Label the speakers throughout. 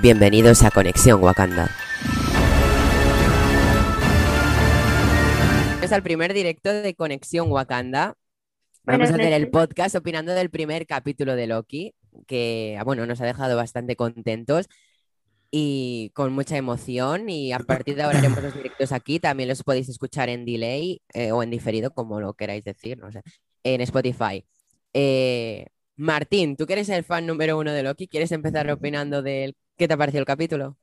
Speaker 1: Bienvenidos a Conexión Wakanda. Es al primer directo de Conexión Wakanda. Vamos
Speaker 2: Buenas
Speaker 1: a hacer el
Speaker 2: noches.
Speaker 1: podcast opinando del primer capítulo de Loki, que ah, bueno, nos ha dejado bastante contentos y con mucha emoción. Y a partir de ahora haremos los directos aquí. También los podéis escuchar en delay eh, o en diferido, como lo queráis decir, no sé, en Spotify. Eh, Martín, tú que eres el fan número uno de Loki, ¿quieres empezar opinando del qué te ha parecido el capítulo?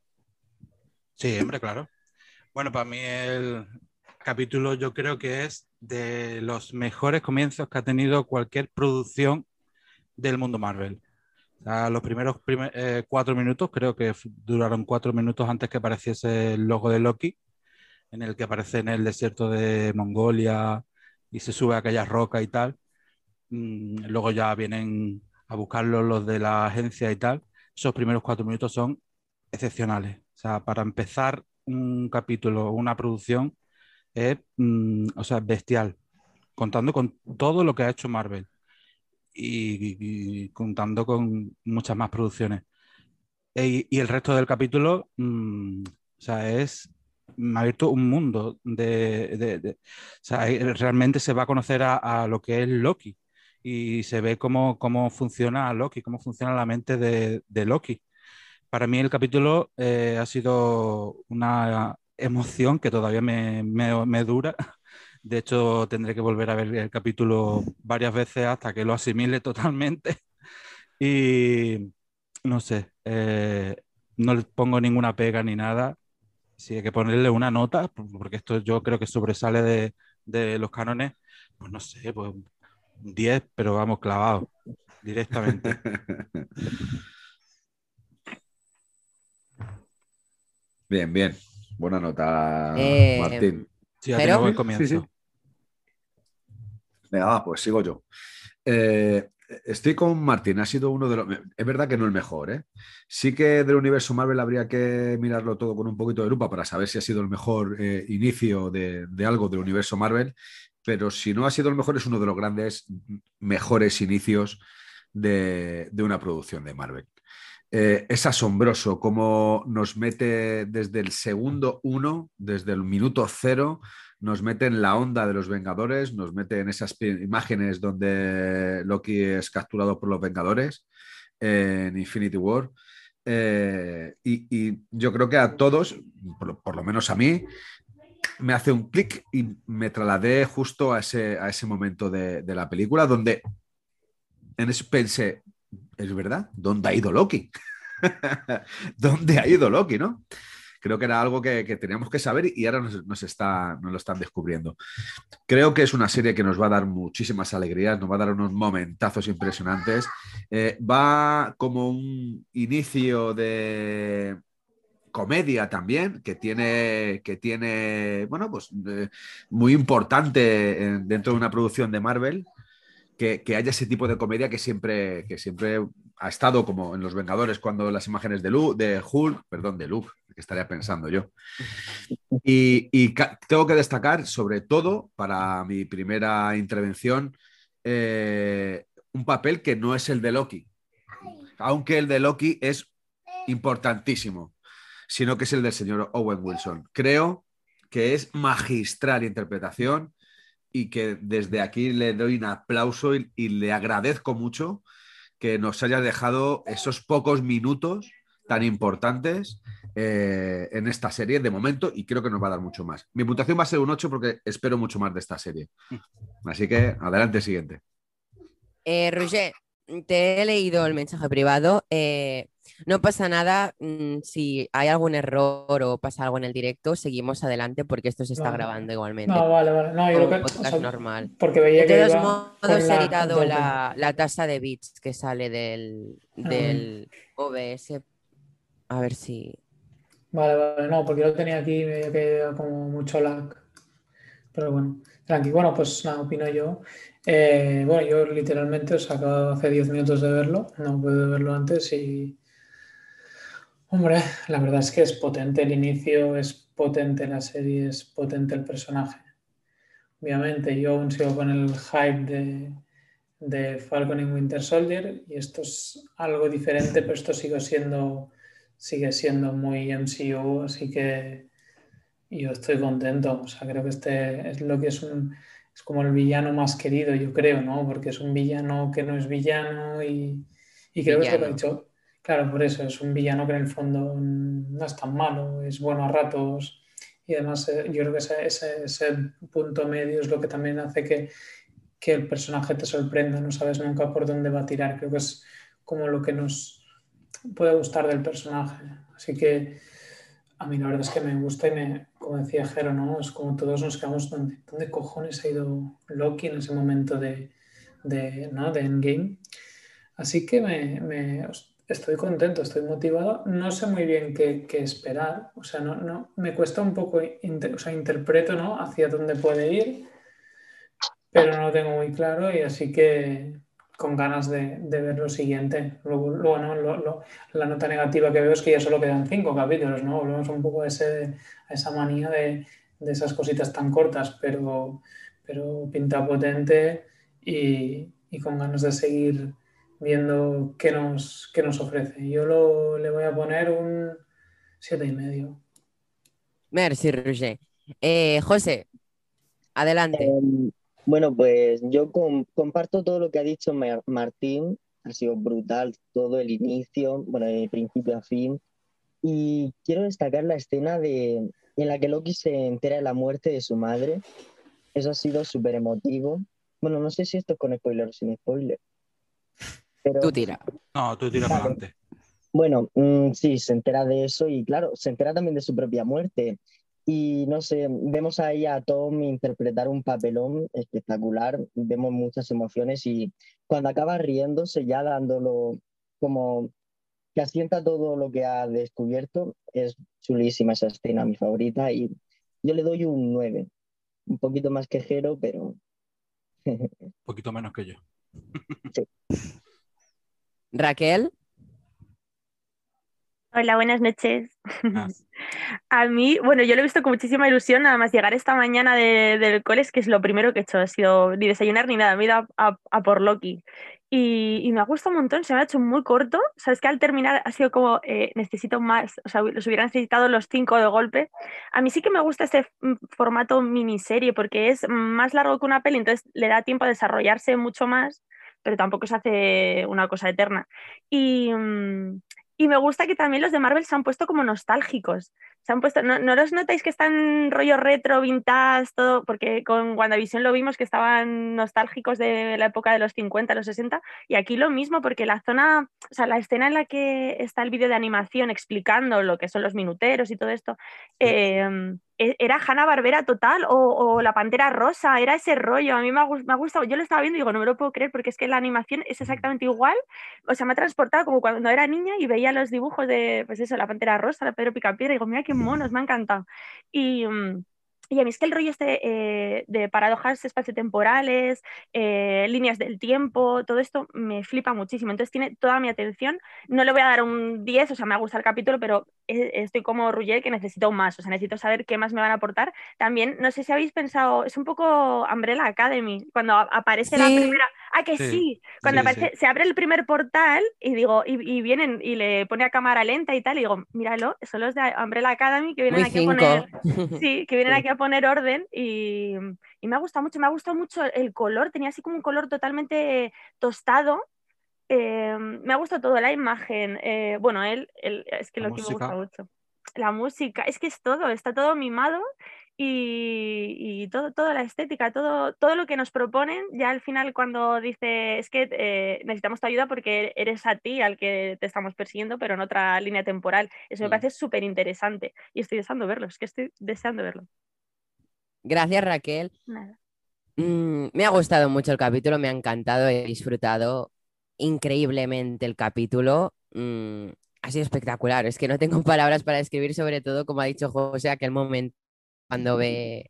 Speaker 3: Sí, hombre, claro. Bueno, para mí el capítulo yo creo que es de los mejores comienzos que ha tenido cualquier producción del mundo Marvel. O sea, los primeros prime- eh, cuatro minutos, creo que f- duraron cuatro minutos antes que apareciese el logo de Loki, en el que aparece en el desierto de Mongolia y se sube a aquella roca y tal. Mm, luego ya vienen a buscarlo los de la agencia y tal. Esos primeros cuatro minutos son excepcionales. O sea, para empezar un capítulo o una producción es, mm, o sea, bestial, contando con todo lo que ha hecho Marvel y, y- y contando con muchas más producciones. E- y- y el resto del capítulo, mm, o sea, es, me ha abierto un mundo de, de- de- o sea, eh, realmente se va a conocer a, a lo que es Loki y se ve cómo, cómo funciona Loki, cómo funciona la mente de- de Loki para mí el capítulo eh, ha sido una emoción que todavía me, me- me dura. De hecho, tendré que volver a ver el capítulo varias veces hasta que lo asimile totalmente. Y no sé, eh, no le pongo ninguna pega ni nada. Si hay que ponerle una nota, porque esto yo creo que sobresale de, de los cánones, pues no sé, pues un 10, pero vamos, clavado directamente.
Speaker 4: Bien, bien. Buena nota,
Speaker 1: Eh,
Speaker 4: Martín.
Speaker 3: Sí, ha
Speaker 1: Pero-
Speaker 3: tenido buen
Speaker 4: Sí, sí,
Speaker 3: comienzo.
Speaker 4: sí. Venga, va, pues sigo yo. Eh, estoy con Martín, ha sido uno de los... Es verdad que no el mejor, ¿eh? Sí que del universo Marvel habría que mirarlo todo con un poquito de lupa para saber si ha sido el mejor eh, inicio de, de algo del universo Marvel, pero si no ha sido el mejor es uno de los grandes, m- mejores inicios de, de una producción de Marvel. Eh, es asombroso cómo nos mete desde el segundo uno, desde el minuto cero, nos mete en la onda de los Vengadores, nos mete en esas pi- imágenes donde Loki es capturado por los Vengadores eh, en Infinity War. Eh, y, y yo creo que a todos, por, lo- por lo menos a mí, me hace un clic y me trasladé justo a ese, a ese momento de, de la película donde en ese pensé, ¿es verdad? ¿Dónde ha ido Loki? ¿Dónde ha ido Loki, no? creo que era algo que, que teníamos que saber y ahora nos, nos está, nos lo están descubriendo. Creo que es una serie que nos va a dar muchísimas alegrías, nos va a dar unos momentazos impresionantes. Eh, va como un inicio de comedia también, que tiene, que tiene bueno, pues eh, muy importante eh, dentro de una producción de Marvel. Que, que haya ese tipo de comedia que siempre, que siempre ha estado como en Los Vengadores cuando las imágenes de, Lu, de Hulk, perdón, de Luke, que estaría pensando yo. Y, y ca- tengo que destacar, sobre todo, para mi primera intervención, eh, un papel que no es el de Loki, aunque el de Loki es importantísimo, sino que es el del señor Owen Wilson. Creo que es magistral interpretación y que desde aquí le doy un aplauso y- y le agradezco mucho que nos haya dejado esos pocos minutos tan importantes eh, en esta serie de momento y creo que nos va a dar mucho más. Mi puntuación va a ser un 8 porque espero mucho más de esta serie.
Speaker 5: Mm.
Speaker 4: Así que adelante, siguiente.
Speaker 1: Eh, Roger, te he leído el mensaje privado. eh, no pasa nada mm, si hay algún error o pasa algo en el directo, seguimos adelante porque esto se está
Speaker 2: Vale.
Speaker 1: grabando igualmente.
Speaker 2: No, vale, vale. No, yo
Speaker 1: como
Speaker 2: creo que.
Speaker 1: un podcast
Speaker 2: o sea,
Speaker 1: normal.
Speaker 2: Porque veía
Speaker 1: De
Speaker 2: que.
Speaker 1: todos
Speaker 2: iba con
Speaker 1: modos, he
Speaker 2: la-
Speaker 1: editado la, la tasa de bits que sale del,
Speaker 2: Ah.
Speaker 1: del OBS. A ver si.
Speaker 2: Vale, vale. No, porque yo lo tenía aquí y veía que iba como mucho lag. Pero bueno, tranqui. Bueno, pues nada, opino yo. Eh, bueno, yo literalmente os acabo hace 10 minutos de verlo. No pude verlo antes y. Hombre, la verdad es que es potente el inicio, es potente la serie, es potente el personaje. Obviamente, yo aún sigo con el hype de, de Falcon y Winter Soldier y esto es algo diferente, pero esto sigue siendo sigue siendo muy MCU, así que yo estoy contento. O sea, creo que este es lo que es un es como el villano más querido, yo creo, ¿no? Porque es un villano que no es villano y, y creo que es lo que ha hecho. Claro, por eso es un villano que en el fondo no es tan malo, es bueno a ratos y además eh, yo creo que ese, ese, ese, punto medio es lo que también hace que, que el personaje te sorprenda, no sabes nunca por dónde va a tirar, creo que es como lo que nos puede gustar del personaje. Así que a mí la verdad es que me gusta y me, como decía Jero, ¿no? Es como todos nos quedamos donde, ¿dónde cojones ha ido Loki en ese momento de, de, ¿no? de Endgame. Así que me, me, estoy contento, estoy motivado. No sé muy bien qué, qué esperar. O sea, no, no, me cuesta un poco, inter, o sea, interpreto, ¿no? Hacia dónde puede ir, pero no lo tengo muy claro y así que con ganas de, de, ver lo siguiente. Luego, luego ¿no? Lo, lo, la nota negativa que veo es que ya solo quedan cinco capítulos, ¿no? Volvemos un poco a, ese, a esa manía de, de, esas cositas tan cortas, pero, pero pinta potente y, y, con ganas de seguir viendo qué nos, qué nos ofrece. Yo lo, le voy a poner un siete y medio.
Speaker 1: Merci, Roger. Eh, José, adelante.
Speaker 6: Eh... Bueno, pues yo com comparto todo lo que ha dicho Mar Martín. Ha sido brutal todo el inicio, bueno, de principio a fin. Y quiero destacar la escena de, en la que Loki se entera de la muerte de su madre. Eso ha sido súper emotivo. Bueno, no sé si esto es con spoiler o sin spoiler.
Speaker 2: Eh,
Speaker 6: Pero,
Speaker 1: tú tira.
Speaker 3: No, tú tira claro. para adelante.
Speaker 6: Bueno, mmm, sí, se entera de eso y claro, se entera también de su propia muerte. Y no sé, vemos ahí a Tom interpretar un papelón espectacular, vemos muchas emociones y cuando acaba riéndose ya dándolo como que asienta todo lo que ha descubierto, es chulísima esa escena, mi favorita, y yo le doy un 9, un poquito más quejero, pero...
Speaker 3: un poquito menos que yo.
Speaker 6: sí.
Speaker 1: Raquel.
Speaker 7: Hola, buenas noches. Ah. A mí, bueno, yo lo he visto con muchísima ilusión, nada más llegar esta mañana de, del cole, es que es lo primero que he hecho, ha sido ni desayunar ni nada, me he ido a, a, a por Loki. Y, y, me ha gustado un montón, se me ha hecho muy corto, o sea, es que al terminar ha sido como, eh, necesito más, o sea, los hubiera necesitado los cinco de golpe. A mí sí que me gusta este formato miniserie porque es más largo que una peli, entonces le da tiempo a desarrollarse mucho más, pero tampoco se hace una cosa eterna. Y... Mmm, y me gusta que también los de Marvel se han puesto como nostálgicos. Se han puesto, ¿no, ¿no los notáis que están rollo retro, vintage, todo? Porque con WandaVision lo vimos que estaban nostálgicos de la época de los 50, los 60. Y aquí lo mismo, porque la zona, o sea, la escena en la que está el vídeo de animación explicando lo que son los minuteros y todo esto, eh, era Hanna Barbera total o, o, la Pantera Rosa, era ese rollo. A mí me ha, me ha, gustado, yo lo estaba viendo y digo, no me lo puedo creer porque es que la animación es exactamente igual. O sea, me ha transportado como cuando era niña y veía los dibujos de, pues eso, la Pantera Rosa, la Pedro Picapiedra y digo, mira qué monos, me ha encantado. Y. Um... Y a mí es que el rollo este eh, de paradojas espaciotemporales, eh, líneas del tiempo, todo esto me flipa muchísimo. Entonces tiene toda mi atención. No le voy a dar un 10, o sea, me ha gustado el capítulo, pero e, estoy como Rugger que necesito más, o sea, necesito saber qué más me van a aportar. También, no sé si habéis pensado, es un poco Umbrella Academy, cuando aparece sí. la primera... Ah, que sí, sí. cuando sí, aparece, se abre el primer portal y digo, y, y, vienen y le pone a cámara lenta y tal, y digo, míralo, son los de Umbrella Academy que vienen Muy aquí cinco. a poner. Sí, que vienen aquí a poner orden y, y, me ha gustado mucho, me ha gustado mucho el color, tenía así como un color totalmente tostado. Eh, me ha gustado todo, la imagen, eh, bueno, él, él, es que la lo música. que me gusta mucho. La música, es que es todo, está todo mimado y, y, todo, toda la estética, todo, todo lo que nos proponen, ya al final cuando dice, es que eh, necesitamos tu ayuda porque eres a ti al que te estamos persiguiendo, pero en otra línea temporal. Eso sí. me parece súper interesante y estoy deseando verlo, es que estoy deseando verlo.
Speaker 1: Gracias, Raquel. Nada. Mm, me ha gustado mucho el capítulo, me ha encantado, he disfrutado increíblemente el capítulo. Mm, ha sido espectacular, es que no tengo palabras para describir, sobre todo, como ha dicho José, aquel momento cuando ve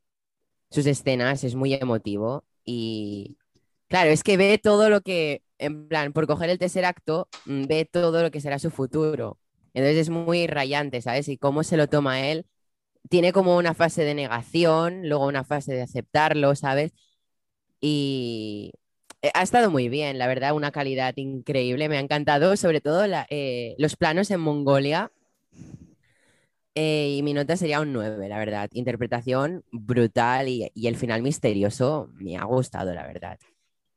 Speaker 1: sus escenas, es muy emotivo. Y claro, es que ve todo lo que, en plan, por coger el tercer acto, mm, ve todo lo que será su futuro. Entonces es muy rayante, ¿sabes? Y cómo se lo toma él tiene como una fase de negación, luego una fase de aceptarlo, ¿sabes? Y eh, ha estado muy bien, la verdad, una calidad increíble, me ha encantado, sobre todo la, eh, los planos en Mongolia, Eh, y mi nota sería un 9, la verdad. Interpretación brutal y, y el final misterioso me ha gustado, la verdad.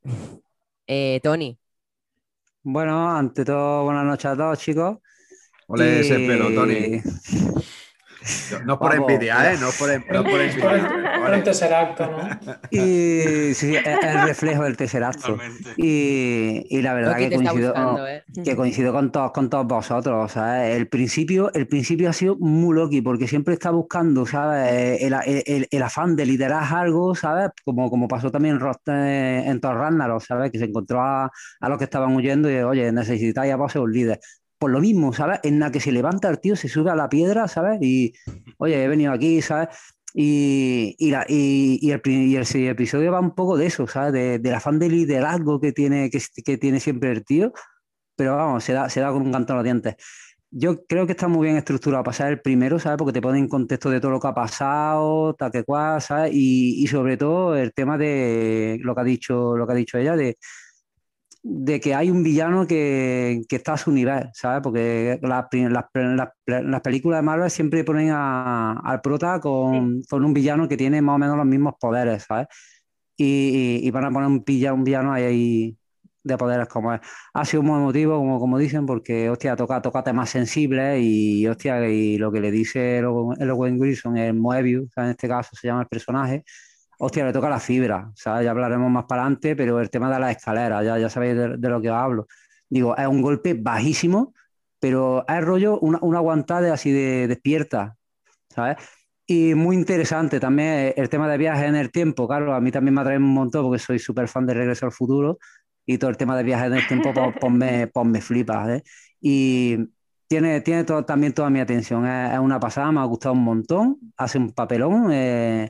Speaker 1: Eh, Tony,
Speaker 5: Bueno, ante todo, buenas noches a todos, chicos.
Speaker 4: Ole
Speaker 5: Y-
Speaker 4: ese pelo, Tony. No es por
Speaker 5: Vamos.
Speaker 4: envidia, ¿eh? No es por, en- no es por
Speaker 2: Es por el,
Speaker 4: envidia.
Speaker 2: por el
Speaker 4: Ole.
Speaker 2: tercer acto, ¿no?
Speaker 5: Y sí, sí, es el reflejo del tercer acto.
Speaker 3: Totalmente.
Speaker 5: Y, y la verdad
Speaker 1: Loki
Speaker 5: que
Speaker 1: te está
Speaker 5: coincido,
Speaker 1: buscando, ¿eh?
Speaker 5: que coincido con todos, con todos vosotros. ¿sabes? El principio, el principio ha sido muy Loki, porque siempre está buscando, ¿sabes? Eh, El, el- el afán de liderar algo, ¿sabes? Como, como pasó también en Rost- eh, en Thor Ragnarok, ¿sabes? Que se encontró a, a los que estaban huyendo y, oye, necesitáis a vos un líder. Por lo mismo, ¿sabes? En la que se levanta el tío, se sube a la piedra, ¿sabes? Y, oye, he venido aquí, ¿sabes? Y, y, la- y- y el, pri- y el siguiente episodio va un poco de eso, ¿sabes? De- del afán de liderazgo que tiene, que, que tiene siempre el tío, pero vamos, se da, se da con un canto en los dientes. Yo creo que está muy bien estructurado para ser el primero, ¿sabes? Porque te pone en contexto de todo lo que ha pasado, tal que cual, ¿sabes? Y, y sobre todo el tema de lo que ha dicho, lo que ha dicho ella, de, de que hay un villano que, que está a su nivel, ¿sabes? Porque las, pri- las, las- las películas de Marvel siempre ponen a- al prota con, con un villano que tiene más o menos los mismos poderes, ¿sabes? Y, y- y van a poner un, pilla, un villano ahí, ahí de poderes como es. Ha sido un buen motivo, como, como dicen, porque, hostia, toca, toca temas sensibles y, hostia, y lo que le dice el, el Owen Wilson, el Moebius, en este caso se llama el personaje, Hostia, le toca la fibra, ¿sabes? Ya hablaremos más para adelante, pero el tema de las escaleras, ya, ya sabéis de, de lo que os hablo. Digo, es un golpe bajísimo, pero es rollo una, una aguantada así de despierta, ¿sabes? Y muy interesante también eh, el tema de viajes en el tiempo, claro, a mí también me atrae un montón porque soy súper fan de Regreso al Futuro y todo el tema de viajes en el tiempo, pues, pues me, pues me flipas, ¿eh? Y tiene, tiene todo- también toda mi atención, es, es una pasada, me ha gustado un montón, hace un papelón. eh,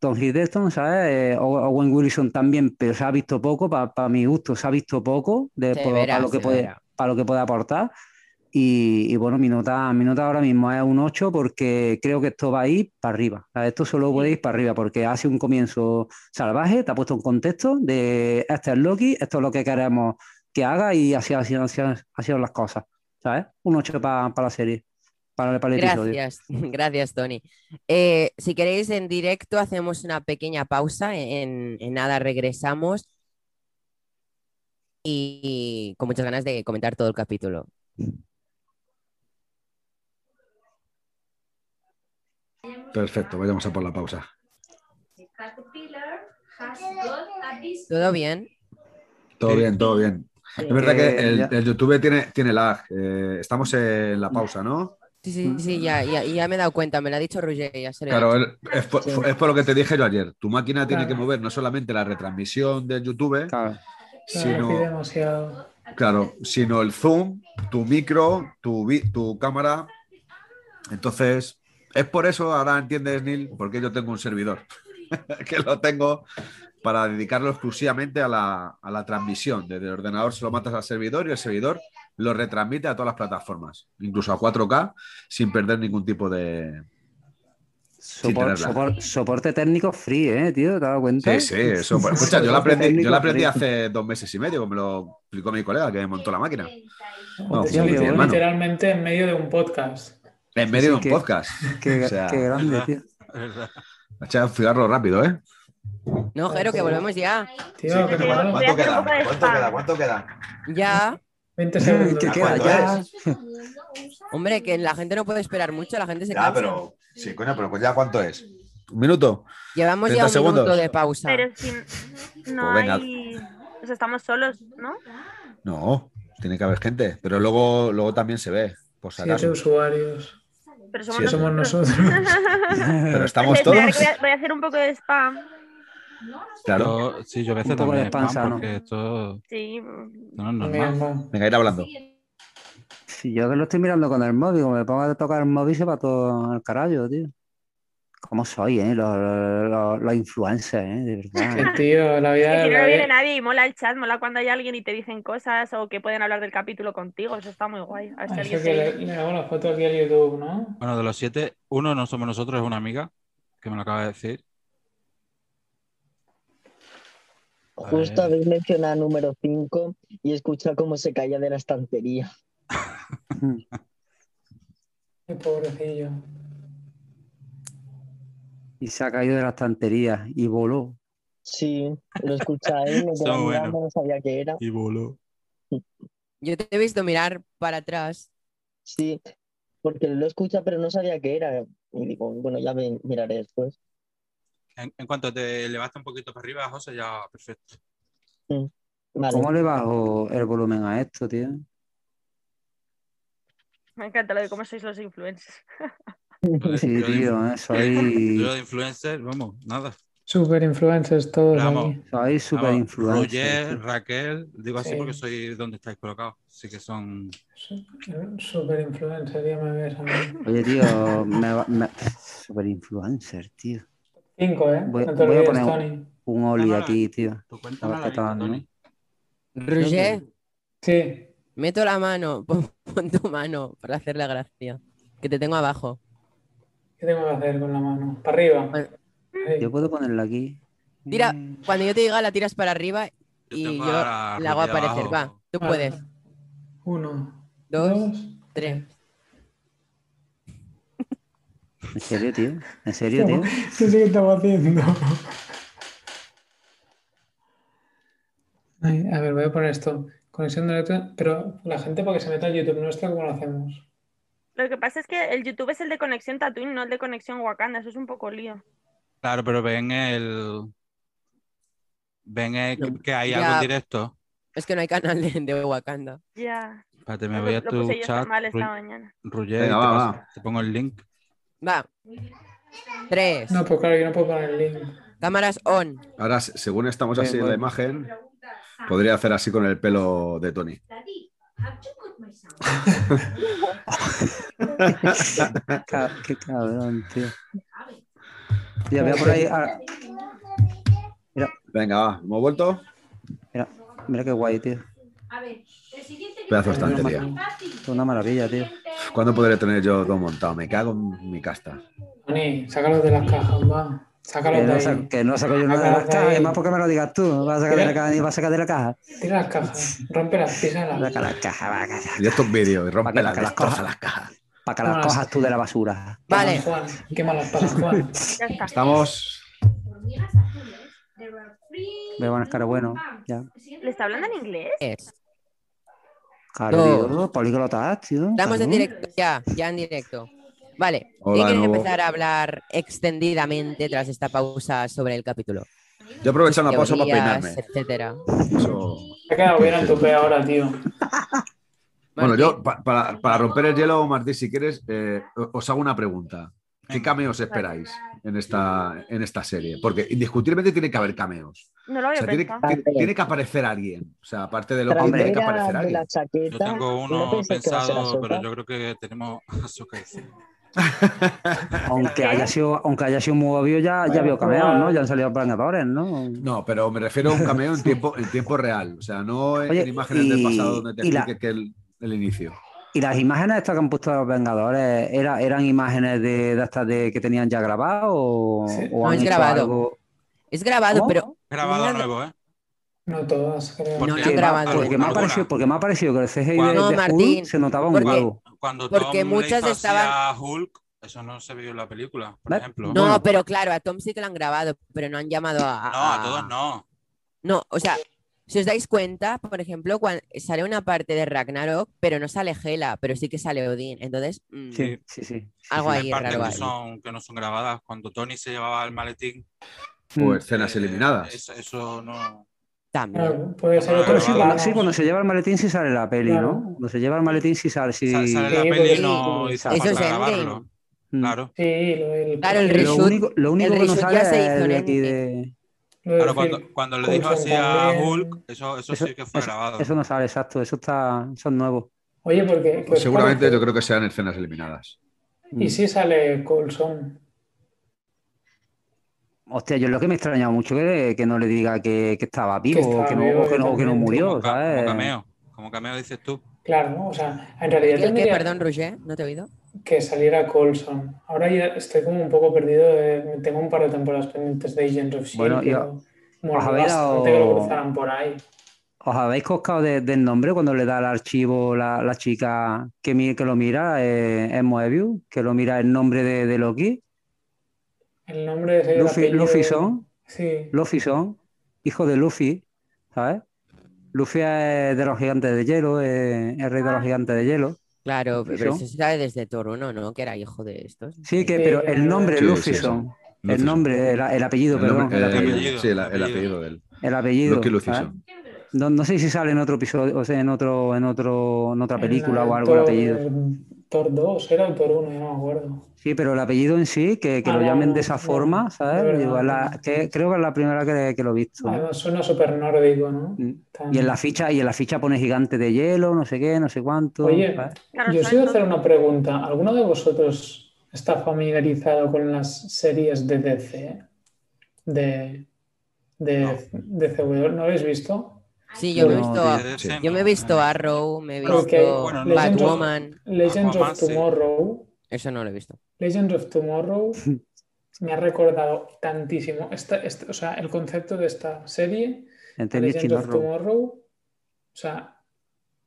Speaker 5: Tom Hiddleston, ¿sabes? Eh, Ow- Owen Wilson también, pero se ha visto poco, para mi gusto, se ha visto poco de,
Speaker 1: Se
Speaker 5: por-
Speaker 1: verá,
Speaker 5: para, lo que
Speaker 1: se
Speaker 5: puede,
Speaker 1: verá.
Speaker 5: para lo que puede aportar. Y, y bueno, mi nota, mi nota ahora mismo es un 8 porque creo que esto va a ir para arriba. O sea, Esto solo puede ir para arriba porque hace un comienzo salvaje, te ha puesto un contexto de este es Loki, esto es lo que queremos que haga y así han sido, así han- así son las cosas. ¿Sabes? Un 8 para la serie, para, para el episodio.
Speaker 1: Gracias, gracias, Tony. Eh, si queréis, en directo hacemos una pequeña pausa. En, en nada regresamos. Y, y con muchas ganas de comentar todo el capítulo.
Speaker 4: Perfecto, vayamos a por la pausa.
Speaker 8: caterpillar has got a dis-
Speaker 1: ¿Todo bien?
Speaker 4: Todo
Speaker 3: Sí.
Speaker 4: bien, todo bien. Es verdad que
Speaker 5: Eh,
Speaker 4: el,
Speaker 5: ya.
Speaker 4: el YouTube tiene, tiene lag. Eh, estamos en la pausa, ¿no?
Speaker 1: Sí, sí, sí, ya, ya, ya me he dado cuenta. Me lo ha dicho Roger. Ya se lo he
Speaker 4: Claro,
Speaker 1: dicho.
Speaker 4: el- es por,
Speaker 6: Sí.
Speaker 4: fue- es por lo que te dije yo ayer. Tu máquina tiene que
Speaker 2: Claro.
Speaker 4: mover no solamente la retransmisión del YouTube,
Speaker 5: Claro.
Speaker 2: Sí,
Speaker 4: sino,
Speaker 2: pide demasiado.
Speaker 4: claro, sino el zoom, tu micro, tu, vi- tu cámara. Entonces, es por eso, ahora entiendes, Neil, por qué yo tengo un servidor. que lo tengo para dedicarlo exclusivamente a la, a la transmisión. Desde el ordenador se lo matas al servidor y el servidor lo retransmite a todas las plataformas, incluso a 4K, sin perder ningún tipo de...
Speaker 5: Sopor-
Speaker 4: tenerla.
Speaker 5: sopor- soporte técnico free, ¿eh, tío? ¿Te has dado cuenta?
Speaker 4: Sí, sí, eso. pues, escucha, yo lo
Speaker 5: Soporte
Speaker 4: aprendí, yo lo
Speaker 5: técnico
Speaker 4: aprendí
Speaker 5: free.
Speaker 4: hace dos meses y medio, me lo explicó mi colega que me montó la máquina. No,
Speaker 5: Hostia,
Speaker 4: sí,
Speaker 5: qué bueno.
Speaker 4: hermano.
Speaker 2: Literalmente en medio de un podcast.
Speaker 4: En medio de un
Speaker 5: que-
Speaker 4: podcast.
Speaker 5: Qué,
Speaker 4: O sea,
Speaker 5: qué grande, tío.
Speaker 3: ¿Verdad?
Speaker 4: Echa un cigarro rápido, ¿eh?
Speaker 1: No, Jero, que volvemos ya.
Speaker 2: Tío,
Speaker 7: Sí,
Speaker 2: que
Speaker 7: que
Speaker 2: bueno,
Speaker 7: voy a hacer un poco de spam.
Speaker 4: ¿Cuánto queda?
Speaker 1: Ya.
Speaker 2: 20 segundos.
Speaker 5: ¿Qué queda
Speaker 4: ¿Cuánto
Speaker 5: ya?
Speaker 1: Hombre, que la gente no puede esperar mucho. La gente se cansa.
Speaker 4: Sí, coño, pero pues ya cuánto es. Un minuto.
Speaker 1: Llevamos
Speaker 4: 30
Speaker 1: ya un
Speaker 4: segundos.
Speaker 1: minuto de pausa.
Speaker 7: Pero si no
Speaker 4: Pues venga.
Speaker 7: hay. O sea, estamos solos, ¿no?
Speaker 4: No, tiene que haber gente, pero luego, luego también se ve, por si
Speaker 2: Siete
Speaker 4: acaso.
Speaker 2: usuarios.
Speaker 7: Pero
Speaker 4: Sí,
Speaker 7: somos
Speaker 4: eso.
Speaker 2: Somos nosotros.
Speaker 4: Pero estamos
Speaker 7: Espera,
Speaker 4: todos.
Speaker 7: que voy, a, voy a hacer un poco de spam.
Speaker 4: Claro.
Speaker 3: Yo- sí, yo a veces
Speaker 5: Un poco
Speaker 3: también
Speaker 5: de
Speaker 3: spam,
Speaker 5: panza, ¿no?
Speaker 3: porque esto
Speaker 7: Sí. mm,
Speaker 3: no es
Speaker 2: Mira,
Speaker 3: normal.
Speaker 2: no.
Speaker 4: Venga, ir hablando.
Speaker 5: Si yo que lo estoy mirando con el móvil, como me pongo a tocar el móvil, se va todo al carajo, tío. ¿Cómo soy, eh? Los, los- los influencers, eh, de
Speaker 2: Que,
Speaker 5: verdad.
Speaker 2: tío, la
Speaker 7: Que
Speaker 2: vida
Speaker 7: si no,
Speaker 2: la
Speaker 7: no viene
Speaker 2: vida-
Speaker 7: nadie y mola el chat, mola cuando hay alguien y te dicen cosas o que pueden hablar del capítulo contigo. Eso está muy guay. A ver si
Speaker 2: Eso
Speaker 7: alguien
Speaker 2: que
Speaker 7: se-
Speaker 2: le, le hago la foto aquí al YouTube, ¿no?
Speaker 3: Bueno, de los siete, uno no somos nosotros, es una amiga que me lo acaba de decir. A
Speaker 6: Justo
Speaker 3: ver.
Speaker 6: habéis mencionado número 5 y he escuchado cómo se caía de la estantería.
Speaker 2: Qué pobrecillo.
Speaker 5: Y se ha caído de la estantería y voló.
Speaker 6: Sí, lo escucha él, me quedé
Speaker 3: Está bueno.
Speaker 6: mirando, no sabía qué era.
Speaker 3: Y voló.
Speaker 1: Yo te he visto mirar para atrás.
Speaker 6: Sí, porque lo escucha, pero no sabía qué era. Y digo, bueno, ya me miraré después.
Speaker 3: En, en cuanto te elevaste un poquito para arriba, José, ya perfecto.
Speaker 6: Vale.
Speaker 5: ¿Cómo le bajo el volumen a esto, tío?
Speaker 7: Me encanta lo de cómo sois los influencers.
Speaker 5: Sí,
Speaker 3: Yo de-
Speaker 5: tío, eh,
Speaker 3: Yo
Speaker 5: soy,
Speaker 3: de influencer, vamos, nada.
Speaker 2: Super influencers todos
Speaker 3: Vamos.
Speaker 2: aquí.
Speaker 5: soy super
Speaker 3: Vamos,
Speaker 5: influencer.
Speaker 3: Roger, Raquel, digo así
Speaker 2: Sí.
Speaker 3: porque soy donde estáis colocados. Así que son.
Speaker 2: Super influencer, ya me ves a mí.
Speaker 5: Oye, tío, me, va- me- super influencer, tío.
Speaker 2: Cinco, ¿eh?
Speaker 5: Voy-
Speaker 2: no te
Speaker 5: voy a
Speaker 2: olvides,
Speaker 5: poner-
Speaker 2: Tony.
Speaker 5: Un oli
Speaker 3: No, no,
Speaker 5: aquí, tío.
Speaker 3: Tu cuenta no
Speaker 5: Ah,
Speaker 3: la he
Speaker 5: ¿qué tal,
Speaker 3: visto, Tony.
Speaker 1: Roger,
Speaker 2: Sí,
Speaker 1: meto la mano, pon, pon tu mano para hacer la gracia. Que te tengo abajo.
Speaker 2: ¿qué tengo que hacer con la mano? ¿Para arriba?
Speaker 1: Bueno.
Speaker 2: Ahí.
Speaker 5: Pues,
Speaker 2: Mm.
Speaker 5: Yo puedo ponerla aquí.
Speaker 1: Tira, cuando yo te diga, la tiras para arriba y
Speaker 3: tengo
Speaker 1: yo
Speaker 3: a
Speaker 1: la hago
Speaker 3: Rubia
Speaker 1: aparecer. Va,
Speaker 3: abajo.
Speaker 1: tú
Speaker 2: Vale.
Speaker 1: puedes.
Speaker 2: Uno,
Speaker 1: Dos,
Speaker 2: dos.
Speaker 1: tres.
Speaker 5: ¿En serio, tío? ¿En serio, tío?
Speaker 2: Sí, sí, estaba haciendo. Ay, a ver, voy a poner esto. Conexión directa, pero la gente para que se meta en YouTube nuestra, ¿cómo lo hacemos?
Speaker 7: Lo que pasa es que el YouTube es el de conexión Tatooine, no el de conexión Wakanda. Eso es un poco lío.
Speaker 3: Claro, pero ven el. Ven el-
Speaker 1: No.
Speaker 3: que hay
Speaker 1: Ya.
Speaker 3: algo en directo.
Speaker 1: Es que no hay canal de, de Wakanda.
Speaker 7: Ya.
Speaker 3: Espérate, me
Speaker 7: Lo-
Speaker 3: voy a
Speaker 7: lo
Speaker 3: tu
Speaker 7: puse yo
Speaker 3: chat.
Speaker 7: mal esta
Speaker 3: Ru-
Speaker 7: mañana.
Speaker 3: Roger,
Speaker 4: Venga,
Speaker 3: te,
Speaker 4: va,
Speaker 3: paso-
Speaker 4: va.
Speaker 3: te pongo el link.
Speaker 1: Va. Tres.
Speaker 2: No, pues claro, yo no puedo poner el link.
Speaker 1: Cámaras on.
Speaker 4: Ahora, se- según estamos
Speaker 5: Bien,
Speaker 4: así en
Speaker 5: bueno.
Speaker 4: la imagen, podría hacer así con el pelo de Tony.
Speaker 8: Daddy, have you got my sound?
Speaker 5: Ca- Qué cabrón, tío. Ya veo por ahí. ah,
Speaker 4: Venga, va, hemos vuelto.
Speaker 5: mira qué guay, tío.
Speaker 8: A ver, el siguiente
Speaker 4: Pedazo de
Speaker 8: video.
Speaker 4: estantería.
Speaker 8: Papi,
Speaker 5: Es una maravilla, tío.
Speaker 4: ¿Cuándo podré tener yo todo montado? Me cago en mi casta.
Speaker 2: Tony, sácalos de las cajas, va.
Speaker 5: Que
Speaker 2: Sácalos de
Speaker 5: no, sa-
Speaker 2: ahí.
Speaker 5: que no saco yo nada de las
Speaker 2: Sácalo de ahí.
Speaker 5: cajas, y más porque me lo digas tú. No vas a sacar de la caja, ni vas a sacar de la caja.
Speaker 2: Tira las cajas, rómpelas, písalas.
Speaker 5: Saca las cajas, va, que-
Speaker 4: Y estos vídeos, y
Speaker 5: Para que-
Speaker 4: rompe
Speaker 5: para
Speaker 4: las
Speaker 5: que las
Speaker 4: destroza
Speaker 5: coja.
Speaker 4: las cajas.
Speaker 5: para que las
Speaker 2: Vámonos.
Speaker 5: cojas tú de la basura.
Speaker 1: Vale.
Speaker 2: Juan, qué malas para Juan.
Speaker 7: Ya está.
Speaker 4: Estamos.
Speaker 8: hormigas azules, there were three
Speaker 5: Me van a estar bueno. Ya.
Speaker 7: ¿Le está hablando en inglés?
Speaker 1: Es.
Speaker 5: Claro,
Speaker 1: Dos.
Speaker 5: tío. Políglotas, tío.
Speaker 1: Estamos en
Speaker 5: claro.
Speaker 1: directo, ya, ya en directo. Vale, ¿quién
Speaker 4: Hola de
Speaker 1: quiere
Speaker 4: nuevo.
Speaker 1: empezar a hablar extendidamente tras esta pausa sobre el capítulo?
Speaker 4: Yo aprovecho la pausa para
Speaker 1: Teorías,
Speaker 4: peinarme.
Speaker 1: etcétera.
Speaker 4: Eso-
Speaker 2: Te ha quedado bien el tope ahora, tío.
Speaker 4: Bueno,
Speaker 1: Martín,
Speaker 4: yo, pa- para, para romper el hielo, Martí, si quieres, eh, o- os hago una pregunta. ¿Qué
Speaker 3: Venga.
Speaker 4: cameos esperáis en esta, en esta serie? Porque indiscutiblemente tiene que haber cameos.
Speaker 7: No lo
Speaker 4: O
Speaker 7: había
Speaker 4: sea, tiene,
Speaker 7: pensado.
Speaker 4: tiene- tiene que aparecer alguien. O sea, aparte de lo que
Speaker 5: Hombre.
Speaker 4: tiene que
Speaker 6: Trasera
Speaker 4: aparecer
Speaker 6: de la
Speaker 4: alguien.
Speaker 3: Yo
Speaker 6: chaqueta.
Speaker 3: tengo
Speaker 6: no
Speaker 3: uno
Speaker 6: pensé que va a ser
Speaker 3: pensado,
Speaker 6: Ahsoka.
Speaker 3: pero yo creo que tenemos a Soca
Speaker 5: Aunque haya sido, aunque haya sido muy obvio, ya, ya veo cameos,
Speaker 1: pues.
Speaker 5: ¿no? Ya han salido planeadores, ¿no?
Speaker 4: No, pero me refiero a un cameo en tiempo, en tiempo real. O sea, no en,
Speaker 5: Oye,
Speaker 4: en imágenes
Speaker 5: y-
Speaker 4: del pasado donde te
Speaker 5: y la-
Speaker 4: explique que el, el inicio.
Speaker 5: Y las imágenes estas que han puesto los Vengadores, ¿era- ¿eran imágenes de, de estas de, que tenían ya grabado o,
Speaker 2: Sí.
Speaker 5: o
Speaker 1: No,
Speaker 5: han
Speaker 1: es
Speaker 5: hecho
Speaker 1: grabado.
Speaker 5: algo?
Speaker 1: es grabado,
Speaker 5: ¿Cómo?
Speaker 1: pero
Speaker 3: Grabado
Speaker 1: Nada.
Speaker 3: nuevo, ¿eh?
Speaker 2: No todas, creo.
Speaker 1: No,
Speaker 3: Porque
Speaker 1: no
Speaker 5: Que
Speaker 1: han
Speaker 5: me-
Speaker 1: grabado.
Speaker 5: Porque me, ha
Speaker 3: Alguna.
Speaker 5: parecido, porque me ha parecido que el CGI de,
Speaker 3: No,
Speaker 5: de Hulk
Speaker 1: Martín,
Speaker 5: se notaba un
Speaker 1: porque-
Speaker 5: huevo.
Speaker 3: Cuando
Speaker 1: Porque
Speaker 3: Tom le
Speaker 1: muchas
Speaker 3: hizo así
Speaker 1: estaban-
Speaker 3: a Hulk, eso no se vio en la película, por
Speaker 5: Va-
Speaker 3: ejemplo.
Speaker 1: No,
Speaker 5: Bueno.
Speaker 1: pero claro, a Tom sí que lo han grabado, pero no han llamado a.
Speaker 3: No, a todos
Speaker 1: Ah.
Speaker 3: no.
Speaker 1: No, o sea, si os dais cuenta, por ejemplo, cuando sale una parte de Ragnarok, pero no sale Hela, pero sí que sale Odín. Entonces, mm,
Speaker 5: Sí, sí, sí.
Speaker 1: algo
Speaker 3: Hay
Speaker 1: ahí
Speaker 3: partes
Speaker 1: raro
Speaker 3: que,
Speaker 1: hay.
Speaker 3: son, que no son grabadas. Cuando Tony se llevaba el maletín.
Speaker 4: O
Speaker 5: Mm.
Speaker 4: Pues escenas
Speaker 3: eh,
Speaker 4: eliminadas.
Speaker 3: Eso, eso no.
Speaker 1: También.
Speaker 2: Claro, puede ser
Speaker 3: Pero
Speaker 2: otro
Speaker 5: Pero sí,
Speaker 3: grabado.
Speaker 5: cuando, sí,
Speaker 2: plano.
Speaker 5: cuando se lleva el maletín sí sale la peli,
Speaker 2: Claro.
Speaker 5: ¿no? Cuando se lleva el maletín sí sale. Sí.
Speaker 3: Sale, sale la peli
Speaker 2: Sí,
Speaker 3: y
Speaker 2: porque-
Speaker 3: no hizo
Speaker 5: Eso
Speaker 3: falta
Speaker 1: es Endgame.
Speaker 3: grabarlo.
Speaker 5: Mm.
Speaker 3: Claro.
Speaker 2: Sí, lo del-
Speaker 1: Claro, el
Speaker 5: Lo
Speaker 1: reshoot.
Speaker 5: único, lo único
Speaker 1: el
Speaker 5: que no
Speaker 1: reshoot
Speaker 5: sale
Speaker 1: ya se
Speaker 5: es
Speaker 1: hizo
Speaker 5: el de
Speaker 1: en
Speaker 5: aquí de-
Speaker 2: lo del
Speaker 3: Claro,
Speaker 2: film.
Speaker 3: cuando, cuando le dijo
Speaker 2: Coulson
Speaker 3: así a
Speaker 2: también.
Speaker 3: Hulk, eso, eso, sí que fue grabado.
Speaker 5: Eso no sale, exacto. Eso está, eso es nuevo.
Speaker 2: Oye, porque pues,
Speaker 4: Pues seguramente
Speaker 2: parece-
Speaker 4: yo creo que sean escenas eliminadas.
Speaker 2: Y sí sale Coulson.
Speaker 5: Hostia, yo es lo que me extraña mucho que, que no le diga que, que estaba vivo,
Speaker 2: estaba
Speaker 5: o que no,
Speaker 2: vivo,
Speaker 5: o que no, o que no
Speaker 2: exactamente.
Speaker 5: murió,
Speaker 3: como, ca-
Speaker 5: ¿sabes?
Speaker 3: como cameo. Como cameo dices tú.
Speaker 2: Claro, ¿no? o sea, en realidad
Speaker 1: ¿El qué?
Speaker 2: tendría
Speaker 1: Perdón, Roger, no te he oído.
Speaker 2: que saliera Coulson. Ahora ya estoy como un poco perdido. de- tengo un par de temporadas pendientes de Agents of S.H.I.E.L.D.
Speaker 5: Bueno,
Speaker 2: pero
Speaker 5: yo-
Speaker 2: moló
Speaker 5: ¿os habéis
Speaker 2: bastante
Speaker 5: dado-
Speaker 2: que lo cruzaran por ahí.
Speaker 5: ¿Os habéis coscado de- del nombre cuando le da al archivo la, la chica que, mi- que lo mira eh, en Moebius? Que lo mira el nombre de, de Loki.
Speaker 2: El nombre es el
Speaker 5: Luffy,
Speaker 2: apellido-
Speaker 5: Luffy Son.
Speaker 2: Sí,
Speaker 5: Luffy Son, hijo de Luffy, ¿sabes? Luffy es de los gigantes de hielo, eh, el rey de los gigantes de hielo.
Speaker 1: Claro,
Speaker 5: Sí,
Speaker 1: pero
Speaker 5: sí.
Speaker 1: eso se sabe desde Thor 1, ¿no? Que era hijo de estos.
Speaker 5: Sí, que,
Speaker 2: Sí,
Speaker 5: pero
Speaker 2: eh,
Speaker 5: el nombre
Speaker 4: sí,
Speaker 5: Luffy
Speaker 4: sí, sí.
Speaker 5: Son.
Speaker 4: Luffy
Speaker 5: El
Speaker 4: Son.
Speaker 5: nombre, el, el apellido,
Speaker 4: El
Speaker 5: perdón.
Speaker 4: nombre-
Speaker 5: el
Speaker 4: el
Speaker 5: apellido.
Speaker 4: apellido, sí, el, el apellido de él.
Speaker 5: El apellido,
Speaker 4: Loki Luffy
Speaker 5: ¿sabes?
Speaker 4: Son.
Speaker 5: No, no sé si sale en otro episodio, o sea, en otro, en otro, en eh, otra
Speaker 2: en
Speaker 5: película
Speaker 2: el
Speaker 5: o algo el
Speaker 2: Thor- eh,
Speaker 5: apellido.
Speaker 2: Thor 2, era el Thor 1, ya no me acuerdo.
Speaker 5: Sí, pero el apellido en sí, que, que
Speaker 2: Ah,
Speaker 5: lo
Speaker 2: no,
Speaker 5: llamen
Speaker 2: no,
Speaker 5: de esa
Speaker 2: no,
Speaker 5: forma, ¿sabes?
Speaker 2: de verdad,
Speaker 5: Digo, la-
Speaker 2: no.
Speaker 5: que- creo que es la primera que, que lo he visto. Mm,
Speaker 2: Además, suena súper nórdico, ¿no?
Speaker 5: Y
Speaker 2: Tan-
Speaker 5: en la ficha, y en la ficha pone gigante de hielo, no sé qué, no sé cuánto.
Speaker 2: Oye,
Speaker 5: ¿sabes?
Speaker 7: Claro,
Speaker 2: Yo os
Speaker 7: sobre
Speaker 2: iba a
Speaker 7: todo-
Speaker 2: hacer una pregunta. ¿Alguno de vosotros está familiarizado con las series de DC? De, de, de CW, ¿no habéis visto?
Speaker 1: Sí, yo me he
Speaker 5: No,
Speaker 1: visto,
Speaker 5: tío,
Speaker 1: a-
Speaker 3: De DC,
Speaker 4: sí.
Speaker 1: Ah, yo me he
Speaker 3: no,
Speaker 1: visto
Speaker 3: eh.
Speaker 1: Arrow, me he
Speaker 2: Ok,
Speaker 1: visto
Speaker 3: bueno, no.
Speaker 1: Batwoman,
Speaker 2: Legends
Speaker 3: Aquaman,
Speaker 2: of
Speaker 3: sí.
Speaker 2: Tomorrow.
Speaker 1: eso no lo he visto.
Speaker 2: Legends of Tomorrow me ha recordado tantísimo. Esta, esta- o sea, el concepto de esta serie,
Speaker 5: Entendí
Speaker 2: Legends of
Speaker 5: chilorro.
Speaker 2: Tomorrow. O sea,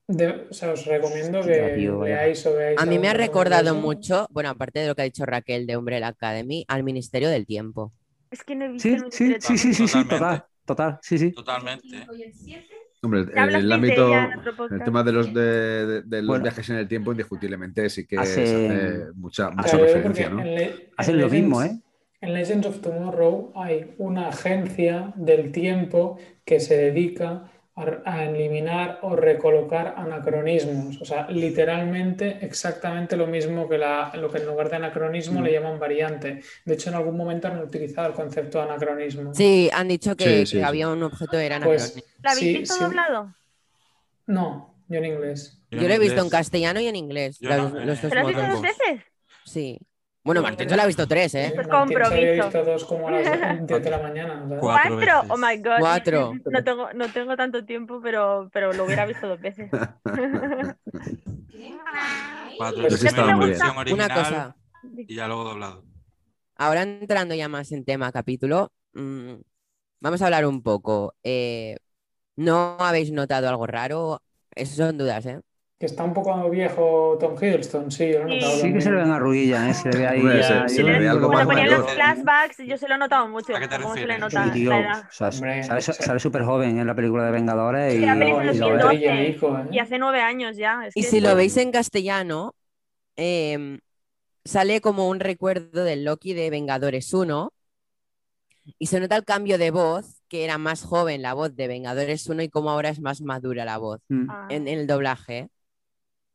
Speaker 2: de- o sea, os recomiendo
Speaker 5: Hostia,
Speaker 2: que
Speaker 5: tío, vaya.
Speaker 2: veáis o veáis
Speaker 1: A mí me ha
Speaker 2: alguna
Speaker 1: recordado
Speaker 2: cosa.
Speaker 1: mucho, bueno, aparte de lo que ha dicho Raquel de Umbrella Academy, al Ministerio del Tiempo.
Speaker 7: Es que no he visto
Speaker 5: Sí,
Speaker 7: el
Speaker 5: sí,
Speaker 7: Ministerio
Speaker 5: sí, sí, sí, sí, total,
Speaker 3: Totalmente.
Speaker 5: total, sí, sí.
Speaker 3: Totalmente.
Speaker 8: Y el 7,
Speaker 4: Hombre,
Speaker 7: Ya
Speaker 4: el,
Speaker 7: hablasteis de
Speaker 4: ámbito,
Speaker 7: ella en otro podcast.
Speaker 4: el tema de los, de, de- de los
Speaker 5: Bueno.
Speaker 4: viajes en el tiempo, indiscutiblemente sí que
Speaker 5: Hace-
Speaker 4: se hace mucha, mucha
Speaker 2: Claro, yo creo
Speaker 4: referencia,
Speaker 2: porque
Speaker 4: ¿no?
Speaker 2: en Le-
Speaker 5: Hacen
Speaker 2: en
Speaker 5: lo
Speaker 2: Legends-
Speaker 5: mismo, ¿eh?
Speaker 2: En Legends of Tomorrow hay una agencia del tiempo que se dedica a, a eliminar o recolocar anacronismos. O sea, literalmente exactamente lo mismo que la- lo que en lugar de anacronismo le llaman variante. De hecho, en algún momento han utilizado el concepto de anacronismo.
Speaker 1: Sí, han dicho que,
Speaker 4: Sí,
Speaker 1: que
Speaker 4: sí,
Speaker 1: había un objeto era
Speaker 2: Pues,
Speaker 1: anacrónico.
Speaker 7: ¿La habéis
Speaker 2: sí,
Speaker 7: visto
Speaker 2: sí.
Speaker 7: doblado?
Speaker 2: No, yo en inglés.
Speaker 1: Yo lo he visto en
Speaker 3: inglés.
Speaker 1: castellano y en inglés,
Speaker 3: Yo
Speaker 1: los,
Speaker 3: no, eh,
Speaker 1: los dos
Speaker 7: ¿Pero has visto
Speaker 1: modos.
Speaker 7: dos veces?
Speaker 1: Sí. Bueno, Martín se lo ha visto tres, ¿eh?
Speaker 7: Esto es
Speaker 2: Martín se había
Speaker 7: compromiso.
Speaker 2: visto dos como a las 10 de la mañana. ¿verdad?
Speaker 3: Cuatro veces.
Speaker 7: Oh my god.
Speaker 1: Cuatro.
Speaker 7: No tengo, no tengo tanto tiempo, pero, pero lo hubiera visto dos veces.
Speaker 3: Cuatro.
Speaker 2: Pues
Speaker 3: Yo primero
Speaker 2: sí
Speaker 4: estaba muy
Speaker 3: versión
Speaker 1: Una
Speaker 3: original
Speaker 1: cosa,
Speaker 3: Y ya luego doblado.
Speaker 1: ahora entrando ya más en tema capítulo, mm, vamos a hablar un poco. Eh, ¿no habéis notado algo raro? Esas son dudas, ¿eh?
Speaker 2: Que está un poco viejo Tom Hiddleston, sí, yo lo he
Speaker 7: Sí.
Speaker 2: notado
Speaker 5: Sí que se le
Speaker 2: también.
Speaker 5: ven arrugillas, ¿eh? Se le ve ahí
Speaker 4: Hombre,
Speaker 5: ya-
Speaker 4: se-
Speaker 5: yo
Speaker 4: se le
Speaker 5: no
Speaker 4: ve algo
Speaker 5: lo
Speaker 7: Cuando
Speaker 4: más
Speaker 7: ponían
Speaker 4: mayor.
Speaker 7: los flashbacks, yo se lo he notado mucho.
Speaker 3: ¿A qué te
Speaker 7: cómo se le
Speaker 3: refieres?
Speaker 7: nota
Speaker 5: Sí,
Speaker 7: la
Speaker 5: tío,
Speaker 7: edad.
Speaker 5: o sea,
Speaker 2: Hombre,
Speaker 5: sale,
Speaker 2: sí.
Speaker 5: sale súper joven en la película de Vengadores
Speaker 7: Sí,
Speaker 5: y,
Speaker 7: la película
Speaker 5: y
Speaker 7: es
Speaker 5: lo
Speaker 7: bien
Speaker 5: ves.
Speaker 7: doce.
Speaker 2: Trillerico, ¿eh?
Speaker 7: Y hace nueve años ya. es
Speaker 1: Y
Speaker 7: que-
Speaker 1: si lo veis en castellano, em, sale como un recuerdo del Loki de Vengadores 1 y se nota el cambio de voz, que era más joven la voz de Vengadores 1 y cómo ahora es más madura la voz
Speaker 5: Mm.
Speaker 7: Ah,
Speaker 1: en, en el doblaje.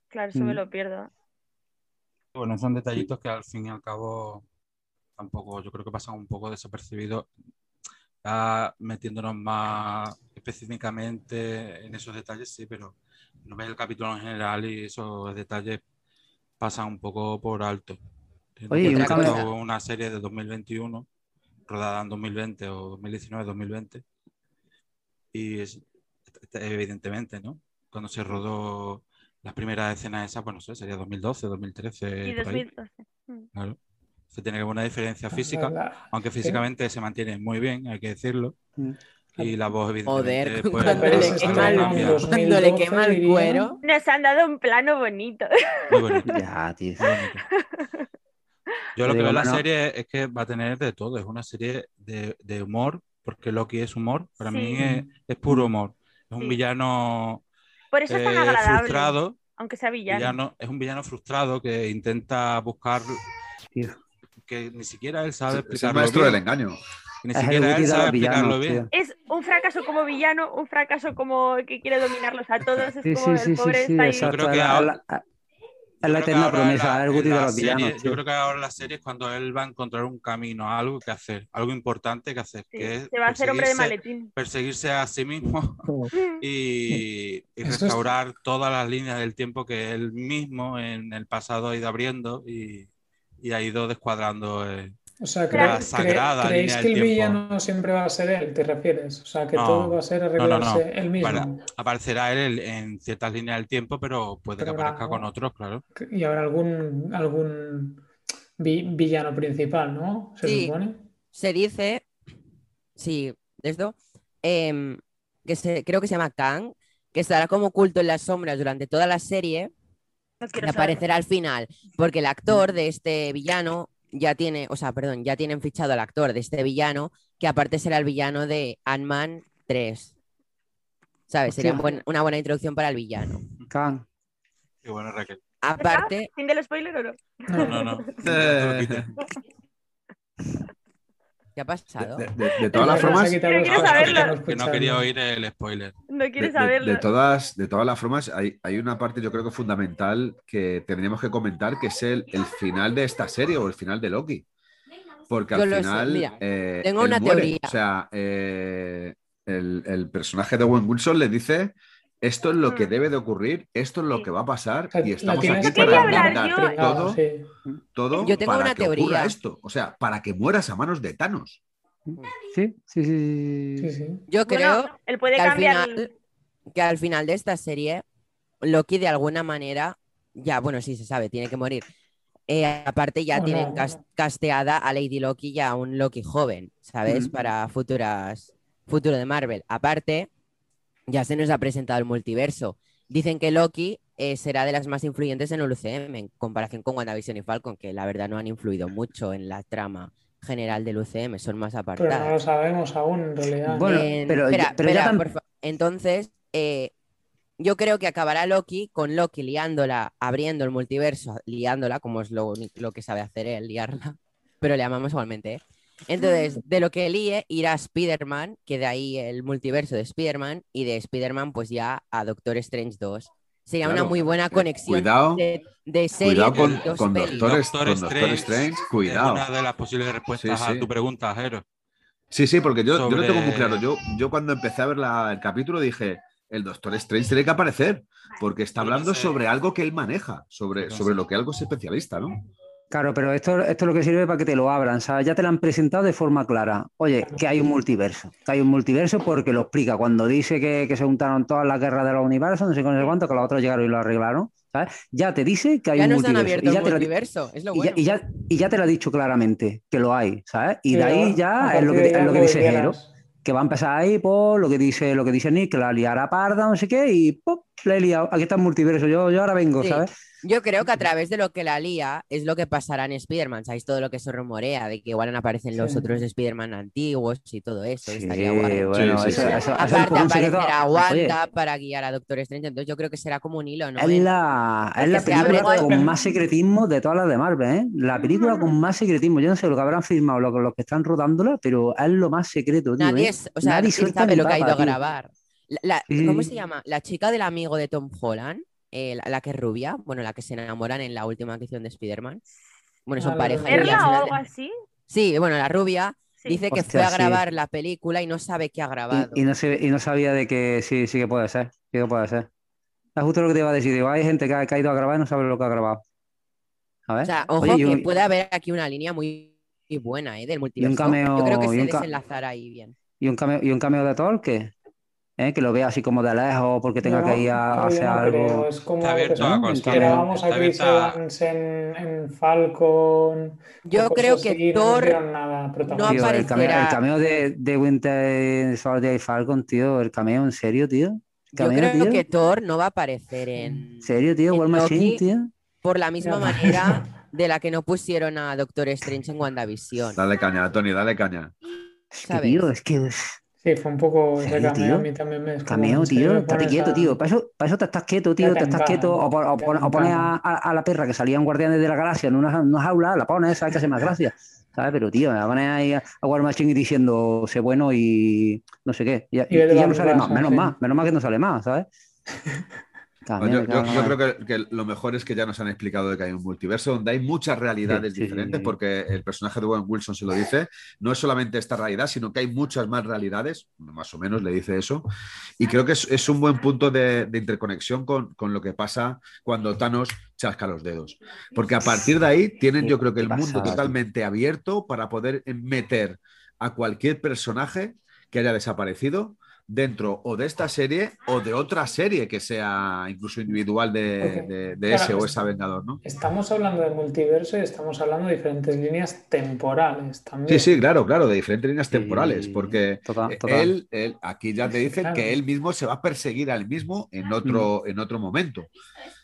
Speaker 7: claro, eso me
Speaker 5: Mm.
Speaker 7: lo pierdo.
Speaker 3: Bueno, son detallitos que al fin y al cabo tampoco, yo creo que pasan un poco desapercibidos. Ya metiéndonos más específicamente en esos detalles, sí, pero no ves el capítulo en general y esos detalles pasan un poco por alto. Teniendo
Speaker 5: Oye,
Speaker 3: en
Speaker 1: y
Speaker 3: cuenta
Speaker 1: un
Speaker 3: que
Speaker 1: cambio-
Speaker 3: esto es una serie de 2021, rodada en 2020 o 2019-2020, y es- evidentemente, ¿no? Cuando se rodó las primeras escenas esas, pues no sé, sería 2012, 2013.
Speaker 7: Y
Speaker 3: Eh, por ahí.
Speaker 7: 2012.
Speaker 3: Claro. Se tiene que haber una diferencia
Speaker 2: La-
Speaker 3: física,
Speaker 2: la-
Speaker 3: aunque físicamente se mantiene muy bien, hay que decirlo.
Speaker 5: Mm.
Speaker 3: Y la voz, evidentemente,
Speaker 1: Joder,
Speaker 3: pues,
Speaker 2: la
Speaker 1: cuando, le
Speaker 2: peli se
Speaker 1: quema el,
Speaker 2: estrenó en
Speaker 3: cambia.
Speaker 2: 2012,
Speaker 1: cuando le quema el
Speaker 2: diría.
Speaker 1: cuero.
Speaker 7: Nos han dado un plano bonito.
Speaker 3: Muy bonito,
Speaker 5: Ya, tío.
Speaker 3: muy bonito. Yo
Speaker 5: Yo
Speaker 3: lo que
Speaker 5: digo,
Speaker 3: veo en la
Speaker 5: bueno.
Speaker 3: serie es que va a tener de todo. Es una serie de, de humor, porque Loki es humor. Para
Speaker 7: Sí.
Speaker 3: mí es, es puro humor. Es un
Speaker 7: Sí.
Speaker 3: villano
Speaker 7: Por eso es tan
Speaker 3: eh,
Speaker 7: agradable.
Speaker 3: frustrado.
Speaker 7: Aunque sea villano.
Speaker 3: villano- es un villano frustrado que intenta buscar
Speaker 5: Tío.
Speaker 3: que ni siquiera él sabe
Speaker 4: Es el
Speaker 3: explicarlo
Speaker 4: maestro
Speaker 3: bien,
Speaker 4: del engaño.
Speaker 3: ni
Speaker 5: Es el
Speaker 3: siquiera
Speaker 5: Woody
Speaker 3: él
Speaker 5: de
Speaker 3: sabe
Speaker 5: los
Speaker 3: explicarlo
Speaker 5: villanos,
Speaker 3: bien.
Speaker 7: Es un fracaso como villano, un fracaso como que quiere dominarlos a todos. Es
Speaker 5: Sí,
Speaker 7: como
Speaker 5: sí, sí,
Speaker 7: el
Speaker 5: sí,
Speaker 7: pobre
Speaker 5: sí,
Speaker 7: está ahí.
Speaker 5: exacto.
Speaker 3: creo que
Speaker 5: es la-
Speaker 3: ahora-
Speaker 5: la-
Speaker 3: Yo
Speaker 5: es la
Speaker 3: creo que
Speaker 5: eterna
Speaker 3: ahora en
Speaker 5: promesa,
Speaker 3: la-
Speaker 5: es el Guti
Speaker 3: en
Speaker 5: de
Speaker 3: la
Speaker 5: los
Speaker 3: serie-
Speaker 5: villanos.
Speaker 3: Yo
Speaker 5: tío.
Speaker 3: creo que ahora la serie es cuando él va a encontrar un camino, algo que hacer, algo importante que hacer,
Speaker 7: Sí,
Speaker 3: que es
Speaker 7: se va a hacer hombre de
Speaker 3: perseguirse-
Speaker 7: maletín.
Speaker 3: perseguirse a sí mismo y, y
Speaker 2: Eso es-
Speaker 3: restaurar todas las líneas del tiempo que él mismo en el pasado ha ido abriendo y, y ha ido descuadrando. eh.
Speaker 2: O sea,
Speaker 7: Claro.
Speaker 2: cre-
Speaker 3: La
Speaker 2: cre-
Speaker 3: sagrada
Speaker 2: ¿creéis
Speaker 3: línea
Speaker 2: que el
Speaker 3: del tiempo.
Speaker 2: villano siempre va a ser él, te refieres? O sea, que
Speaker 3: No,
Speaker 2: todo va a ser
Speaker 3: no, no.
Speaker 2: arreglarse él mismo.
Speaker 3: Bueno, aparecerá él en ciertas líneas del tiempo, pero puede que
Speaker 2: Pero
Speaker 3: aparezca
Speaker 2: bravo.
Speaker 3: con otros, claro.
Speaker 2: Y habrá algún, algún vi- villano principal, ¿no? Se
Speaker 1: Sí.
Speaker 2: supone.
Speaker 1: Se dice, sí, de esto, em, que se, creo que se llama Kang, que estará como oculto en las sombras durante toda la serie
Speaker 7: No
Speaker 1: y
Speaker 7: quiero saber.
Speaker 1: aparecerá al final, porque el actor de este villano ya tiene, o sea, perdón, ya tienen fichado al actor de este villano, que aparte será el villano de Ant-Man 3. ¿Sabes? Sería un
Speaker 5: Hostia.
Speaker 1: buen- una buena introducción para el villano.
Speaker 5: Can.
Speaker 3: Qué bueno, Raquel.
Speaker 1: Aparte,
Speaker 7: ¿Fin del spoiler o no?
Speaker 3: No, no, no.
Speaker 4: Eh.
Speaker 3: Lo quité.
Speaker 1: ¿qué ha pasado?
Speaker 4: De, de- de todas las formas, de,
Speaker 7: Pero quiero saberlo.
Speaker 3: Que no quería oír el spoiler.
Speaker 7: No
Speaker 4: de-
Speaker 7: quieres saberlo.
Speaker 4: de todas, de todas las formas, hay, hay una parte yo creo que fundamental que tendríamos que comentar, que es el, el final de esta serie o el final de Loki. Porque
Speaker 1: Yo
Speaker 4: al
Speaker 1: lo sé,
Speaker 4: final.
Speaker 1: mira,
Speaker 4: eh,
Speaker 1: tengo
Speaker 4: él
Speaker 1: una
Speaker 4: muere.
Speaker 1: teoría.
Speaker 4: O sea, eh, el, el personaje de Owen Wilson le dice: Esto es lo que
Speaker 7: Mm.
Speaker 4: debe de ocurrir, esto es lo
Speaker 7: Sí.
Speaker 4: que va a pasar,
Speaker 2: La-
Speaker 4: y
Speaker 2: la
Speaker 4: estamos
Speaker 2: tienes
Speaker 4: aquí
Speaker 7: que
Speaker 4: para
Speaker 7: hablar
Speaker 4: blindar
Speaker 7: yo.
Speaker 2: Pringado,
Speaker 4: todo,
Speaker 2: sí.
Speaker 4: todo
Speaker 1: Yo tengo
Speaker 4: para
Speaker 1: una
Speaker 4: que ocurra
Speaker 1: teoría.
Speaker 4: esto. O sea, para que mueras a manos de Thanos.
Speaker 5: Sí, sí,
Speaker 2: Sí,
Speaker 5: sí. sí.
Speaker 2: sí.
Speaker 1: Yo creo
Speaker 7: Bueno, él puede
Speaker 1: que al,
Speaker 7: cambiar.
Speaker 1: final, que al final de esta serie, Loki de alguna manera, ya, bueno, sí se sabe, tiene que morir. Eh, aparte ya
Speaker 2: Oh,
Speaker 1: tienen
Speaker 2: no.
Speaker 1: cas- casteada a Lady Loki y a un Loki joven, ¿sabes?
Speaker 5: Mm.
Speaker 1: Para futuras, futuro de Marvel. Aparte, ya se nos ha presentado el multiverso. Dicen que Loki eh, será de las más influyentes en el UCM en comparación con WandaVision y Falcon, que la verdad no han influido mucho en la trama general del UCM, son más
Speaker 2: Pero
Speaker 1: apartadas.
Speaker 2: no lo sabemos aún, en realidad.
Speaker 5: Bueno,
Speaker 1: En-
Speaker 5: pero-
Speaker 1: Eh, espera,
Speaker 5: pero ya
Speaker 1: espera,
Speaker 5: tam-
Speaker 1: por fa- Entonces, eh, yo creo que acabará Loki con Loki liándola, abriendo el multiverso, liándola, como es lo, uni- lo que sabe hacer él, liarla. Pero le amamos igualmente. ¿eh?
Speaker 5: Mm.
Speaker 1: Entonces, de lo que líe, irá Spider-Man, que de ahí el multiverso de Spider-Man, y de Spider-Man, pues ya a Doctor Strange 2. Sería una
Speaker 4: Claro. eh,
Speaker 1: muy buena conexión
Speaker 4: Cuidado.
Speaker 1: de, de serie
Speaker 4: Cuidado
Speaker 1: y
Speaker 4: con,
Speaker 1: dos
Speaker 4: con
Speaker 1: pelis.
Speaker 4: Doctor,
Speaker 3: Doctor
Speaker 4: con Doctor
Speaker 3: Strange.
Speaker 4: Strange,
Speaker 3: Es
Speaker 4: cuidado.
Speaker 3: una de las posibles respuestas
Speaker 4: Sí, sí.
Speaker 3: a tu pregunta, Jero.
Speaker 4: Sí, sí, porque yo, yo lo
Speaker 3: Sobre-
Speaker 4: tengo muy claro. Yo, yo cuando empecé a ver la- el capítulo dije, el Doctor Strange tiene que aparecer, porque está
Speaker 3: Yo no
Speaker 4: hablando
Speaker 3: sé.
Speaker 4: sobre algo que él maneja, sobre,
Speaker 3: Yo no
Speaker 4: sobre
Speaker 3: sé.
Speaker 4: lo que algo es especialista, ¿no?
Speaker 5: Claro, pero esto, esto es lo que sirve para que te lo abran, ¿sabes? Ya te lo han presentado de forma clara. Oye, que hay un multiverso. Que hay un multiverso porque lo explica. Cuando dice que, que se juntaron todas las guerras de los universos, no sé con el cuánto, que los otros llegaron y lo arreglaron, ¿sabes? Ya te dice que hay
Speaker 1: Ya
Speaker 5: un
Speaker 1: nos han
Speaker 5: multiverso.
Speaker 1: abierto
Speaker 5: Y ya,
Speaker 1: el
Speaker 5: te lo,
Speaker 1: multiverso, es lo
Speaker 5: y,
Speaker 1: bueno.
Speaker 5: ya, y ya- y ya te lo ha dicho claramente, que lo hay, ¿sabes? Y
Speaker 2: Sí,
Speaker 5: de ahí
Speaker 2: a
Speaker 5: ya es lo
Speaker 2: partir
Speaker 5: que,
Speaker 2: de ahí
Speaker 5: es lo que
Speaker 2: algo
Speaker 5: dice Jero.
Speaker 2: liarás.
Speaker 5: que va a empezar ahí por lo que dice lo que dice Nick, que la liará parda, no sé qué, y ¡pop! le he liado. Aquí está el multiverso, yo, yo ahora vengo,
Speaker 1: Sí.
Speaker 5: ¿sabes?
Speaker 1: Yo creo que a través de lo que la lía es lo que pasará en Spider-Man. ¿Sabéis todo lo que se rumorea? De que igual aparecen los
Speaker 2: Sí.
Speaker 1: otros Spider-Man antiguos y todo eso.
Speaker 5: Sí,
Speaker 1: Estaría guay.
Speaker 5: bueno,
Speaker 4: Sí, sí,
Speaker 5: eso-
Speaker 4: sí.
Speaker 5: eso- eso es
Speaker 1: Aparte
Speaker 5: como un secreto.
Speaker 1: aparecerá
Speaker 5: Oye,
Speaker 1: Wanda para guiar a Doctor Strange. Entonces yo creo que será como un hilo, ¿no? Pues
Speaker 5: es la, es
Speaker 1: que
Speaker 5: la
Speaker 1: se abre
Speaker 5: película
Speaker 1: todo.
Speaker 5: con más secretismo de todas las de Marvel, ¿eh? La película con más secretismo. Yo no sé lo que habrán firmado los, los que están rodándola, pero es lo más secreto, tío.
Speaker 1: Nadie,
Speaker 5: ¿eh?
Speaker 1: es- o sea,
Speaker 5: nadie
Speaker 1: nadie
Speaker 5: suelta
Speaker 1: sabe
Speaker 5: ni
Speaker 1: lo que ha ido
Speaker 5: papa,
Speaker 1: a
Speaker 5: tío.
Speaker 1: grabar. La- la-
Speaker 5: Sí.
Speaker 1: ¿Cómo se llama? La chica del amigo de Tom Holland, eh, la, la que es rubia, bueno, la que se enamoran en la última edición de Spider-man. Bueno, son
Speaker 2: Ah, la
Speaker 1: pareja. y
Speaker 2: rubia.
Speaker 1: al
Speaker 7: ¿Perla o
Speaker 1: final-
Speaker 7: algo así?
Speaker 1: Sí, bueno, la rubia
Speaker 7: Sí.
Speaker 1: dice que
Speaker 5: Hostia,
Speaker 1: fue a
Speaker 5: sí.
Speaker 1: grabar la película y no sabe qué ha grabado.
Speaker 5: Y, y no sé- y no sabía de que sí, sí que puede ser, sí que puede ser. Es justo lo que te iba a decir, digo, hay gente que ha, que ha ido a grabar y no sabe lo que ha grabado. A ver.
Speaker 1: O sea, ojo
Speaker 5: ¿Eh? Oye, y
Speaker 1: que
Speaker 5: un-
Speaker 1: puede haber aquí una línea muy, muy buena, ¿eh? Del multiverso.
Speaker 5: cameo-
Speaker 1: Yo creo que
Speaker 5: y
Speaker 1: se
Speaker 5: un ca-
Speaker 1: desenlazará ahí bien.
Speaker 5: ¿Y un cameo, y un cameo de Thor que, ¿eh? que lo vea así como de lejos porque tenga
Speaker 2: No,
Speaker 5: que ir a
Speaker 2: pero yo
Speaker 5: hacer
Speaker 2: no
Speaker 5: algo.
Speaker 2: creo, es como
Speaker 3: Está
Speaker 2: lo que
Speaker 3: abierto
Speaker 5: ¿no?
Speaker 3: a
Speaker 5: El
Speaker 3: cualquiera.
Speaker 5: cameo.
Speaker 2: esperábamos
Speaker 3: Está
Speaker 2: a Chris
Speaker 3: abierto a-
Speaker 2: Evans en, en Falcon.
Speaker 1: Yo
Speaker 2: o cosas
Speaker 1: creo que
Speaker 2: así, no nos
Speaker 1: Thor,
Speaker 2: dieron nada
Speaker 1: no
Speaker 5: Tío,
Speaker 2: protagonista.
Speaker 5: el cameo,
Speaker 1: aparecerá.
Speaker 5: el cameo de, de Winter Soldier y Falcon, tío, el cameo, en serio, tío.
Speaker 1: yo
Speaker 5: Cameo,
Speaker 1: creo
Speaker 5: tío.
Speaker 1: que Thor no va a aparecer en.
Speaker 5: En serio, tío,
Speaker 1: en
Speaker 5: War Machine,
Speaker 1: Loki,
Speaker 5: tío.
Speaker 1: Por la misma
Speaker 2: No.
Speaker 1: manera de la que no pusieron a Doctor Strange en WandaVision.
Speaker 4: Dale caña, Tony, dale caña.
Speaker 5: Es que,
Speaker 1: ¿sabes?
Speaker 5: tío, es que es
Speaker 2: Sí, fue un poco ese
Speaker 5: Serio,
Speaker 2: cameo,
Speaker 5: tío.
Speaker 2: a mí también me es como,
Speaker 5: cameo,
Speaker 2: ¿en serio
Speaker 5: tío.
Speaker 2: me
Speaker 5: Estate
Speaker 2: pones
Speaker 5: quieto,
Speaker 2: a-
Speaker 5: tío. Para eso, para eso te estás quieto, tío.
Speaker 2: Ya
Speaker 5: Te,
Speaker 2: te
Speaker 5: estás
Speaker 2: encajan,
Speaker 5: quieto. O, pon- o
Speaker 2: ya
Speaker 5: pon-
Speaker 2: te
Speaker 5: o pones a,
Speaker 2: encajan.
Speaker 5: a- a la perra que salía en Guardianes de la Galaxia en unas, en unas jaulas, la pones, ¿sabes? Que hace más gracia. ¿Sabes? Pero, tío, me la pones ahí a, a War Machine diciendo, sé bueno y no sé qué. Y,
Speaker 2: Y vete
Speaker 5: y ya
Speaker 2: a
Speaker 5: no sale
Speaker 2: Barbaza,
Speaker 5: más. Menos
Speaker 2: sí.
Speaker 5: más. Menos mal que no sale más, ¿sabes? Cameo,
Speaker 4: Yo, yo-
Speaker 5: cabrón.
Speaker 4: yo creo que, que lo mejor es que ya nos han explicado de que hay un multiverso donde hay muchas realidades
Speaker 5: Sí, sí,
Speaker 4: diferentes,
Speaker 5: sí.
Speaker 4: porque el personaje de Owen Wilson se lo dice, no es solamente esta realidad, sino que hay muchas más realidades, más o menos le dice eso, y creo que es, es un buen punto de, de interconexión con, con lo que pasa cuando Thanos chasca los dedos, porque a partir de ahí tienen
Speaker 5: Qué-
Speaker 4: yo creo que
Speaker 5: qué
Speaker 4: el mundo
Speaker 5: pasada, tío.
Speaker 4: totalmente abierto para poder meter a cualquier personaje que haya desaparecido dentro o de esta serie o de otra serie que sea incluso individual de,
Speaker 2: Ok.
Speaker 4: de- de
Speaker 2: Claro,
Speaker 4: ese o
Speaker 2: pues-
Speaker 4: esa Vengador, ¿no?
Speaker 2: Estamos hablando del multiverso y estamos hablando de diferentes líneas temporales
Speaker 4: Sí,
Speaker 2: también.
Speaker 4: sí, claro, claro, de diferentes líneas
Speaker 5: Sí.
Speaker 4: temporales, porque
Speaker 3: Ah,
Speaker 5: Total,
Speaker 4: eh,
Speaker 5: total.
Speaker 4: él, él- aquí ya te dicen
Speaker 2: Claro. Mm.
Speaker 4: que él mismo se va a perseguir al mismo en otro, en otro momento.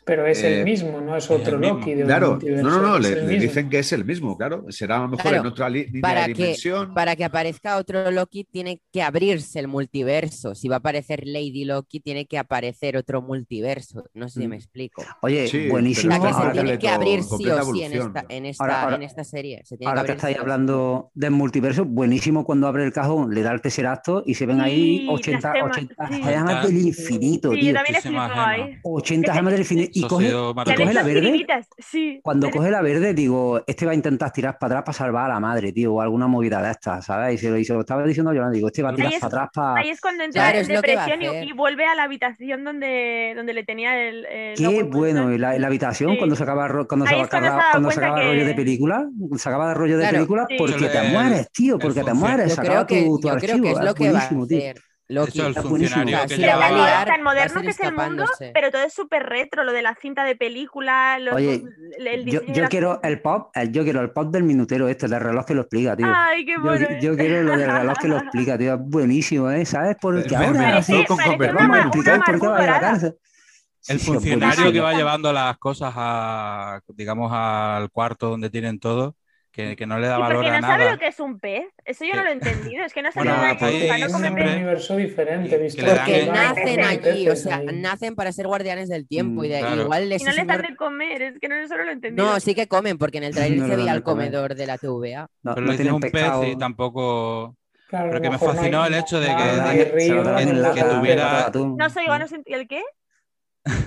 Speaker 2: Pero es el
Speaker 4: Eh,
Speaker 2: mismo, no es
Speaker 3: el
Speaker 2: otro
Speaker 3: mismo.
Speaker 2: Loki del
Speaker 4: Claro, no,
Speaker 2: multiverso,
Speaker 4: no, no,
Speaker 2: es
Speaker 4: le,
Speaker 2: el
Speaker 4: le
Speaker 2: mismo.
Speaker 4: dicen que es el mismo, claro. Será a lo mejor
Speaker 1: Claro,
Speaker 4: en otra li- línea
Speaker 1: para
Speaker 4: de
Speaker 1: que-
Speaker 4: dimensión.
Speaker 1: Para que aparezca otro Loki tiene que abrirse el multiverso. Si va a aparecer Lady Loki, tiene que aparecer otro multiverso. No sé si me
Speaker 5: Mm.
Speaker 1: explico.
Speaker 5: Oye,
Speaker 4: Sí,
Speaker 1: O
Speaker 5: buenísimo.
Speaker 1: sea, que
Speaker 4: ahora
Speaker 1: se
Speaker 5: Ahora
Speaker 4: que
Speaker 1: tiene
Speaker 4: le
Speaker 1: que
Speaker 4: to-
Speaker 1: abrir sí
Speaker 4: completa
Speaker 1: o sí en
Speaker 4: evolución.
Speaker 1: esta, en esta,
Speaker 5: Ahora- ahora-
Speaker 1: en esta serie. Se tiene
Speaker 5: Ahora
Speaker 1: que
Speaker 5: que
Speaker 1: abrir sí
Speaker 5: estáis
Speaker 1: o sí.
Speaker 5: hablando del multiverso, buenísimo cuando abre el cajón, le da el tercer acto y se ven ahí
Speaker 7: Sí,
Speaker 5: 80,
Speaker 7: las gemas,
Speaker 5: 80
Speaker 7: sí.
Speaker 5: gemas del infinito,
Speaker 7: Sí, yo
Speaker 5: tío.
Speaker 7: también le
Speaker 3: muchísimas
Speaker 7: flipaba
Speaker 3: gemas.
Speaker 7: ahí.
Speaker 5: 80 gemas del infinito. Y
Speaker 3: Eso ha
Speaker 5: coge,
Speaker 3: sido
Speaker 5: y
Speaker 7: Le han
Speaker 3: maravilloso.
Speaker 5: coge la
Speaker 7: hecho
Speaker 5: verde.
Speaker 7: tiritas, Sí.
Speaker 5: Cuando coge la verde, digo, este va a intentar tirar para atrás para salvar a la madre, tío, o alguna movida de estas, ¿sabes? Y se lo, y se lo estaba diciendo yo, digo, este va a
Speaker 3: Ahí
Speaker 5: tirar
Speaker 7: es-
Speaker 5: para atrás para.
Speaker 7: Ahí es cuando entra
Speaker 1: Claro,
Speaker 7: en
Speaker 1: es lo que va a
Speaker 7: depresión y,
Speaker 1: hacer.
Speaker 7: y vuelve a la habitación donde, donde le tenía el. el
Speaker 5: Qué
Speaker 7: Owen
Speaker 5: bueno,
Speaker 7: Wilson.
Speaker 5: y la, y la habitación
Speaker 7: Sí.
Speaker 5: cuando se acaba, ro- cuando se
Speaker 7: Ahí es cuando se
Speaker 5: acaba,
Speaker 7: da
Speaker 5: cuando se
Speaker 7: cuenta
Speaker 5: acaba
Speaker 7: que-
Speaker 5: rollo de película, se acaba de rollo de
Speaker 1: Claro.
Speaker 5: película
Speaker 7: Sí.
Speaker 5: porque te
Speaker 3: El-
Speaker 5: mueres, tío,
Speaker 3: el
Speaker 5: porque te
Speaker 3: función-
Speaker 5: mueres,
Speaker 1: Yo
Speaker 5: se
Speaker 1: creo
Speaker 5: acaba
Speaker 1: que,
Speaker 5: tu, tu
Speaker 1: yo creo
Speaker 5: archivo,
Speaker 1: que es lo que va a
Speaker 5: buenísimo, tío.
Speaker 1: hacer Loki.
Speaker 3: De hecho, el
Speaker 5: está
Speaker 3: funcionario
Speaker 1: buenísimo.
Speaker 3: que
Speaker 1: Sí,
Speaker 7: Pero
Speaker 1: va a
Speaker 7: tan,
Speaker 3: llevaba...
Speaker 1: liar. va
Speaker 7: mo- tan
Speaker 1: a
Speaker 7: moderno
Speaker 1: seguir
Speaker 7: que es el mundo,
Speaker 1: escapándose.
Speaker 7: pero todo es súper retro, lo de la cinta de película, los-
Speaker 5: Oye,
Speaker 7: el
Speaker 5: Yo,
Speaker 7: diseño de
Speaker 5: yo
Speaker 7: las-
Speaker 5: pliega, el pop, el- yo quiero el pop del minutero este, del reloj que lo explica, tío.
Speaker 7: Ay, qué
Speaker 5: Yo,
Speaker 7: bueno.
Speaker 5: qui- yo quiero lo del reloj que lo explica, tío. Es Buenísimo, ¿eh? ¿Sabes? Porque
Speaker 4: Me- me
Speaker 5: ahora
Speaker 4: lanzó
Speaker 5: sí.
Speaker 4: con
Speaker 7: parece
Speaker 4: Copperfield.
Speaker 7: una
Speaker 5: Vamos a
Speaker 7: ma-
Speaker 5: explicar por qué
Speaker 7: Margot
Speaker 5: va a ir a la
Speaker 7: Dorada.
Speaker 5: cárcel.
Speaker 3: El
Speaker 5: Sí, sí, es
Speaker 3: funcionario que
Speaker 5: buenísimo.
Speaker 3: va llevando las cosas a, digamos, al cuarto donde tienen todo, que, que no le da
Speaker 7: Y
Speaker 3: valor
Speaker 7: porque
Speaker 3: a
Speaker 7: no sabe lo
Speaker 3: nada.
Speaker 7: que es un pez. Eso yo no
Speaker 3: Sí.
Speaker 7: lo he entendido. Es que no se
Speaker 3: Bueno,
Speaker 7: nada de
Speaker 3: pues ahí
Speaker 7: nunca, no
Speaker 2: Es
Speaker 7: come
Speaker 2: un
Speaker 3: siempre-
Speaker 7: pez.
Speaker 2: universo diferente,
Speaker 3: Y-
Speaker 2: visto
Speaker 3: que le
Speaker 2: desde
Speaker 1: Porque
Speaker 3: dan-
Speaker 2: varios
Speaker 1: nacen
Speaker 2: puntos de
Speaker 1: allí, o
Speaker 2: vista.
Speaker 1: sea, nacen para ser guardianes del tiempo y de,
Speaker 3: Mm, claro.
Speaker 1: igual
Speaker 7: Y
Speaker 1: ese
Speaker 7: no les dan
Speaker 1: señor-
Speaker 7: de comer. Es que no, eso no lo he entendido.
Speaker 1: No, sí que comen, porque en el trailer
Speaker 5: No le
Speaker 1: se
Speaker 5: dan
Speaker 1: veía
Speaker 5: de
Speaker 1: el
Speaker 5: comer.
Speaker 1: comedor de la TVA.
Speaker 3: Pero
Speaker 5: No, no
Speaker 3: le tiene
Speaker 5: tienen
Speaker 3: un pez
Speaker 5: pescado.
Speaker 3: y tampoco...
Speaker 2: Claro, a
Speaker 3: Pero
Speaker 2: lo
Speaker 3: que me
Speaker 2: mejor no
Speaker 3: fascinó
Speaker 2: hay
Speaker 3: el hecho de
Speaker 7: Ah,
Speaker 2: nada,
Speaker 3: que-
Speaker 5: Se lo
Speaker 2: no
Speaker 5: dan-
Speaker 2: hay
Speaker 5: se lo
Speaker 2: río,
Speaker 5: dan en
Speaker 2: no hay
Speaker 5: lata,
Speaker 3: que tuviera-
Speaker 5: patata de atún.
Speaker 7: No soy, bueno, sentí- ¿el qué?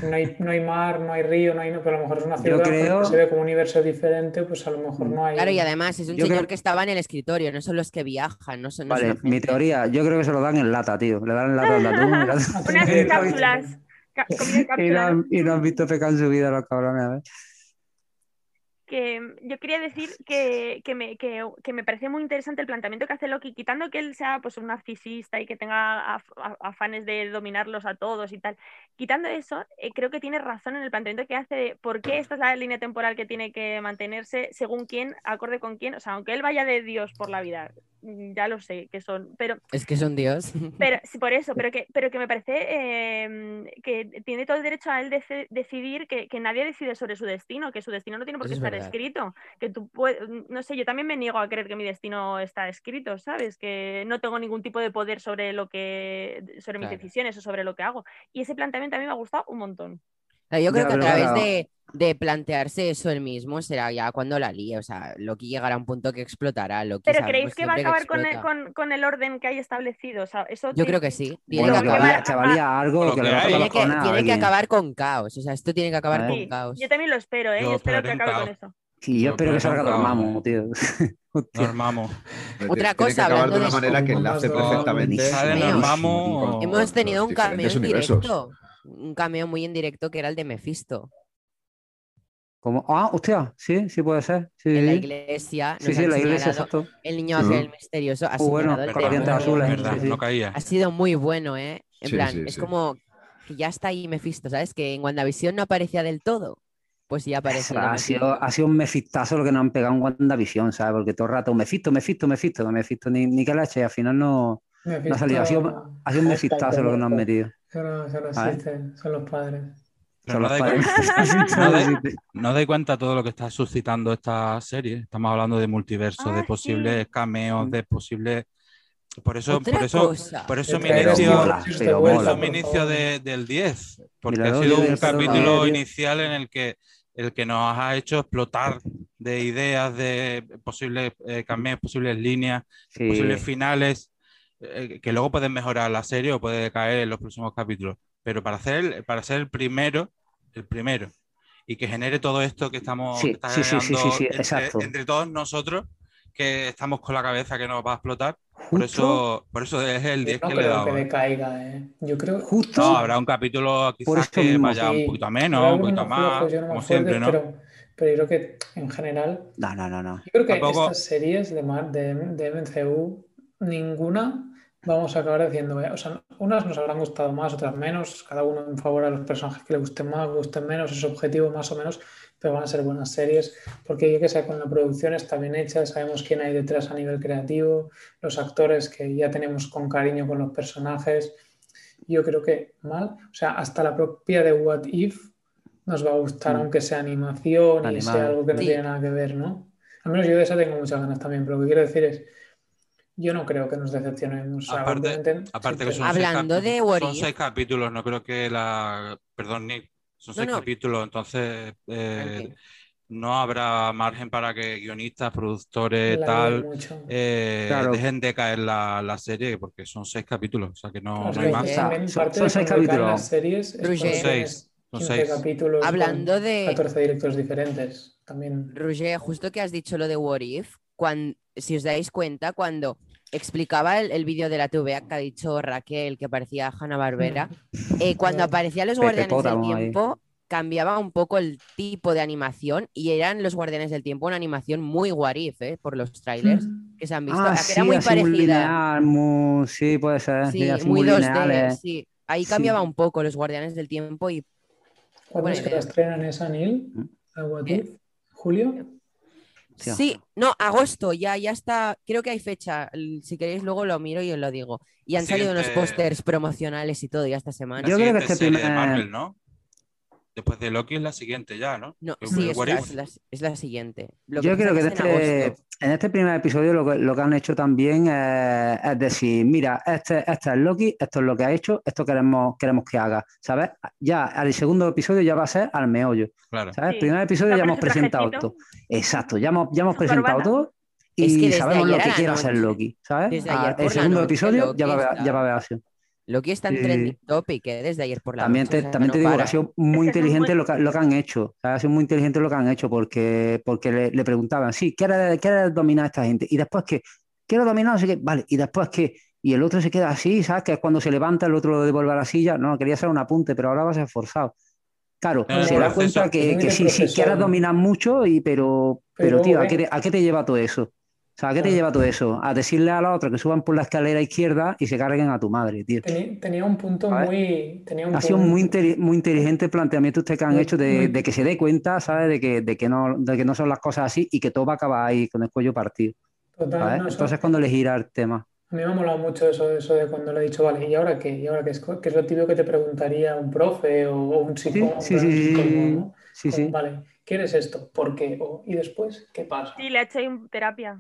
Speaker 2: No hay, no hay mar, no hay río, no hay, pero a lo mejor es una
Speaker 5: Yo
Speaker 2: ciudad
Speaker 5: creo- Mm.
Speaker 2: que se ve como un universo diferente, pues a lo mejor no hay.
Speaker 1: Claro, y además es un
Speaker 5: Yo
Speaker 1: señor
Speaker 5: creo-
Speaker 1: que estaba en el escritorio, no son los que viajan, no son. no
Speaker 5: Vale,
Speaker 1: son la
Speaker 5: mi
Speaker 1: gente.
Speaker 5: teoría, yo creo que se lo dan en lata, tío. Le dan en lata de atún. y
Speaker 2: Ah,
Speaker 5: lata-
Speaker 2: sí,
Speaker 7: Unas
Speaker 2: sí, sí.
Speaker 7: cápsulas. Ca- comida en
Speaker 5: Y no,
Speaker 7: cápsulas.
Speaker 5: han, y no han visto pecar en su vida los cabrones. a ver.
Speaker 7: que mm, yo quería decir que, que me, que- que me parece muy interesante el planteamiento que hace Loki, quitando que él sea pues, un narcisista y que tenga af- a- afanes de dominarlos a todos y tal, quitando eso, eh, creo que tiene razón en el planteamiento que hace de por qué esta es la línea temporal que tiene que mantenerse según quién, acorde con quién, o sea, aunque él vaya de Dios por la vida, mm, ya lo sé que son, pero
Speaker 1: Es que son Dios.
Speaker 7: pero sí, por eso, pero que, pero que me parece eh, que tiene todo el derecho a él deci- decidir que, que nadie decide sobre su destino, que su destino no tiene por qué
Speaker 1: Eso es
Speaker 7: estar
Speaker 1: verdad.
Speaker 7: escrito. Que tú puedes, no sé, yo también me niego a creer que mi destino está escrito, ¿sabes? Que no tengo ningún tipo de poder sobre lo que, sobre mis
Speaker 1: Claro.
Speaker 7: decisiones o sobre lo que hago. Y ese planteamiento a mí me ha gustado un montón.
Speaker 1: O sea, yo creo
Speaker 5: Ya,
Speaker 1: que a
Speaker 5: pero
Speaker 1: través
Speaker 5: claro.
Speaker 1: de, de plantearse eso él mismo será ya cuando la líe. O sea, Loki llegará a un punto que explotará. Loki
Speaker 7: Pero
Speaker 1: sabemos
Speaker 7: ¿creéis que va a
Speaker 1: siempre
Speaker 7: acabar con el,
Speaker 1: explota.
Speaker 7: con, con el orden que hay establecido? O sea, eso
Speaker 1: Yo
Speaker 7: tiene-
Speaker 1: creo que sí. Tiene,
Speaker 5: Bueno,
Speaker 1: que,
Speaker 7: lo
Speaker 5: que
Speaker 1: acabar, ah,
Speaker 5: valía,
Speaker 7: va-
Speaker 5: que valía algo
Speaker 3: Lo
Speaker 5: que le
Speaker 3: que
Speaker 5: rompa
Speaker 3: hay.
Speaker 5: los
Speaker 1: tiene que-
Speaker 5: cojones a
Speaker 1: tiene que
Speaker 5: alguien.
Speaker 1: acabar con caos. O sea, esto tiene que acabar
Speaker 5: Sí.
Speaker 1: con caos.
Speaker 7: Yo también lo espero, ¿eh?
Speaker 3: Yo
Speaker 7: Yo espero que
Speaker 3: esperaré un
Speaker 7: acabe con
Speaker 3: caos.
Speaker 7: eso.
Speaker 5: Sí, yo
Speaker 3: Yo
Speaker 5: espero
Speaker 3: creo
Speaker 5: que salga
Speaker 3: que no,
Speaker 5: Dormammu, tío. Hostia.
Speaker 3: Dormamos.
Speaker 4: eh, Tiene
Speaker 1: Otra
Speaker 4: que
Speaker 1: cosa,
Speaker 4: acabar
Speaker 1: hablando
Speaker 4: de una
Speaker 1: de
Speaker 4: manera que
Speaker 2: eso,
Speaker 4: enlace
Speaker 2: con-
Speaker 4: perfectamente.
Speaker 1: Sale
Speaker 4: con los-
Speaker 3: Dormammu.
Speaker 4: con- con
Speaker 1: Hemos tenido
Speaker 4: los
Speaker 1: un cameo
Speaker 4: diferentes
Speaker 1: en
Speaker 4: universos.
Speaker 1: directo. Un cameo muy en directo que era el de Mephisto.
Speaker 5: Como, ah, hostia, sí, sí puede ser. Sí,
Speaker 1: En la
Speaker 5: sí.
Speaker 1: iglesia.
Speaker 5: Sí,
Speaker 1: nos
Speaker 5: sí,
Speaker 1: han
Speaker 5: la iglesia,
Speaker 1: señalado
Speaker 5: exacto.
Speaker 1: El niño
Speaker 4: Ujú.
Speaker 1: aquel misterioso ha
Speaker 5: Muy bueno,
Speaker 1: señalado el
Speaker 5: con los
Speaker 1: tema.
Speaker 5: dientes azules.
Speaker 3: Verdad,
Speaker 5: ¿eh? sí, sí.
Speaker 3: no caía.
Speaker 1: Ha sido muy bueno, ¿eh? En
Speaker 4: Sí,
Speaker 1: plan,
Speaker 4: sí,
Speaker 1: es
Speaker 4: sí.
Speaker 1: como que ya está ahí Mephisto, ¿sabes? Que en WandaVision no aparecía del todo. Pues ya aparece.
Speaker 5: Esa, ha, sido, ha sido un mefistazo lo que nos han pegado en WandaVision, ¿sabes? Porque todo el rato, mefisto, mefisto, mefisto, mefisto, ni, ni que la eche, y al final no.
Speaker 2: Mephisto-
Speaker 5: no ha salido, ha sido, ha sido un
Speaker 6: Hashtag
Speaker 5: mefistazo lo que nos han
Speaker 6: Mephisto.
Speaker 5: metido.
Speaker 2: eso no- eso no
Speaker 5: Ah, ¿eh?
Speaker 2: existe, son los padres.
Speaker 5: Son
Speaker 3: Pero
Speaker 5: los
Speaker 3: no, dais,
Speaker 5: padres.
Speaker 3: no dais- no dais cuenta todo lo que está suscitando esta serie. Estamos hablando de multiverso,
Speaker 7: Ah,
Speaker 3: de
Speaker 7: sí.
Speaker 3: posibles cameos, de posibles. Por eso,
Speaker 1: Otra
Speaker 3: por eso,
Speaker 1: cosa.
Speaker 3: por eso mi
Speaker 2: Pero
Speaker 3: inicio,
Speaker 5: mola,
Speaker 2: Mephisto
Speaker 5: pero
Speaker 3: por
Speaker 2: vuelta,
Speaker 3: eso
Speaker 2: por
Speaker 5: mola.
Speaker 3: mi inicio
Speaker 2: favor.
Speaker 3: de- del 10, porque
Speaker 5: Mira,
Speaker 3: ha
Speaker 5: no,
Speaker 3: sido
Speaker 5: Dios,
Speaker 3: un
Speaker 5: eso no
Speaker 3: capítulo
Speaker 5: vale, tío.
Speaker 3: inicial en el que el que nos ha hecho explotar de ideas, de posibles eh, cameos, posibles líneas,
Speaker 5: Sí.
Speaker 3: posibles finales eh, que luego pueden mejorar la serie o puede caer en los próximos capítulos. Pero para hacer el- para ser el primero, el primero y que genere todo esto que estamos
Speaker 5: Sí,
Speaker 3: que está
Speaker 5: sí, sí, sí, sí,
Speaker 3: generando
Speaker 5: sí,
Speaker 3: entre,
Speaker 5: exacto.
Speaker 3: entre todos nosotros que estamos con la cabeza que nos va a explotar. Por
Speaker 5: Justo,
Speaker 3: eso, por eso es el 10
Speaker 2: Yo
Speaker 3: que
Speaker 2: no
Speaker 3: le he
Speaker 2: creo que
Speaker 3: dado.
Speaker 2: decaiga, ¿eh? Yo creo
Speaker 5: justo.
Speaker 3: No, habrá un capítulo
Speaker 5: Por
Speaker 3: quizás
Speaker 5: eso
Speaker 3: que
Speaker 5: mismo.
Speaker 3: vaya un
Speaker 2: Sí,
Speaker 3: poquito
Speaker 2: habrá
Speaker 3: menos, un poquito
Speaker 2: algunos flojos
Speaker 3: más,
Speaker 2: y unos
Speaker 3: como
Speaker 2: más
Speaker 3: siempre,
Speaker 2: fuertes,
Speaker 3: ¿no?
Speaker 2: Pero, pero yo creo que en general,
Speaker 5: No, no, no, no.
Speaker 2: yo creo que
Speaker 3: Tampoco-
Speaker 2: estas series de, Mar- de, de MCU, ninguna vamos a acabar diciendo, eh, o sea, unas nos habrán gustado más, otras menos, cada uno en favor a los personajes que le gusten más, gusten menos, es objetivo más o menos, pero van a ser buenas series, porque yo que sé, con la producción está bien hecha, sabemos quién hay detrás a nivel creativo, los actores que ya tenemos con cariño con los personajes, yo creo que mal, o sea, hasta la propia de What If nos va a gustar,
Speaker 5: Mm.
Speaker 2: aunque sea animación y
Speaker 5: Animada.
Speaker 2: sea algo que no
Speaker 1: Sí.
Speaker 2: tiene nada que ver, ¿no? Al menos yo de esa tengo muchas ganas también, pero lo que quiero decir es, yo no creo que nos decepcionemos. o sea,
Speaker 3: Aparte-
Speaker 2: obviamente,
Speaker 3: Aparte
Speaker 2: sí,
Speaker 3: que
Speaker 2: pero-
Speaker 3: son,
Speaker 1: Hablando
Speaker 3: seis,
Speaker 1: de
Speaker 3: cap-
Speaker 1: What
Speaker 3: son
Speaker 1: If.
Speaker 3: seis capítulos, no creo que la... Perdón, Nick, son
Speaker 1: No,
Speaker 3: seis
Speaker 1: no.
Speaker 3: capítulos, entonces eh,
Speaker 1: Tranqui.
Speaker 3: no habrá margen para que guionistas, productores,
Speaker 2: la dudo
Speaker 3: tal,
Speaker 2: mucho.
Speaker 3: eh,
Speaker 5: Claro.
Speaker 3: dejen de caer la, la serie, porque son seis capítulos, o sea que no,
Speaker 2: Claro,
Speaker 3: no
Speaker 2: es
Speaker 3: hay
Speaker 2: que
Speaker 3: más.
Speaker 1: sí.
Speaker 2: también
Speaker 5: Son-
Speaker 2: parte
Speaker 5: son
Speaker 2: de
Speaker 5: seis
Speaker 2: cuando caen
Speaker 5: capítulos.
Speaker 2: las series es cuando
Speaker 1: Son
Speaker 2: tienes
Speaker 3: seis, son
Speaker 2: 15
Speaker 3: seis.
Speaker 2: capítulos con
Speaker 1: Hablando de,
Speaker 2: 14 directores diferentes. También
Speaker 1: Roger, justo que has dicho lo de What If, cuan- si os dais cuenta, cuando explicaba el, el vídeo de la TVA que ha dicho Raquel, que parecía Hanna-Barbera,
Speaker 2: Mm.
Speaker 1: eh, cuando
Speaker 2: Claro.
Speaker 1: aparecían los
Speaker 5: Pepe
Speaker 1: Guardianes del
Speaker 5: Pótamo ahí.
Speaker 1: Tiempo, cambiaba un poco el tipo de animación y eran los Guardianes del Tiempo una animación muy What If, eh, por los trailers que se han visto.
Speaker 5: Ah,
Speaker 1: a que
Speaker 5: sí,
Speaker 1: era muy
Speaker 5: así muy
Speaker 1: parecida.
Speaker 5: lineal, muy- sí, puede ser.
Speaker 1: Sí,
Speaker 5: sí, así
Speaker 1: muy
Speaker 5: muy
Speaker 1: 2D,
Speaker 5: lineales.
Speaker 1: sí. Ahí
Speaker 5: Sí.
Speaker 1: cambiaba un poco los Guardianes del Tiempo y
Speaker 2: ¿Cuándo
Speaker 1: Buena
Speaker 2: es que
Speaker 1: idea.
Speaker 2: la estrenan esa, Neil?
Speaker 5: Mm.
Speaker 2: ¿A What
Speaker 1: Eh.
Speaker 2: If? ¿Julio?
Speaker 5: Sí.
Speaker 1: Sí, no, agosto, ya, ya está, creo que hay fecha, el- si queréis luego lo miro y os lo digo. Y han salido unos
Speaker 3: Siguiente.
Speaker 1: pósters promocionales y todo ya esta semana.
Speaker 3: La
Speaker 5: Yo creo que
Speaker 3: siguiente
Speaker 5: este
Speaker 3: serie de
Speaker 5: primer-
Speaker 3: Marvel, ¿no? Después de Loki es la siguiente ya, ¿no?
Speaker 1: No,
Speaker 3: Eh,
Speaker 1: sí, es
Speaker 3: What
Speaker 1: la,
Speaker 3: If.
Speaker 1: es la- es la siguiente. Lo
Speaker 5: Yo
Speaker 1: pasa
Speaker 5: creo que
Speaker 1: es
Speaker 5: en
Speaker 1: en
Speaker 5: este,
Speaker 1: agosto.
Speaker 5: en este primer episodio lo que, lo que han hecho también eh, es decir, mira, este, este es Loki, esto es lo que ha hecho, esto queremos, queremos que haga, ¿sabes? Ya al segundo episodio ya va a ser al meollo,
Speaker 3: Claro.
Speaker 5: ¿sabes?
Speaker 7: Sí.
Speaker 5: primer episodio
Speaker 7: Va
Speaker 5: ya
Speaker 7: con
Speaker 5: hemos
Speaker 7: su
Speaker 5: presentado
Speaker 7: trajecito.
Speaker 5: todo. Exacto, ya hemos, ya hemos
Speaker 7: Su
Speaker 5: presentado
Speaker 7: corbata.
Speaker 5: todo
Speaker 1: Es que
Speaker 5: y
Speaker 1: desde
Speaker 5: sabemos lo
Speaker 1: ayer a
Speaker 5: que
Speaker 1: la
Speaker 5: quiere hacer
Speaker 1: noche,
Speaker 5: Loki, ¿sabes?
Speaker 1: desde ayer
Speaker 5: Ah,
Speaker 1: por
Speaker 5: el
Speaker 1: la
Speaker 5: segundo
Speaker 1: noche
Speaker 5: episodio
Speaker 1: Loki
Speaker 5: ya va, a haber-
Speaker 1: está.
Speaker 5: ya va a haber acción.
Speaker 1: Loki está en
Speaker 5: Sí.
Speaker 1: trending topic eh, desde ayer por la
Speaker 5: También
Speaker 1: noche,
Speaker 5: te,
Speaker 1: o sea,
Speaker 5: también
Speaker 1: no
Speaker 5: te digo que
Speaker 1: para.
Speaker 5: ha sido muy
Speaker 7: Es que es muy
Speaker 5: inteligente lo que, lo que han hecho. o sea, Ha sido muy inteligente lo que han hecho porque, porque le, le preguntaban, sí, ¿quieres, quieres dominar a esta gente? Y después que, quiero dominar, no sé qué, vale, y después que, y el otro se queda así, ¿sabes? Que es cuando se levanta, el otro lo devuelve a la silla. No, quería hacer un apunte, pero ahora vas a ser forzado. Claro,
Speaker 3: En el
Speaker 5: se da
Speaker 3: proceso.
Speaker 5: cuenta que,
Speaker 2: En
Speaker 5: que
Speaker 2: Ah, el
Speaker 5: sí, sí,
Speaker 2: proceso.
Speaker 5: quieres dominar mucho, y, pero, pero,
Speaker 2: Pero,
Speaker 5: tío, ¿a
Speaker 2: eh.
Speaker 5: qué, te- a qué te lleva todo eso? O sea, ¿a qué te
Speaker 2: Claro.
Speaker 5: lleva todo eso? A decirle a la otra que suban por la escalera izquierda y se carguen a tu madre, tío.
Speaker 2: Teni- Tenía un punto
Speaker 5: A ver.
Speaker 2: muy. Tenía un
Speaker 5: Ha sido
Speaker 2: punto-
Speaker 5: muy, inteli- muy inteligente el planteamiento usted que han
Speaker 2: Muy-
Speaker 5: hecho de,
Speaker 2: muy-
Speaker 5: de que se dé cuenta, ¿sabes? De que, de, que no, de que no son las cosas así y que todo va a acabar ahí con el cuello partido,
Speaker 2: total,
Speaker 5: ¿sabes?
Speaker 2: no, eso-
Speaker 5: Entonces cuando le gira el tema.
Speaker 2: A mí me ha molado mucho eso, eso de cuando le he dicho, vale, ¿y ahora qué? ¿Y ahora qué es, que es lo típico que te preguntaría un profe o, o un psicólogo?
Speaker 5: sí, sí, sí, sí.
Speaker 2: psicólogo, ¿no?
Speaker 5: Sí,
Speaker 2: Como,
Speaker 5: sí.
Speaker 2: Vale, ¿quieres esto? ¿Por qué? O, ¿y después qué pasa? Ah,
Speaker 7: Sí, le ha hecho ahí un- terapia.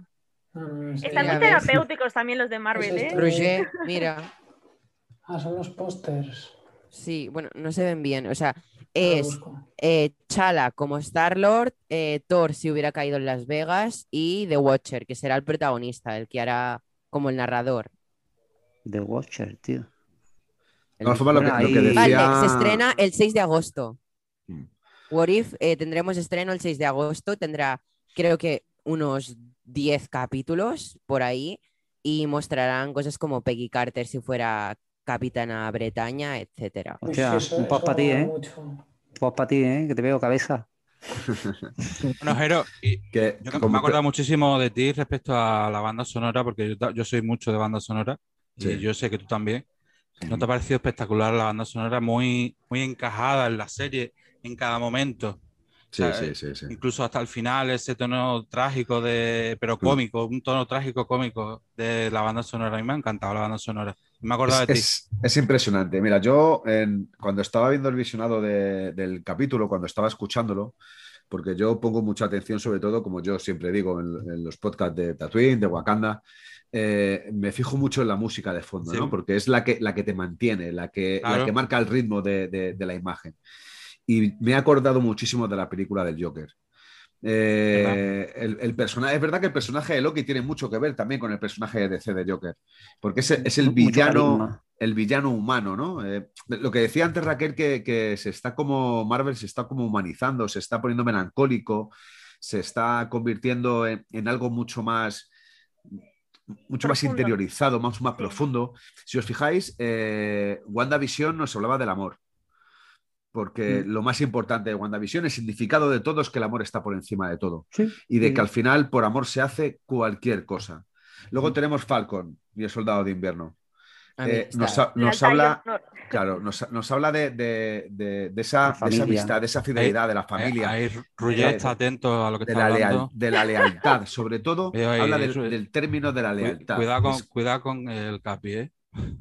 Speaker 2: No, no, no sé.
Speaker 7: Están
Speaker 1: ya
Speaker 7: muy
Speaker 1: ves.
Speaker 7: terapéuticos también los de Marvel,
Speaker 2: Eso
Speaker 7: ¿eh?
Speaker 2: está-
Speaker 1: Roger, mira,
Speaker 2: Ah, son los pósters.
Speaker 1: sí, bueno, no se ven bien, o sea,
Speaker 5: Ah,
Speaker 2: Ahora lo
Speaker 1: es
Speaker 2: busco.
Speaker 1: eh, Chala como Star-Lord, eh, Thor si hubiera caído en Las Vegas y The Watcher, que será el protagonista, el que hará como el narrador.
Speaker 5: The Watcher, tío.
Speaker 4: De
Speaker 1: el
Speaker 4: todas formas, lo que, lo que
Speaker 5: Bueno, ahí-
Speaker 1: Vale,
Speaker 4: decía.
Speaker 1: se estrena el 6 de agosto.
Speaker 4: Mm.
Speaker 1: What If eh, tendremos estreno el 6 de agosto, tendrá creo que unos 10 capítulos por ahí y mostrarán cosas como Peggy Carter si fuera capitana Bretaña, etcétera.
Speaker 2: Uy,
Speaker 5: Hostia,
Speaker 2: sí, eso-
Speaker 5: un post
Speaker 2: eso
Speaker 5: para ti,
Speaker 2: mola
Speaker 5: ¿eh?
Speaker 2: mucho.
Speaker 5: Pues para ti, ¿eh? Que te veo cabeza.
Speaker 3: Bueno, Jero, y
Speaker 4: que-
Speaker 3: yo
Speaker 4: que
Speaker 3: me he
Speaker 4: como-
Speaker 3: acordado muchísimo de ti respecto a la banda sonora, porque yo, ta- yo soy mucho de banda sonora y
Speaker 4: Sí.
Speaker 3: yo sé que tú también. ¿No
Speaker 4: Mm.
Speaker 3: te ha parecido espectacular la banda sonora? Muy, muy encajada en la serie, en cada momento.
Speaker 4: Sí,
Speaker 3: Ah,
Speaker 4: sí, sí, sí.
Speaker 3: Incluso hasta el final, ese tono trágico, de,
Speaker 4: Mm.
Speaker 3: pero cómico, un tono trágico cómico de la banda sonora. A mí me ha encantado la banda sonora. Me he acordado de ti.
Speaker 4: Es, es- es impresionante. Mira, yo en- cuando estaba viendo el visionado de- del capítulo, cuando estaba escuchándolo, porque yo pongo mucha atención, sobre todo, como yo siempre digo en, en los podcasts de Tatooine, de Wakanda, eh, me fijo mucho en la música de fondo,
Speaker 3: Sí.
Speaker 4: ¿no? Porque es la que, la que te mantiene, la que, la
Speaker 3: Claro.
Speaker 4: que marca el ritmo de, de- de la imagen. Y me he acordado muchísimo de la película del Joker. Eh, el, el personaje, es verdad que el personaje de Loki tiene mucho que ver también con el personaje de DC de Joker, porque es, es el
Speaker 5: Mucho
Speaker 4: villano,
Speaker 5: carisma.
Speaker 4: el villano humano, ¿no? Eh, lo que decía antes Raquel, que, que se está como Marvel se está como humanizando, se está poniendo melancólico, se está convirtiendo en, en algo mucho más mucho más
Speaker 7: Profundo.
Speaker 4: interiorizado, más, más
Speaker 7: Sí.
Speaker 4: profundo. Si os fijáis, eh, WandaVision nos hablaba del amor, porque
Speaker 7: Mm.
Speaker 4: lo más importante de WandaVision, el significado de todo es que el amor está por encima de todo
Speaker 5: Sí.
Speaker 4: y de
Speaker 5: Sí.
Speaker 4: que al final por amor se hace cualquier cosa. Luego tenemos Falcon y el Soldado de Invierno.
Speaker 1: A mí
Speaker 4: Eh,
Speaker 1: está.
Speaker 4: nos, ha- nos
Speaker 7: Lealtad y
Speaker 4: habla,
Speaker 7: honor.
Speaker 4: claro, nos, nos habla de, de- de- de esa,
Speaker 5: La
Speaker 4: de esa
Speaker 5: familia.
Speaker 4: amistad, de esa fidelidad, de la familia.
Speaker 3: Eh,
Speaker 4: Eh,
Speaker 3: Ahí Rugger está atento a lo que
Speaker 4: de
Speaker 3: está
Speaker 4: la, leal-
Speaker 3: hablando.
Speaker 4: de la lealtad, sobre todo
Speaker 3: Veo ahí,
Speaker 4: habla del,
Speaker 3: eso es.
Speaker 4: del término de la
Speaker 3: Cu-
Speaker 4: lealtad.
Speaker 3: Cuidado con,
Speaker 4: Es-
Speaker 3: cuidado con el capi, ¿eh?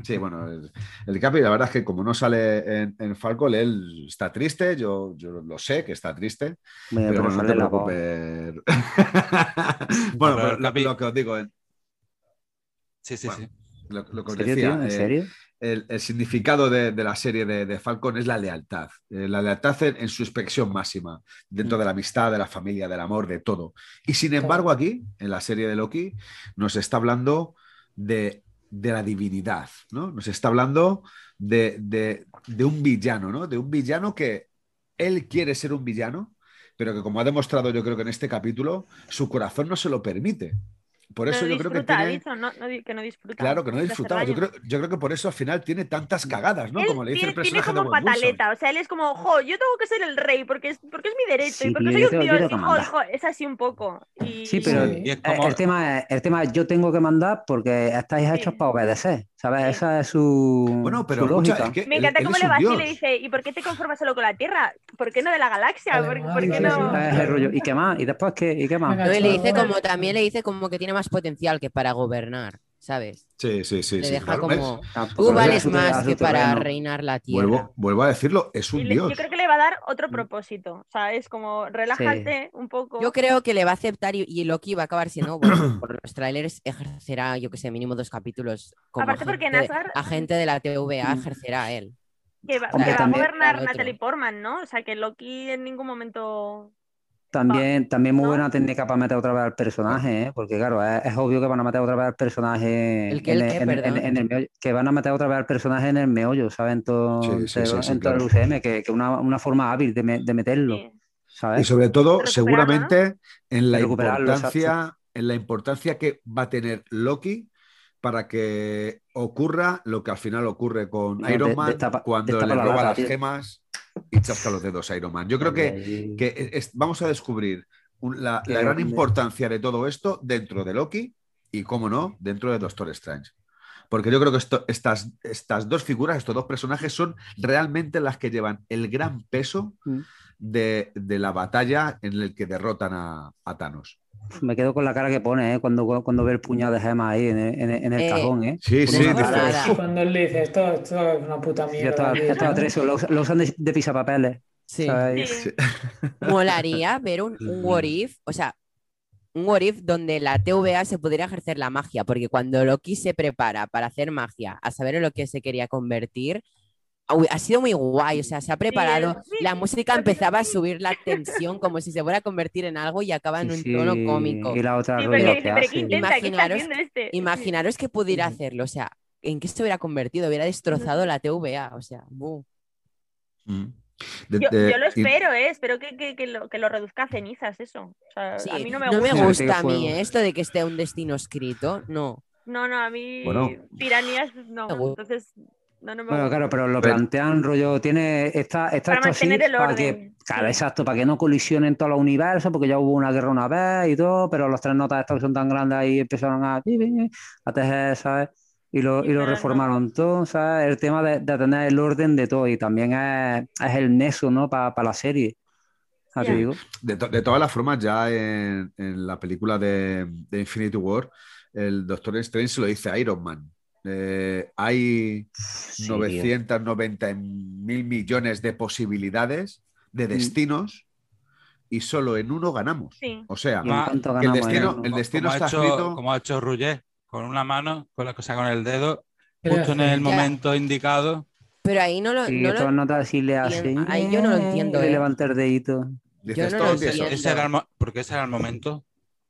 Speaker 4: sí, bueno, el, el Capi, la verdad es que como no sale en, en Falcon, él está triste, yo, yo lo sé que está triste, pero
Speaker 5: Mira, Eh, pero
Speaker 4: bueno, no
Speaker 5: sale
Speaker 4: te
Speaker 5: la voz.
Speaker 4: preocupes.
Speaker 3: No, pero
Speaker 4: bueno, pero
Speaker 3: el
Speaker 4: lo,
Speaker 3: Capi-
Speaker 4: lo que os digo, eh,
Speaker 3: Sí, sí,
Speaker 4: Bueno,
Speaker 3: sí.
Speaker 4: lo, lo que
Speaker 5: ¿En
Speaker 4: os
Speaker 5: serio,
Speaker 4: decía,
Speaker 5: tío? ¿En
Speaker 4: eh,
Speaker 5: serio?
Speaker 4: el, el significado de, de la serie de, de Falcon es la lealtad. Eh, la lealtad en, en su expresión máxima,
Speaker 7: Mm.
Speaker 4: dentro de la amistad, de la familia, del amor, de todo. Y sin embargo, aquí, en la serie de Loki, nos está hablando de, de la divinidad, ¿no? Nos está hablando de, de- de un villano, ¿no? De un villano que él quiere ser un villano, pero que como ha demostrado yo creo que en este capítulo, su corazón no se lo permite. Por eso
Speaker 7: no
Speaker 4: yo creo que
Speaker 7: disfruta, ha
Speaker 4: tiene...
Speaker 7: dicho, no- no di- que no disfruta.
Speaker 4: Claro, que no
Speaker 7: de hacer
Speaker 4: disfrutaba. Yo
Speaker 7: daño.
Speaker 4: creo, yo creo que por eso al final tiene tantas cagadas, ¿no?
Speaker 7: Él
Speaker 4: Como le dice
Speaker 7: tiene,
Speaker 4: el personaje
Speaker 7: tiene
Speaker 4: de
Speaker 7: como
Speaker 4: Owen Wilson.
Speaker 7: pataleta, o sea, él es como, jo, yo tengo que ser el rey porque es, porque es mi derecho
Speaker 5: Sí,
Speaker 7: y porque
Speaker 5: yo
Speaker 7: soy
Speaker 5: tengo-
Speaker 7: un
Speaker 5: yo tengo
Speaker 7: dios,
Speaker 5: que
Speaker 7: y jo,
Speaker 5: mandar.
Speaker 7: jo, es así un poco. Y-
Speaker 5: Sí, pero
Speaker 2: Sí.
Speaker 3: Y es
Speaker 5: Eh,
Speaker 3: como,
Speaker 5: El tema, es- el tema es yo tengo que mandar porque estáis hechos
Speaker 7: Sí.
Speaker 5: para obedecer, ¿sabes?
Speaker 7: Sí.
Speaker 5: Esa es su,
Speaker 4: Bueno, pero
Speaker 5: su
Speaker 4: escucha,
Speaker 5: lógica.
Speaker 4: es que
Speaker 7: Me
Speaker 4: él-
Speaker 7: encanta
Speaker 4: él
Speaker 7: cómo
Speaker 4: es
Speaker 7: le
Speaker 4: un
Speaker 7: va así y
Speaker 4: dios.
Speaker 7: le dice, ¿y por qué te conformas solo con la Tierra? ¿Por qué no de la galaxia? ¿Por,
Speaker 2: Además,
Speaker 7: por qué
Speaker 2: sí,
Speaker 7: no?
Speaker 2: sí,
Speaker 5: Ese es el rollo. ¿Y qué más? ¿Y después qué? ¿Y qué más?
Speaker 2: Venga,
Speaker 1: No, y le dice
Speaker 2: chaval.
Speaker 1: como, también le dice como que tiene más potencial que para gobernar, ¿sabes?
Speaker 4: Sí, sí, sí.
Speaker 1: Le
Speaker 4: sí,
Speaker 1: deja
Speaker 4: claro, Pues
Speaker 1: como,
Speaker 5: Tampoco
Speaker 1: tú
Speaker 5: le
Speaker 1: vales
Speaker 5: das a su- a
Speaker 1: más
Speaker 5: su
Speaker 1: que para
Speaker 5: terreno.
Speaker 1: reinar la
Speaker 4: ¿ves?
Speaker 1: tierra.
Speaker 4: Vuelvo, vuelvo a decirlo, es
Speaker 7: Y
Speaker 4: un
Speaker 7: le-
Speaker 4: dios. Mm.
Speaker 7: yo creo que le va a dar otro propósito, o sea, es como, relájate un poco.
Speaker 1: Yo creo que le va a aceptar y, y Loki va a acabar siendo, bueno, por los trailers ejercerá, yo que sé, mínimo dos capítulos como
Speaker 7: Aparte porque
Speaker 1: agente,
Speaker 7: Nazar-
Speaker 1: agente de la TVA ejercerá él.
Speaker 7: que va,
Speaker 5: Hombre,
Speaker 7: que va a
Speaker 5: también-
Speaker 7: gobernar
Speaker 1: Claro, otro.
Speaker 7: Natalie Portman, ¿no? O sea, que Loki en ningún momento...
Speaker 5: También, también muy
Speaker 7: ¿no?
Speaker 5: buena técnica para meter otra vez al personaje, ¿eh? porque claro, es, es obvio que van a meter otra vez al personaje
Speaker 1: ¿El qué,
Speaker 5: en
Speaker 1: el qué,
Speaker 5: en- en-
Speaker 1: perdón?
Speaker 5: en el meollo, que van a meter otra vez al personaje en el meollo, ¿sabes? En todo,
Speaker 4: Sí,
Speaker 5: en
Speaker 4: sí, sí,
Speaker 5: todo-
Speaker 4: sí,
Speaker 5: en todo el
Speaker 4: claro.
Speaker 5: UCM, que, que una, una forma hábil de, me- de meterlo,
Speaker 7: sí.
Speaker 5: ¿sabes?
Speaker 4: Y sobre todo,
Speaker 7: Recuperarlo,
Speaker 4: seguramente, en la,
Speaker 5: Recuperarlo,
Speaker 4: importancia, en la importancia que va a tener Loki para que ocurra lo que al final ocurre con
Speaker 5: No,
Speaker 4: Iron
Speaker 5: de-
Speaker 4: Man
Speaker 5: destapa-
Speaker 4: cuando
Speaker 5: destapa
Speaker 4: le
Speaker 5: la
Speaker 4: roba
Speaker 5: lata,
Speaker 4: las
Speaker 5: tío.
Speaker 4: gemas y chasca los dedos a Iron Man. Yo creo que que es- es- vamos a descubrir un- la,
Speaker 5: Que eh,
Speaker 4: la
Speaker 5: lo-
Speaker 4: gran importancia de todo esto dentro de Loki y, cómo no, dentro de Doctor Strange. Porque yo creo que esto- estas, estas dos figuras, estos dos personajes son realmente las que llevan el gran peso
Speaker 5: Mm.
Speaker 4: de, de la batalla en el que derrotan a, a Thanos.
Speaker 5: Me quedo con la cara que pone, ¿eh? Cuando, cuando ve el puñado de gemas ahí en el, en el- en el
Speaker 1: Eh,
Speaker 5: cajón, ¿eh?
Speaker 4: Sí,
Speaker 1: sí,
Speaker 4: sí,
Speaker 1: dice- nada.
Speaker 4: dices,
Speaker 2: Cuando él le dice, esto, esto es una puta
Speaker 5: Ya
Speaker 2: mierda.
Speaker 5: estaba,
Speaker 2: tío,
Speaker 5: ya estaba
Speaker 2: ¿no?
Speaker 5: tres, lo, lo usan de, de pisapapeles,
Speaker 1: Sí.
Speaker 5: ¿sabes?
Speaker 7: Sí.
Speaker 1: Molaría ver un, un what if, o sea, un what if donde la TVA se pudiera ejercer la magia, porque cuando Loki se prepara para hacer magia, a saber en lo que se quería convertir, au- ha sido muy guay, o sea, se ha preparado,
Speaker 7: Sí,
Speaker 1: la
Speaker 7: sí,
Speaker 1: música
Speaker 7: porque-
Speaker 1: empezaba a subir la tensión como si se fuera a convertir en algo y acaba en
Speaker 5: Sí,
Speaker 1: Ah, un
Speaker 5: sí,
Speaker 1: tono cómico.
Speaker 5: Y la otra
Speaker 7: Sí,
Speaker 5: rollo
Speaker 7: porque
Speaker 5: que
Speaker 7: dice, pero ¿qué
Speaker 5: hace.
Speaker 7: intenta? ¿Qué está
Speaker 1: Imaginaros-
Speaker 7: haciendo este? Sí.
Speaker 1: Imaginaros que pudiera
Speaker 5: Ujú.
Speaker 1: hacerlo, o sea, ¿en qué se hubiera convertido? Hubiera destrozado la TVA, o sea, buh.
Speaker 4: "Mm". De-
Speaker 7: Yo,
Speaker 4: de-
Speaker 7: yo lo
Speaker 4: y-
Speaker 7: espero, ¿eh? Espero que, que, que lo, que lo reduzca a cenizas, eso. O sea,
Speaker 1: Sí,
Speaker 7: a mí no me
Speaker 1: no
Speaker 7: gusta.
Speaker 1: me
Speaker 5: Sí,
Speaker 1: gusta
Speaker 5: que
Speaker 1: a mí
Speaker 5: fuego.
Speaker 1: ¿eh? esto de que esté un destino escrito, no.
Speaker 7: No, no, a mí
Speaker 4: Bueno.
Speaker 7: piranías no.
Speaker 1: Me gusta.
Speaker 7: Entonces, no, no me
Speaker 5: Bueno,
Speaker 7: gusta.
Speaker 5: claro, pero lo
Speaker 4: Pero-
Speaker 5: plantean rollo, tiene, está, está
Speaker 7: Para
Speaker 5: esto así
Speaker 7: mantener el
Speaker 5: para
Speaker 7: orden,
Speaker 5: que, claro,
Speaker 7: sí.
Speaker 5: exacto, para que no colisionen todos los universos, porque ya hubo una guerra una vez y todo, pero las tres notas estas que son tan grandes ahí empezaron a, a tejer, ¿sabes? Y lo,
Speaker 7: Sí,
Speaker 5: y
Speaker 7: pero
Speaker 5: lo
Speaker 7: no.
Speaker 5: reformaron todo, ¿sabes? El tema de, de tener el orden de todo y también es, es el nexo, ¿no? Para la serie, ya te
Speaker 7: Ya.
Speaker 5: digo.
Speaker 4: De, to- de todas las formas, ya en, en la película de, de Infinity War, el Doctor Strange se lo dice a Iron Man. Eh, hay
Speaker 5: Sí, tío.
Speaker 4: 990 mil millones de posibilidades, de destinos, y solo en uno ganamos.
Speaker 7: Sí.
Speaker 4: O sea,
Speaker 5: Y
Speaker 1: Ah,
Speaker 5: en cuanto
Speaker 4: que el
Speaker 5: ganamos
Speaker 4: destino,
Speaker 5: ahí,
Speaker 4: el
Speaker 5: ¿no?
Speaker 4: destino
Speaker 3: como,
Speaker 4: está
Speaker 3: ha hecho,
Speaker 4: escrito.
Speaker 3: como ha hecho Rugger, con una mano, con la cosa con el dedo,
Speaker 2: Pero-
Speaker 3: justo en el
Speaker 1: Ya.
Speaker 3: momento indicado.
Speaker 1: Pero ahí no lo,
Speaker 5: Y
Speaker 1: no lo-
Speaker 5: otras notas sí le hacen,
Speaker 1: entiendo- ahí yo no lo
Speaker 5: eh,
Speaker 1: entiendo,
Speaker 5: le
Speaker 1: eh.
Speaker 5: levanta el dedito.
Speaker 4: Dices,
Speaker 1: no lo
Speaker 4: todo
Speaker 1: entiendo.
Speaker 4: tieso.
Speaker 3: Ese, ese era el mo- porque ese era el momento.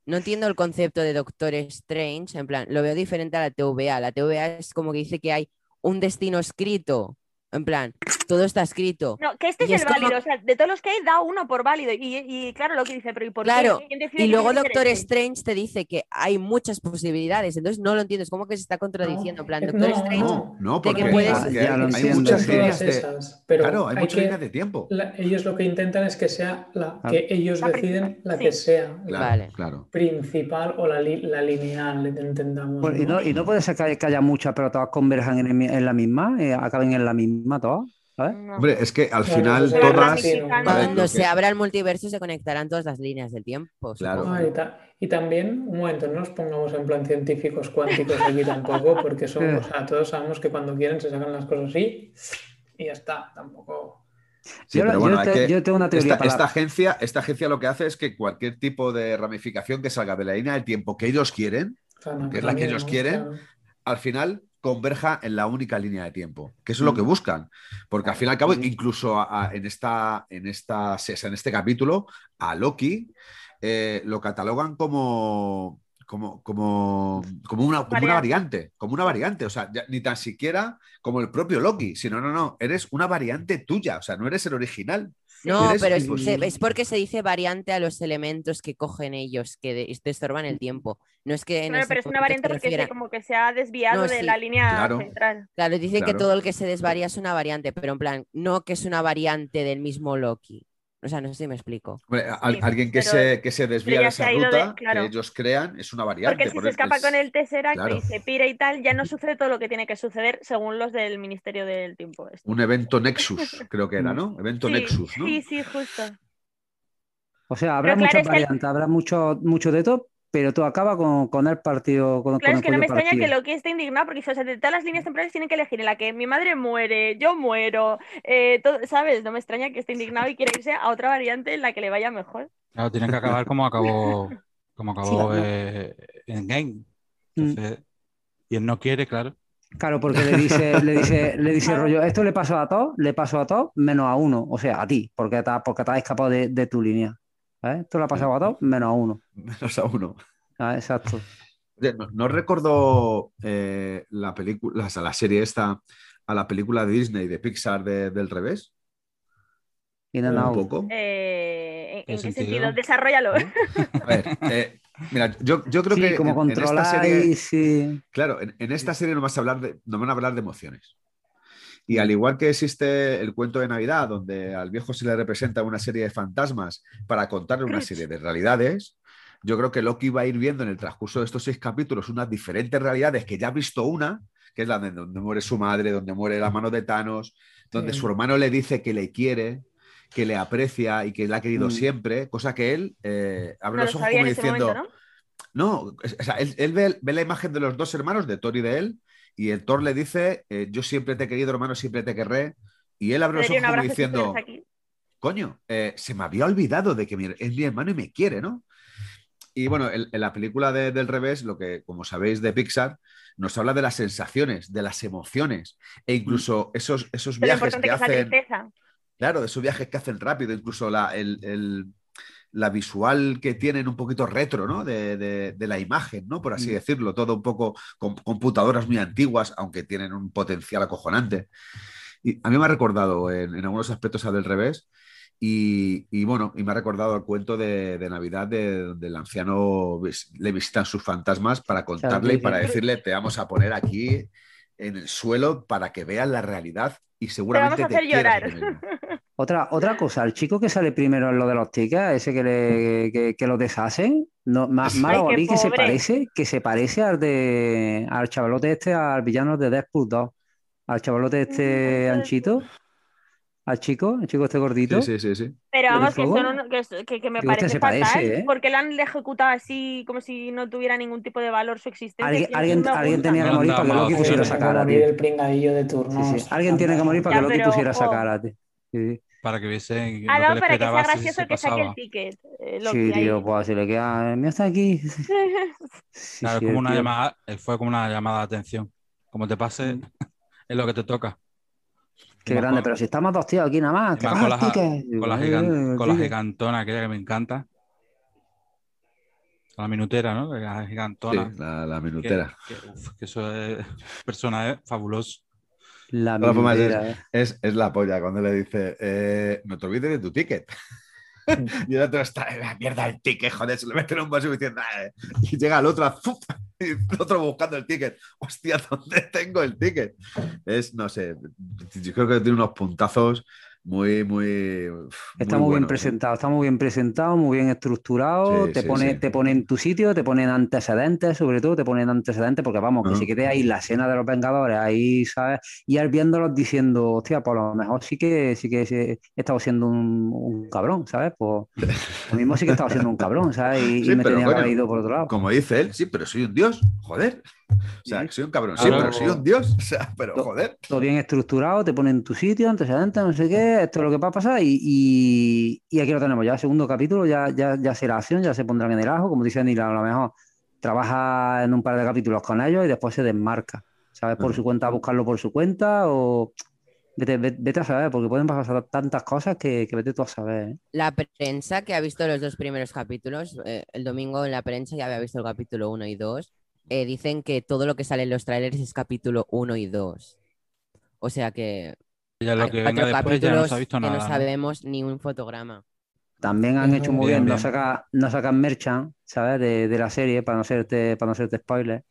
Speaker 1: no entiendo el concepto de Doctor Strange, en plan, lo veo diferente a la TVA. La TVA es como que dice que hay un destino escrito, En plan, todo está escrito.
Speaker 7: No, que este
Speaker 1: Y
Speaker 7: es el
Speaker 1: es como-
Speaker 7: válido. O sea, de todos los que hay, da uno por válido. Y, y claro, lo que dice, pero ¿y por qué?
Speaker 1: Claro,
Speaker 7: ¿Quién decide
Speaker 1: Y
Speaker 7: que
Speaker 1: luego
Speaker 7: tiene que ser
Speaker 1: Doctor
Speaker 7: este?
Speaker 1: Strange te dice que hay muchas posibilidades, entonces no lo entiendes. ¿Cómo que se está contradiciendo? En plan,
Speaker 2: No,
Speaker 1: Doctor
Speaker 2: no,
Speaker 1: Strange.
Speaker 4: No, no,
Speaker 1: De que
Speaker 4: porque
Speaker 1: puedes-
Speaker 4: porque
Speaker 5: Ya
Speaker 4: hay,
Speaker 5: lo
Speaker 4: hay
Speaker 5: entiendo,
Speaker 4: muchas
Speaker 5: sí.
Speaker 4: líneas
Speaker 2: todas
Speaker 4: de.
Speaker 2: esas, pero
Speaker 4: claro, hay
Speaker 2: hay
Speaker 4: muchas
Speaker 2: que-
Speaker 4: líneas de tiempo.
Speaker 2: la- ellos lo que intentan es que sea la
Speaker 5: Ah.
Speaker 2: que ellos
Speaker 7: La
Speaker 2: deciden la
Speaker 7: sí.
Speaker 2: que sea la
Speaker 4: Claro,
Speaker 1: Vale.
Speaker 4: claro.
Speaker 2: principal o la, li- la lineal, entendamos.
Speaker 5: Pues, y,
Speaker 2: ¿no?
Speaker 5: no, y no puede ser que, hay- que haya muchas, pero todas converjan en, el mi- en la misma, eh, acaben en la misma todas. ¿sabes?
Speaker 7: No.
Speaker 4: Hombre, es que al
Speaker 2: Claro,
Speaker 4: final
Speaker 2: eso es
Speaker 7: la verdad
Speaker 4: todas.
Speaker 7: que sí.
Speaker 2: mexicana.
Speaker 4: Vale,
Speaker 1: Cuando
Speaker 4: lo
Speaker 1: se
Speaker 4: que-
Speaker 1: abra el multiverso se conectarán todas las líneas del tiempo.
Speaker 4: Claro.
Speaker 1: supongo.
Speaker 2: Ah, y, ta- y también, un momento, no nos pongamos en plan científicos cuánticos aquí tampoco, porque son, o sea, todos sabemos que cuando quieren se sacan las cosas así y ya está, tampoco.
Speaker 4: Sí,
Speaker 5: yo,
Speaker 4: pero
Speaker 5: yo
Speaker 4: bueno, hay
Speaker 5: te-
Speaker 4: que-
Speaker 5: yo tengo una teoría
Speaker 4: Esta,
Speaker 5: para
Speaker 4: esta agencia, esta agencia lo que hace es que cualquier tipo de ramificación que salga de la línea del tiempo que ellos quieren,
Speaker 2: o sea, no,
Speaker 4: Que es la que
Speaker 2: también,
Speaker 4: ellos
Speaker 2: ¿no?
Speaker 4: quieren.
Speaker 2: Claro.
Speaker 4: al final converja en la única línea de tiempo, que eso es lo que buscan. Porque al fin y al cabo, incluso a- a- en, esta, en, esta, o sea, en este capítulo, a Loki eh, lo catalogan como, como, como, como una, como una variante, como una variante, o sea, ya ni tan siquiera como el propio Loki, sino, no, no, eres una variante tuya, o sea, no eres el original.
Speaker 1: No,
Speaker 4: Eres
Speaker 1: pero es,
Speaker 4: imposible.
Speaker 1: se- es porque se dice variante a los elementos que cogen ellos, que de- estorban el tiempo. No es
Speaker 5: eh,
Speaker 1: que. en
Speaker 7: Claro,
Speaker 1: ese
Speaker 7: pero es una
Speaker 1: momento
Speaker 7: variante
Speaker 1: se
Speaker 7: porque
Speaker 1: refiera-
Speaker 7: se- como que se ha desviado
Speaker 1: No,
Speaker 7: de
Speaker 1: sí.
Speaker 7: la línea
Speaker 4: Claro.
Speaker 7: central.
Speaker 1: Claro, dicen
Speaker 4: Claro.
Speaker 1: que todo el que se desvaría es una variante, pero en plan, no que es una variante del mismo Loki. O sea, no sé si me explico.
Speaker 4: Hombre, a-
Speaker 7: Sí,
Speaker 4: alguien que
Speaker 7: pero-
Speaker 4: se, que se desvía
Speaker 7: ya
Speaker 4: de
Speaker 7: se
Speaker 4: esa
Speaker 7: ha ido de-
Speaker 4: ruta
Speaker 7: claro.
Speaker 4: que ellos crean es una variante.
Speaker 7: Porque él si
Speaker 4: por
Speaker 7: se
Speaker 4: el-
Speaker 7: escapa
Speaker 4: el-
Speaker 7: con el Tesseract
Speaker 4: claro.
Speaker 7: y se pira y tal, ya no sucede todo lo que tiene que suceder según los del Ministerio del Tiempo. Esto.
Speaker 4: Un evento Nexus, creo que era, ¿no? Evento
Speaker 7: Sí,
Speaker 4: Nexus, ¿no?
Speaker 7: sí, sí, justo.
Speaker 5: O sea, habrá
Speaker 7: Pero claro,
Speaker 5: muchas
Speaker 7: es que el-
Speaker 5: variantes, habrá mucho, mucho de todo, pero todo acaba con, con el partido, con, con
Speaker 7: Claro,
Speaker 5: el
Speaker 7: es que no
Speaker 5: cuello
Speaker 7: me extraña que
Speaker 5: partido.
Speaker 7: Loki esté indignado porque o sea, de todas las líneas temporales tienen que elegir en la que mi madre muere, yo muero, eh, todo- ¿sabes? No me extraña que esté indignado y quiera irse a otra variante en la que le vaya mejor.
Speaker 3: Claro, tienen que acabar como acabó, como acabó
Speaker 5: Sí,
Speaker 3: eh, en Game.
Speaker 5: Mm.
Speaker 3: Entonces, y él no quiere, claro.
Speaker 5: Claro, porque le dice, le dice, le dice rollo, esto le pasó a todos, le pasó a todos, menos a uno, o sea, a ti, porque te, ha- porque te has escapado de, de tu línea. ¿sabes? Esto le ha pasado a todos, menos a uno.
Speaker 4: Menos a uno.
Speaker 5: Ah, Exacto.
Speaker 4: Oye, No, no recuerdo eh, la película, o sea, la serie esta, a la película de Disney, de Pixar, de- del revés.
Speaker 5: Y no,
Speaker 2: Un
Speaker 5: no.
Speaker 4: Un poco.
Speaker 7: Eh, ¿En,
Speaker 3: ¿Qué
Speaker 7: en qué
Speaker 3: sentido?
Speaker 7: sentido? Desarrollalo.
Speaker 4: ¿Eh? A ver, eh, mira, yo, yo creo
Speaker 5: Sí,
Speaker 4: que
Speaker 5: como
Speaker 4: en- en, esta
Speaker 5: controlar
Speaker 4: serie,
Speaker 5: y sí.
Speaker 4: claro, en, en esta serie no vas a hablar de, no van a hablar de emociones.
Speaker 7: Mm.
Speaker 4: Y al igual que existe el cuento de Navidad, donde al viejo se le representa una serie de fantasmas para contarle una
Speaker 7: Scrooge.
Speaker 4: serie de realidades, yo creo que Loki va a ir viendo en el transcurso de estos seis capítulos unas diferentes realidades que ya ha visto una, que es la de donde muere su madre, donde muere la mano de Thanos, donde
Speaker 2: Sí.
Speaker 4: su hermano le dice que le quiere, que le aprecia y que le ha querido
Speaker 5: Mm.
Speaker 4: siempre, cosa que él eh, abre
Speaker 7: No lo
Speaker 4: los ojos
Speaker 7: sabía
Speaker 4: como
Speaker 7: en ese
Speaker 4: diciendo,
Speaker 7: momento, ¿no?
Speaker 4: no, es- o sea, él, él ve, ve la imagen de los dos hermanos, de Thor y de él, y el Thor le dice, eh, yo siempre te he querido, hermano, siempre te querré. Y él
Speaker 7: Le
Speaker 4: abre los
Speaker 7: daría
Speaker 4: ojos
Speaker 7: un
Speaker 4: como
Speaker 7: abrazo si
Speaker 4: diciendo,
Speaker 7: estuvieras aquí.
Speaker 4: coño, eh, se me había olvidado de que mi- es mi hermano y me quiere, ¿no? Y bueno, en, en la película de- del revés, lo que, como sabéis, de Pixar, nos habla de las sensaciones, de las emociones, e incluso esos, esos
Speaker 7: Mm. De lo
Speaker 4: viajes
Speaker 7: importante
Speaker 4: que
Speaker 7: que es la
Speaker 4: hacen...
Speaker 7: tristeza.
Speaker 4: Claro, de esos viajes que hacen rápido, incluso la, el- el- la visual que tienen un poquito retro, ¿no? De, de- de la imagen, ¿no? Por así
Speaker 5: Mm.
Speaker 4: decirlo, todo un poco con computadoras muy antiguas, aunque tienen un potencial acojonante. Y a mí me ha recordado en, en algunos aspectos a del revés. Y, y bueno, y me ha recordado el cuento de, de Navidad de donde el anciano vis- le visitan sus fantasmas para contarle y
Speaker 5: sí,
Speaker 4: para
Speaker 5: sí.
Speaker 4: decirle, te vamos a poner aquí en el suelo para que veas la realidad y
Speaker 7: vamos
Speaker 4: seguramente
Speaker 7: a
Speaker 4: te
Speaker 7: hacer
Speaker 4: quieras a
Speaker 7: llorar.
Speaker 4: ti mismo".
Speaker 5: Otra, otra cosa, el chico que sale primero en lo de los tickets, ese que, le, que, que lo deshacen, no, ma-
Speaker 4: Sí.
Speaker 7: Ay,
Speaker 5: malo
Speaker 7: qué
Speaker 5: olí que se
Speaker 7: pobre.
Speaker 5: parece, que se parece al de al chavalote este, al villano de Deadpool 2, al chavalote este
Speaker 7: Mm,
Speaker 5: anchito, al chico, el chico este gordito.
Speaker 4: Sí, sí, sí, sí.
Speaker 7: Pero
Speaker 5: ¿Lo del
Speaker 7: vamos, que,
Speaker 5: fuego?
Speaker 7: son uno- que, es- que- que me
Speaker 5: Digo,
Speaker 7: parece
Speaker 5: hostia, se
Speaker 7: fatal,
Speaker 5: parece, ¿eh?
Speaker 7: porque la han ejecutado así, como si no tuviera ningún tipo de valor su existencia.
Speaker 5: Alguien,
Speaker 7: y no
Speaker 5: alguien,
Speaker 7: me
Speaker 5: alguien
Speaker 7: gusta.
Speaker 5: tenía que
Speaker 3: No
Speaker 5: morir
Speaker 3: han
Speaker 5: para que
Speaker 3: dado
Speaker 5: Loki
Speaker 3: más
Speaker 5: pusiera
Speaker 3: opciones.
Speaker 5: esa
Speaker 2: Saca
Speaker 5: cara,
Speaker 2: morir
Speaker 5: tío.
Speaker 2: el pringadillo de turno.
Speaker 5: Sí, sí.
Speaker 2: hostia,
Speaker 5: Alguien tiene que morir para
Speaker 7: Ya,
Speaker 5: que Loki
Speaker 7: pero,
Speaker 5: pusiera esa
Speaker 7: jo.
Speaker 5: cara, tío. Sí,
Speaker 3: Para que viesen
Speaker 7: Ah,
Speaker 3: lo que
Speaker 7: no, para que
Speaker 3: le
Speaker 7: sea
Speaker 3: esperaba si
Speaker 7: gracioso
Speaker 3: se
Speaker 7: que saque
Speaker 3: pasaba.
Speaker 7: el ticket. eh,
Speaker 5: Sí,
Speaker 7: Loki, ahí.
Speaker 5: tío, pues si le queda, "Eh, mira, está aquí. Sí,
Speaker 3: Claro, es
Speaker 5: sí,
Speaker 3: como una
Speaker 5: tío.
Speaker 3: llamada, eh, fue como una llamada de atención. Como te
Speaker 5: Mm.
Speaker 3: pase, es lo que te toca.
Speaker 5: Qué
Speaker 3: Y más
Speaker 5: grande,
Speaker 3: con-
Speaker 5: pero si estamos dos tíos aquí nada más,
Speaker 3: y
Speaker 5: te
Speaker 3: más
Speaker 5: coges
Speaker 3: con
Speaker 5: el
Speaker 3: la-
Speaker 5: ticket. Digo,
Speaker 3: con la,
Speaker 5: "Eh,
Speaker 3: gigan-
Speaker 5: el
Speaker 3: con la
Speaker 5: ticket".
Speaker 3: gigantona, aquella que me encanta. Con La minutera, ¿no? La
Speaker 4: Sí,
Speaker 3: gigantona.
Speaker 4: la, la
Speaker 3: que,
Speaker 4: minutera.
Speaker 3: que, uf, que eso es personaje fabuloso.
Speaker 5: La
Speaker 4: Todas las formas
Speaker 5: mierdera, eh.
Speaker 4: Es, es la polla cuando le dice, eh, no te olvides de tu ticket. y el otro está en la mierda el ticket, joder, se le meten un bolso y diciendo, "Ah, eh". y llega el otro, ¡zup! y el otro buscando el ticket. Hostia, ¿dónde tengo el ticket? Es, no sé, yo creo que tiene unos puntazos muy, muy. uf,
Speaker 5: Está muy, bien
Speaker 4: buenos.
Speaker 5: presentado, está muy bien presentado, muy bien estructurado,
Speaker 4: Sí,
Speaker 5: te,
Speaker 4: sí,
Speaker 5: pone,
Speaker 4: sí.
Speaker 5: te pone en tu sitio, te ponen antecedentes, sobre todo te ponen antecedentes, porque vamos, que
Speaker 4: Ajá.
Speaker 5: se quede ahí la escena de los Vengadores, ahí, ¿sabes? Y al viéndolos diciendo, hostia, pues a lo mejor sí que, sí que he estado siendo un, un cabrón, ¿sabes? Pues lo mismo sí que he estado siendo un cabrón, ¿sabes? Y, y
Speaker 4: Sí,
Speaker 5: me
Speaker 4: pero
Speaker 5: tenía que haber
Speaker 4: coño,
Speaker 5: ido por otro lado.
Speaker 4: Como dice él, sí, pero soy un dios, joder. O sea,
Speaker 5: Sí.
Speaker 4: que soy un cabrón, sí,
Speaker 3: Ahora-
Speaker 4: pero soy un dios. O sea, pero
Speaker 5: No.
Speaker 4: joder.
Speaker 5: todo bien estructurado, te ponen en tu sitio, antecedentes, no sé qué, esto es lo que va a pasar y, y- y aquí lo tenemos ya, segundo capítulo, ya, ya, ya será acción, ya se pondrán en el ajo, como dice Anila, a lo mejor trabaja en un par de capítulos con ellos y después se desmarca, ¿sabes? Por
Speaker 4: Ajá.
Speaker 5: su cuenta, a buscarlo por su cuenta o vete, ve- vete a saber, porque pueden pasar tantas cosas que, que vete tú a saber. ¿eh?
Speaker 1: La prensa que ha visto los dos primeros capítulos, eh, el domingo en la prensa ya había visto el capítulo 1 y 2, eh, dicen que todo lo que sale en los trailers es capítulo 1 y 2. O sea que
Speaker 3: Ya
Speaker 1: hay
Speaker 3: lo que venga
Speaker 1: cuatro
Speaker 3: después ya no
Speaker 1: capítulos
Speaker 3: se ha visto
Speaker 1: que
Speaker 3: nada.
Speaker 1: no
Speaker 3: ¿no?
Speaker 1: sabemos ni un fotograma.
Speaker 5: También han hecho muy
Speaker 3: Bien,
Speaker 5: bien,
Speaker 3: bien.
Speaker 5: no sacan no sacan merchan, ¿sabes? De, de la serie para no hacerte, para no hacerte spoiler.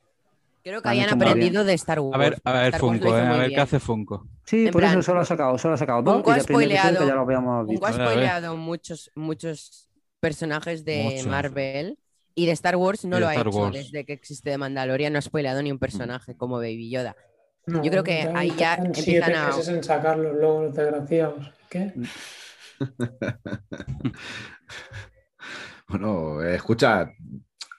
Speaker 1: Creo que
Speaker 5: Han
Speaker 1: habían
Speaker 5: hecho muy
Speaker 1: aprendido de Star Wars.
Speaker 3: A ver, a ver
Speaker 1: Star Wars lo
Speaker 3: Funko,
Speaker 1: hizo
Speaker 3: eh, a
Speaker 1: muy
Speaker 3: ver qué
Speaker 1: bien.
Speaker 3: hace Funko.
Speaker 5: Sí,
Speaker 1: En
Speaker 5: por eso
Speaker 1: plan,
Speaker 5: solo ha sacado, solo ha sacado dos.
Speaker 1: Funko
Speaker 5: y
Speaker 1: ha
Speaker 5: del primer episodio
Speaker 1: spoileado-
Speaker 5: ya lo habíamos
Speaker 1: Funko
Speaker 5: visto.
Speaker 1: ha
Speaker 3: A ver, a ver.
Speaker 1: spoileado muchos, muchos personajes de
Speaker 3: Muchos.
Speaker 1: Marvel y de Star Wars no
Speaker 3: Y de
Speaker 1: lo ha
Speaker 3: Star
Speaker 1: hecho
Speaker 3: Wars.
Speaker 1: desde que existe de Mandalorian, no ha spoileado ni un personaje como Baby Yoda.
Speaker 2: No,
Speaker 1: Yo creo que
Speaker 2: ya
Speaker 1: ahí ya
Speaker 2: tardan
Speaker 1: empiezan
Speaker 2: siete
Speaker 1: a-
Speaker 2: meses en sacarlos luego los desgraciados. ¿Qué?
Speaker 4: Bueno, eh, escucha,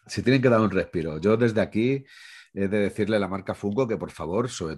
Speaker 4: si tienen que dar un respiro. Yo desde aquí he de decirle a la marca Funko que por favor, sobre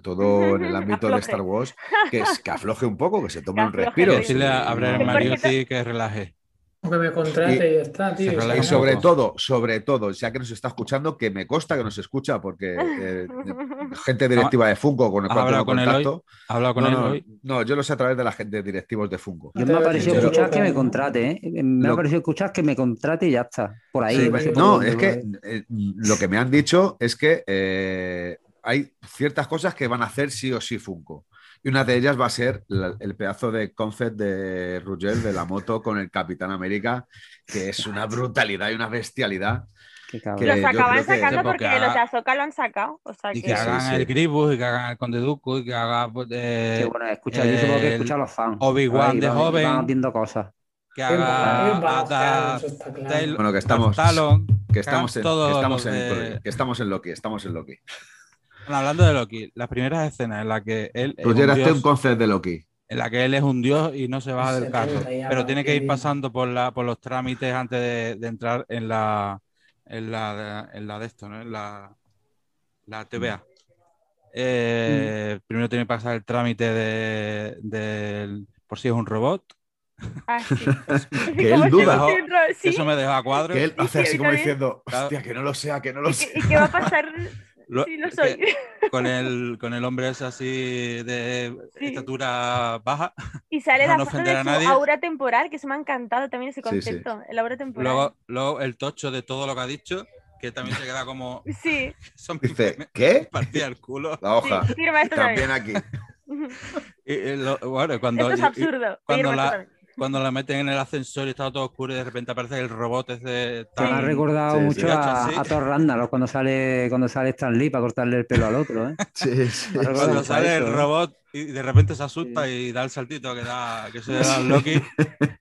Speaker 4: todo en el ámbito de
Speaker 7: Afloje.
Speaker 4: Star Wars, que, es- que afloje un poco, que se tome
Speaker 7: Que
Speaker 4: un
Speaker 7: afloje,
Speaker 4: respiro.
Speaker 7: sí.
Speaker 3: Decirle a a Brian
Speaker 7: Que por cierto-
Speaker 3: Mariotti que relaje.
Speaker 2: O que me contrate y, ya está, tío.
Speaker 3: se
Speaker 2: y
Speaker 3: relaja
Speaker 4: Y
Speaker 3: un
Speaker 2: se acabó.
Speaker 4: sobre
Speaker 3: poco.
Speaker 4: todo, sobre todo, ya que nos está escuchando, que me consta que nos escucha, porque eh, gente directiva de Funko con el
Speaker 3: ¿Has
Speaker 4: cual
Speaker 3: Ah, hablado
Speaker 4: tengo
Speaker 3: con él hoy?
Speaker 4: contacto.
Speaker 3: ¿Ha hablado con
Speaker 4: no,
Speaker 3: él
Speaker 4: no,
Speaker 3: hoy?
Speaker 4: no, yo lo sé a través de la gente de directivos de Funko.
Speaker 5: Yo me ha parecido
Speaker 4: Yo-
Speaker 5: escuchar que me contrate, ¿eh? Me
Speaker 4: Lo-
Speaker 5: ha parecido escuchar que me contrate y ya está. Por ahí.
Speaker 2: Sí,
Speaker 5: me parece
Speaker 2: sí.
Speaker 5: por
Speaker 4: No,
Speaker 5: donde
Speaker 4: es
Speaker 5: lo
Speaker 4: que
Speaker 5: ve.
Speaker 4: eh, lo que me han dicho es que eh, hay ciertas cosas que van a hacer sí o sí Funko. Y una de ellas va a ser la- el pedazo de concept de Rugel de la moto con el Capitán América, que es una brutalidad y una bestialidad.
Speaker 5: Qué cabrón.
Speaker 4: que
Speaker 7: Los
Speaker 4: yo creo
Speaker 7: acaban
Speaker 4: que-
Speaker 7: sacando porque
Speaker 3: Porque
Speaker 7: los de
Speaker 3: ha-
Speaker 7: Azoka lo han sacado. O sea
Speaker 3: Y
Speaker 7: que.
Speaker 3: que
Speaker 4: Sí,
Speaker 3: hagan
Speaker 4: sí.
Speaker 3: el Gribus, y que hagan el Conde Duco, y que hagan pues, eh,
Speaker 5: Qué bueno es escuchar. Yo supongo que
Speaker 3: el
Speaker 5: escuchar a los fans.
Speaker 3: Obi-Wan
Speaker 5: Ahí
Speaker 3: de
Speaker 5: van-
Speaker 3: joven.
Speaker 5: Van viendo cosas.
Speaker 3: que
Speaker 2: Bien,
Speaker 3: haga
Speaker 2: bien, vamos,
Speaker 3: a
Speaker 2: claro,
Speaker 3: Dar-
Speaker 2: eso está claro.
Speaker 3: Taylor-
Speaker 4: Bueno, que estamos-
Speaker 3: Talon,
Speaker 4: Que estamos en,
Speaker 3: Todos
Speaker 4: que estamos
Speaker 3: los de- Eh,
Speaker 4: en, que estamos en Loki, estamos en Loki.
Speaker 3: Bueno, hablando de Loki, las primeras escenas en las que él es un
Speaker 4: Rugger, hazte
Speaker 3: dios-
Speaker 4: un concept de Loki.
Speaker 3: en la que él es un dios y no se baja
Speaker 2: Se
Speaker 3: del carro,
Speaker 2: monta ya,
Speaker 3: pero tiene que ir
Speaker 2: sí.
Speaker 3: pasando por la por los trámites antes de, de entrar en la en la en la de esto, ¿no? En la la TVA.
Speaker 2: Mm.
Speaker 3: Eh, Primero tiene que pasar el trámite de, del- por si es un robot.
Speaker 7: Ah, sí.
Speaker 4: Que
Speaker 7: ¿Cómo se
Speaker 4: él duda.
Speaker 7: dice un ro- sí,
Speaker 3: Eso me deja a cuadro.
Speaker 4: Que él
Speaker 7: Y si
Speaker 4: hace así
Speaker 7: él
Speaker 4: como
Speaker 7: también-
Speaker 4: diciendo,
Speaker 3: Claro.
Speaker 4: hostia, que no lo sea, que no lo
Speaker 7: ¿Y qué-
Speaker 4: sea.
Speaker 7: ¿Y qué va a pasar
Speaker 3: Lo-
Speaker 7: si no
Speaker 3: que-
Speaker 7: soy?
Speaker 3: con el, con el hombre ese así de
Speaker 7: Sí.
Speaker 3: estatura baja.
Speaker 7: Y sale
Speaker 3: Para
Speaker 7: la
Speaker 3: no
Speaker 7: foto
Speaker 3: ofender
Speaker 7: de
Speaker 3: a
Speaker 7: su
Speaker 3: nadie.
Speaker 7: aura temporal, que eso me ha encantado también ese
Speaker 4: Sí, sí.
Speaker 7: concepto, el aura temporal.
Speaker 3: Luego, luego el tocho de todo lo que ha dicho, que también se queda como.
Speaker 7: Sí,
Speaker 3: Eso me- me
Speaker 4: Dice, ¿qué?
Speaker 3: partía el culo.
Speaker 4: La
Speaker 7: sí,
Speaker 4: hoja.
Speaker 7: firma esto
Speaker 4: También aquí.
Speaker 7: también.
Speaker 3: Y- y lo- bueno, cuando,
Speaker 7: Esto es
Speaker 3: y- y
Speaker 7: absurdo.
Speaker 3: cuando
Speaker 7: firma esto
Speaker 3: la-
Speaker 7: también.
Speaker 3: cuando la meten en el ascensor y está todo oscuro y de repente aparece el robot ese
Speaker 5: Me
Speaker 3: tan-
Speaker 5: ha recordado
Speaker 4: Sí, sí.
Speaker 5: mucho a,
Speaker 3: Sí.
Speaker 5: a Thor Ragnarok cuando sale, cuando sale Stan Lee para cortarle el pelo al otro. ¿eh?
Speaker 4: Sí, sí.
Speaker 5: Me ha recordado
Speaker 3: Cuando
Speaker 5: mucho a
Speaker 3: sale
Speaker 5: eso,
Speaker 3: el
Speaker 5: ¿eh?
Speaker 3: robot y de repente se asusta y da el saltito que, da, que se le da al Loki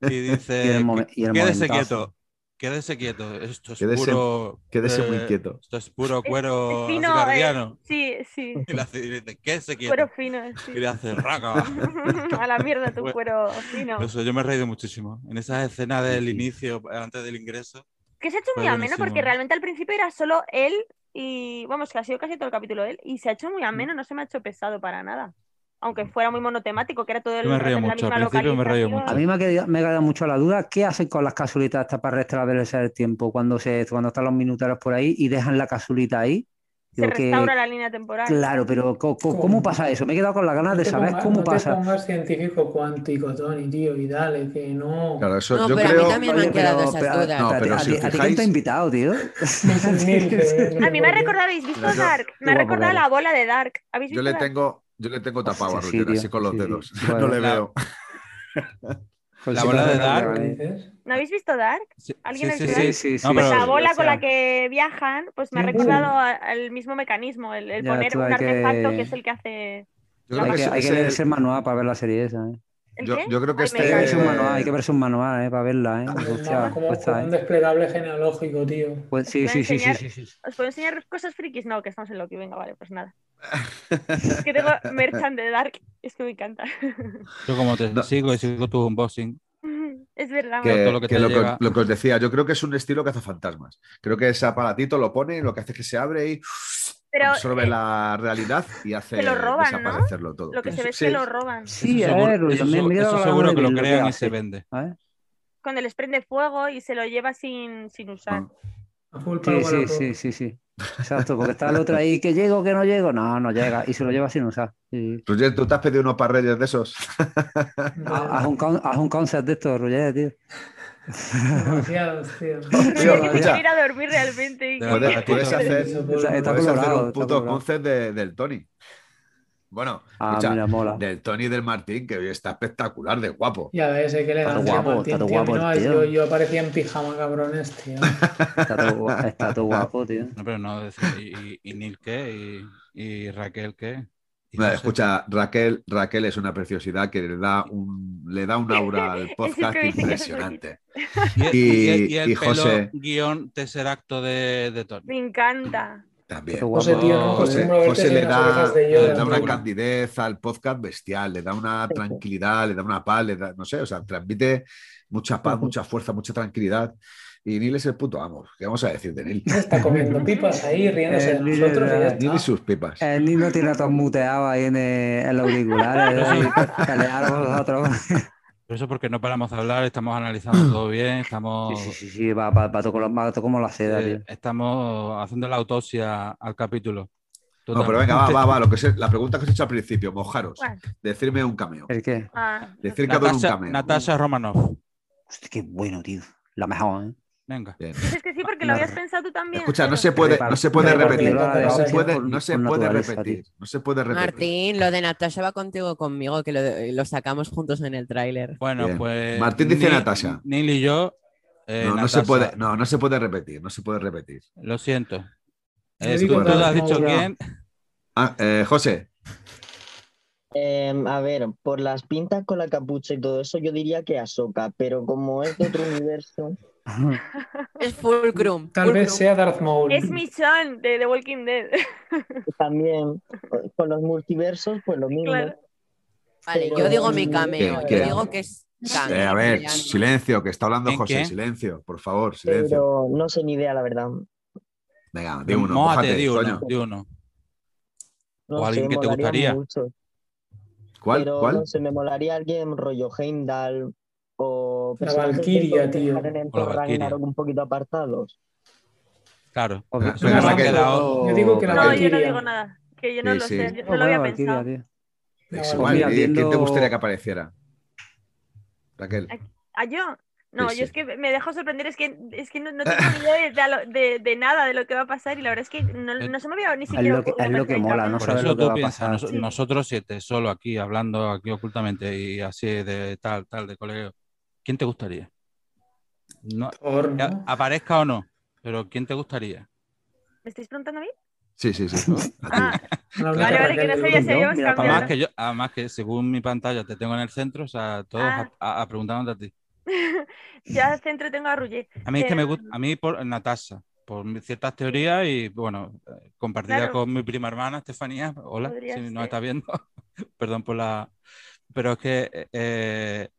Speaker 3: y
Speaker 5: Y
Speaker 3: dice:
Speaker 5: el, momen- y el
Speaker 3: Eh, Quédese
Speaker 5: momentazo.
Speaker 3: quieto, quédese quieto. Esto es
Speaker 4: Quédese-
Speaker 3: puro.
Speaker 4: Quédese
Speaker 3: eh,
Speaker 4: muy quieto.
Speaker 3: Esto es puro cuero
Speaker 7: fino,
Speaker 3: guardiano.
Speaker 7: Sí, sí.
Speaker 3: Y le hace, y le dice, ¿qué se
Speaker 7: eh. Cuero
Speaker 3: quiere?
Speaker 7: fino. sí.
Speaker 3: Y le hace raca.
Speaker 7: A la mierda tu
Speaker 3: Bueno. pues,
Speaker 7: cuero fino.
Speaker 3: Eso, yo me he reído muchísimo. En esas escenas del
Speaker 5: Sí, sí.
Speaker 3: inicio, antes del ingreso.
Speaker 7: Que se ha hecho
Speaker 3: Fue
Speaker 7: muy ameno
Speaker 3: buenísimo.
Speaker 7: porque realmente al principio era solo él y vamos, que ha sido casi todo el capítulo él y se ha
Speaker 3: Mm.
Speaker 7: hecho muy ameno, no se me ha hecho pesado para nada. Aunque fuera muy monotemático, que era todo el
Speaker 3: Yo me
Speaker 7: rato
Speaker 3: reí
Speaker 7: en la
Speaker 3: mucho, al
Speaker 7: misma
Speaker 3: principio me reí
Speaker 7: localización.
Speaker 5: A mí me ha, quedado, me ha quedado mucho la duda, ¿qué hacen con las casulitas estas para restablecer el tiempo cuando se cuando están los minuteros por ahí y dejan la casulita ahí?
Speaker 7: Se
Speaker 5: Digo que-
Speaker 7: restaura la línea temporal.
Speaker 5: Claro, pero co- co- ¿cómo,
Speaker 2: ¿Cómo?
Speaker 5: pasa eso? Me he quedado con las ganas de
Speaker 2: te
Speaker 5: saber
Speaker 2: ponga-
Speaker 5: cómo
Speaker 2: no te
Speaker 5: pasa.
Speaker 2: pongas científico cuántico, Tony, tío, y dale, que no.
Speaker 4: Claro, eso
Speaker 1: No,
Speaker 4: yo
Speaker 1: pero
Speaker 4: creo.
Speaker 1: a mí también me
Speaker 5: Oye,
Speaker 1: han quedado
Speaker 5: pero-
Speaker 1: esas
Speaker 5: pero-
Speaker 1: dudas.
Speaker 4: No,
Speaker 5: espérate,
Speaker 4: pero
Speaker 5: ¿a
Speaker 4: si
Speaker 5: ti-
Speaker 4: os
Speaker 5: ¿A ti quién te ha
Speaker 4: fijáis-
Speaker 5: invitado, tío?
Speaker 2: Mil, que-
Speaker 7: A mí me ha recordado, ¿habéis visto
Speaker 4: Claro, yo-
Speaker 7: Dark? Me ha
Speaker 5: Guapo,
Speaker 7: recordado
Speaker 5: claro.
Speaker 7: la bola de Dark. ¿Habéis
Speaker 4: Yo
Speaker 7: visto
Speaker 4: le
Speaker 7: Dark?
Speaker 4: tengo, Yo le tengo tapado
Speaker 5: Hostia,
Speaker 4: a
Speaker 5: sí,
Speaker 4: Roger
Speaker 5: tío,
Speaker 4: así con los
Speaker 5: sí,
Speaker 4: dedos.
Speaker 5: sí. Bueno,
Speaker 4: no le
Speaker 3: la-
Speaker 4: veo.
Speaker 5: Pues
Speaker 3: La
Speaker 5: sí,
Speaker 3: bola
Speaker 5: no,
Speaker 3: de
Speaker 5: no,
Speaker 3: Dark.
Speaker 5: no,
Speaker 2: ¿Qué
Speaker 5: no.
Speaker 2: dices?
Speaker 7: ¿No habéis visto Dark?
Speaker 3: Sí,
Speaker 7: ¿Alguien
Speaker 3: sí,
Speaker 7: al
Speaker 3: sí,
Speaker 7: final?
Speaker 3: sí.
Speaker 5: sí, sí.
Speaker 3: No,
Speaker 7: Pues
Speaker 3: pero-
Speaker 7: la bola
Speaker 3: o
Speaker 7: con
Speaker 3: sea,
Speaker 7: la que viajan, pues me ha
Speaker 2: Sí,
Speaker 7: recordado a- al mismo mecanismo, el, el
Speaker 5: Ya,
Speaker 7: poner
Speaker 5: tú,
Speaker 7: un
Speaker 5: hay que-
Speaker 7: artefacto que es el que hace.
Speaker 4: Yo
Speaker 7: La
Speaker 4: creo
Speaker 5: Hay
Speaker 4: que
Speaker 5: que, hay que
Speaker 4: ese-
Speaker 5: leerse el manual para ver la serie esa. ¿eh?
Speaker 7: ¿El
Speaker 4: yo-
Speaker 7: qué?
Speaker 4: yo creo que
Speaker 7: Ay, me
Speaker 4: este-
Speaker 5: Hay que verse un
Speaker 7: encanta.
Speaker 5: manual, hay que verse un manual ¿eh? para verla. ¿eh? Hostia,
Speaker 2: como
Speaker 5: cuesta,
Speaker 2: como un
Speaker 5: ¿eh?
Speaker 2: desplegable genealógico, tío.
Speaker 5: Pues sí,
Speaker 7: Os voy
Speaker 5: sí,
Speaker 7: a
Speaker 5: sí, sí,
Speaker 7: enseñar-
Speaker 5: sí, sí.
Speaker 7: ¿Os puedo enseñar cosas frikis? No, que estamos en Loki, venga, vale, pues nada. Es que tengo Merchant de Dark, es que me encanta.
Speaker 3: Yo como te
Speaker 4: No.
Speaker 3: sigo y sigo tu unboxing.
Speaker 7: es verdad,
Speaker 4: que,
Speaker 3: todo lo que
Speaker 4: que
Speaker 3: te
Speaker 4: lo, que,
Speaker 3: llega.
Speaker 4: lo que os decía, yo creo que es un estilo cazafantasmas. Creo que ese aparatito lo pone, lo que hace es que se abre y
Speaker 7: pero
Speaker 4: absorbe
Speaker 7: eh,
Speaker 4: la realidad y hace
Speaker 7: se lo roban, ¿no?
Speaker 4: desaparecerlo todo. Pues
Speaker 7: lo que se ve es
Speaker 4: Sí.
Speaker 7: que lo roban.
Speaker 5: Sí,
Speaker 3: eso
Speaker 5: a
Speaker 3: seguro,
Speaker 5: ver,
Speaker 3: eso
Speaker 5: también
Speaker 3: se-
Speaker 5: mira
Speaker 3: eso
Speaker 5: la
Speaker 3: seguro
Speaker 5: bola
Speaker 3: que
Speaker 5: de
Speaker 3: lo
Speaker 5: Bill, que
Speaker 3: crean y
Speaker 5: hace,
Speaker 3: se vende.
Speaker 5: ¿eh?
Speaker 7: Cuando les prende fuego y se lo lleva sin, sin usar.
Speaker 2: A full
Speaker 5: Sí,
Speaker 2: power, a
Speaker 5: sí,
Speaker 2: full.
Speaker 5: sí, sí, sí. Exacto, porque está el otro ahí, que llego, que no llego. No, no llega. Y se lo lleva sin usar. Sí.
Speaker 4: Roger, Pues ¿tú te has pedido unos parreyes de esos?
Speaker 5: Haz un, con- haz un concept de esto, Roger, tío.
Speaker 2: Demasiados, tío.
Speaker 7: Pero
Speaker 4: Tío,
Speaker 7: yo que se
Speaker 4: escucha.
Speaker 7: quiere ir a dormir realmente. y-
Speaker 3: De verdad.
Speaker 4: Puedes, puedes hacer,
Speaker 2: Eso,
Speaker 5: Está, está
Speaker 4: puedes hacer
Speaker 5: colorado,
Speaker 4: un
Speaker 5: está
Speaker 4: puto
Speaker 5: colorado.
Speaker 4: concept de- del Tony. Bueno,
Speaker 5: Ah,
Speaker 4: escucha,
Speaker 5: mira, mola.
Speaker 4: del Tony y del Martín, que hoy está espectacular, de guapo.
Speaker 2: Ya ves, eh, que le
Speaker 5: Está guapo, está todo guapo el tío.
Speaker 2: Yo, yo aparecía en pijama, cabrones, tío.
Speaker 5: Está todo, gua- está todo guapo, tío.
Speaker 3: No, pero no, decir, y, y- y Neil qué, y, y Raquel qué. Y
Speaker 4: Vale,
Speaker 3: José,
Speaker 4: escucha, Raquel, Raquel es una preciosidad que le da un, le da un aura al podcast
Speaker 7: siempre dice que es
Speaker 4: impresionante.
Speaker 3: Y,
Speaker 4: y-
Speaker 3: el- el
Speaker 4: y
Speaker 3: pelo
Speaker 4: José.
Speaker 3: guión tercer acto de, de Tony.
Speaker 7: Me encanta.
Speaker 4: También.
Speaker 5: Todo
Speaker 2: José, tío, no
Speaker 3: Guapo.
Speaker 4: José,
Speaker 2: acostumbro a verte
Speaker 4: José
Speaker 2: sin
Speaker 4: le,
Speaker 2: las
Speaker 4: da,
Speaker 2: orejas de
Speaker 4: le
Speaker 2: Yoda,
Speaker 4: da
Speaker 2: tío.
Speaker 4: una
Speaker 3: seguro.
Speaker 4: candidez al podcast bestial, le da una
Speaker 6: Sí, sí.
Speaker 4: tranquilidad, le da una paz, le da, no sé, o sea, transmite mucha paz,
Speaker 6: Ujú.
Speaker 4: mucha fuerza, mucha tranquilidad. Y Neil es el puto amo. ¿Qué vamos a decir de Neil?
Speaker 2: Se está comiendo pipas ahí, riéndose
Speaker 5: Eh,
Speaker 2: de nosotros y ya
Speaker 4: Neil y
Speaker 2: está.
Speaker 4: sus pipas.
Speaker 5: El niño tiene todo muteado ahí en, eh, en los auriculares.
Speaker 3: Sí.
Speaker 5: ahí, Pelear vosotros.
Speaker 3: Pero eso porque no paramos de hablar, estamos analizando todo bien, estamos,
Speaker 5: Sí, sí, sí, sí, va, va, va todo colo- va todo como la seda,
Speaker 3: eh,
Speaker 5: tío.
Speaker 3: estamos haciendo la autopsia al capítulo.
Speaker 4: No, pero venga, va, va, va. Lo que se- la pregunta que os he hecho al principio, mojaros.
Speaker 7: Bueno,
Speaker 4: Decirme un cameo.
Speaker 5: ¿El qué?
Speaker 7: ah, no
Speaker 4: Decir que ha dado un
Speaker 3: Natasha,
Speaker 4: cameo.
Speaker 3: Natasha Romanoff.
Speaker 5: Hostia, qué bueno, tío. La mejor, ¿eh?
Speaker 3: Venga.
Speaker 4: Bien.
Speaker 7: sé. Dices que sí porque lo
Speaker 5: No.
Speaker 7: habías pensado tú también.
Speaker 4: Escucha, no
Speaker 7: pero-
Speaker 4: se puede, no se puede
Speaker 2: Pero porque
Speaker 4: repetir.
Speaker 2: lo ha
Speaker 4: No
Speaker 2: dejado
Speaker 4: se
Speaker 2: así
Speaker 4: puede,
Speaker 5: por-
Speaker 4: no se
Speaker 5: por
Speaker 4: puede
Speaker 5: naturaleza,
Speaker 4: repetir.
Speaker 5: tío.
Speaker 4: No se puede repetir.
Speaker 1: Martín, lo de Natasha va contigo o conmigo, que lo, lo sacamos juntos en el tráiler.
Speaker 3: Bueno,
Speaker 4: Bien.
Speaker 3: pues.
Speaker 4: Martín dice
Speaker 3: Ni-
Speaker 4: Natasha.
Speaker 3: Neil y yo. eh,
Speaker 4: No, no
Speaker 3: Natasha.
Speaker 4: se puede, no, no se puede repetir. No se puede repetir.
Speaker 3: Lo siento.
Speaker 2: Yo
Speaker 3: Eh,
Speaker 2: digo
Speaker 3: tú,
Speaker 4: que
Speaker 3: tú lo has
Speaker 2: no,
Speaker 3: dicho
Speaker 2: ya.
Speaker 3: quién.
Speaker 4: Ah, eh, José,
Speaker 6: Em, a ver, por las pintas con la capucha y todo eso, yo diría que Ahsoka, pero como es de otro universo,
Speaker 1: Es Fulcrum.
Speaker 2: Tal vez
Speaker 1: Fulcrum.
Speaker 2: sea Darth Maul.
Speaker 7: Es Michonne de The Walking Dead.
Speaker 6: también eh, con los multiversos, pues lo mismo.
Speaker 7: Claro.
Speaker 1: Vale, yo digo mi
Speaker 2: Bien,
Speaker 1: cameo.
Speaker 4: bien.
Speaker 1: Yo digo que es cameo.
Speaker 4: eh, a ver, silencio, que está hablando
Speaker 3: ¿En
Speaker 4: José.
Speaker 3: qué?
Speaker 4: Silencio, por favor, silencio.
Speaker 6: Pero no sé ni idea, la verdad.
Speaker 4: Venga, di uno,
Speaker 3: Mójate,
Speaker 4: mójate,
Speaker 3: di uno,
Speaker 4: coño.
Speaker 3: di uno.
Speaker 6: No
Speaker 3: O
Speaker 6: sé,
Speaker 3: alguien que te
Speaker 6: molaría
Speaker 3: gustaría.
Speaker 6: mucho,
Speaker 4: ¿Cuál?
Speaker 6: pero
Speaker 4: ¿Cuál?
Speaker 6: no sé, me molaría alguien rollo Heimdall o
Speaker 2: La
Speaker 6: personajes que
Speaker 2: Valquiria,
Speaker 6: solo
Speaker 2: tío.
Speaker 6: dejaron en
Speaker 3: O la
Speaker 6: Thor
Speaker 3: Valquiria.
Speaker 6: Ragnarok un poquito apartados.
Speaker 3: Claro.
Speaker 4: Venga,
Speaker 5: Eso
Speaker 4: venga,
Speaker 5: me ha
Speaker 4: Raquel.
Speaker 5: quedado-
Speaker 2: Yo digo que la
Speaker 7: No, yo no
Speaker 2: Valquiria.
Speaker 7: digo nada. Que yo no
Speaker 4: Sí,
Speaker 7: lo
Speaker 4: sí.
Speaker 7: sé.
Speaker 5: Oh,
Speaker 7: No lo había
Speaker 5: bueno, Valkyria,
Speaker 7: pensado.
Speaker 5: tío.
Speaker 4: Es
Speaker 2: Pues
Speaker 4: igual,
Speaker 5: mira,
Speaker 4: ¿y ¿Quién te
Speaker 5: viendo-
Speaker 4: gustaría que apareciera? Raquel.
Speaker 7: ¿A Ah, yo? No,
Speaker 4: Sí,
Speaker 7: yo
Speaker 4: sí.
Speaker 7: es que me dejo sorprender, es que, es que no, no tengo ni idea de, de a lo- de- de nada de lo que va a pasar y la verdad es que no, no se me había ni
Speaker 5: Es
Speaker 7: siquiera
Speaker 5: Eh, lo que, es
Speaker 7: ocurrido
Speaker 5: lo que
Speaker 7: pensar
Speaker 5: mola,
Speaker 7: en
Speaker 5: no
Speaker 3: Por
Speaker 5: sabes
Speaker 3: eso
Speaker 5: lo que
Speaker 3: tú
Speaker 5: va a
Speaker 3: piensas,
Speaker 5: pasar.
Speaker 3: nos- nosotros siete, solo aquí, hablando aquí ocultamente y así de tal, tal, de colegio. ¿Quién te gustaría? No,
Speaker 2: Thor,
Speaker 3: que
Speaker 2: ¿no?
Speaker 3: aparezca o no, pero ¿quién te gustaría?
Speaker 7: ¿Me estáis preguntando a mí?
Speaker 4: Sí, sí, sí. a ti.
Speaker 7: Ah,
Speaker 2: No hablé
Speaker 7: vale,
Speaker 2: de
Speaker 7: vale, que no
Speaker 2: Raquel del
Speaker 7: sabía si
Speaker 2: grupo.
Speaker 7: habíamos
Speaker 5: Mira, para
Speaker 7: cambiado.
Speaker 3: Además que yo, además que según mi pantalla te tengo en el centro, o sea, todos
Speaker 7: Ah.
Speaker 3: a, a- preguntándote a ti.
Speaker 7: Ya centro tengo a Ruller.
Speaker 3: A mí es que me
Speaker 7: Eh,
Speaker 3: gusta, a mí por Natasha, por mi- ciertas teorías y bueno, eh, compartida
Speaker 7: Claro.
Speaker 3: con mi prima hermana Estefanía, hola,
Speaker 7: Podría
Speaker 3: si
Speaker 7: ser.
Speaker 3: nos está viendo, perdón por la... Pero es que eh,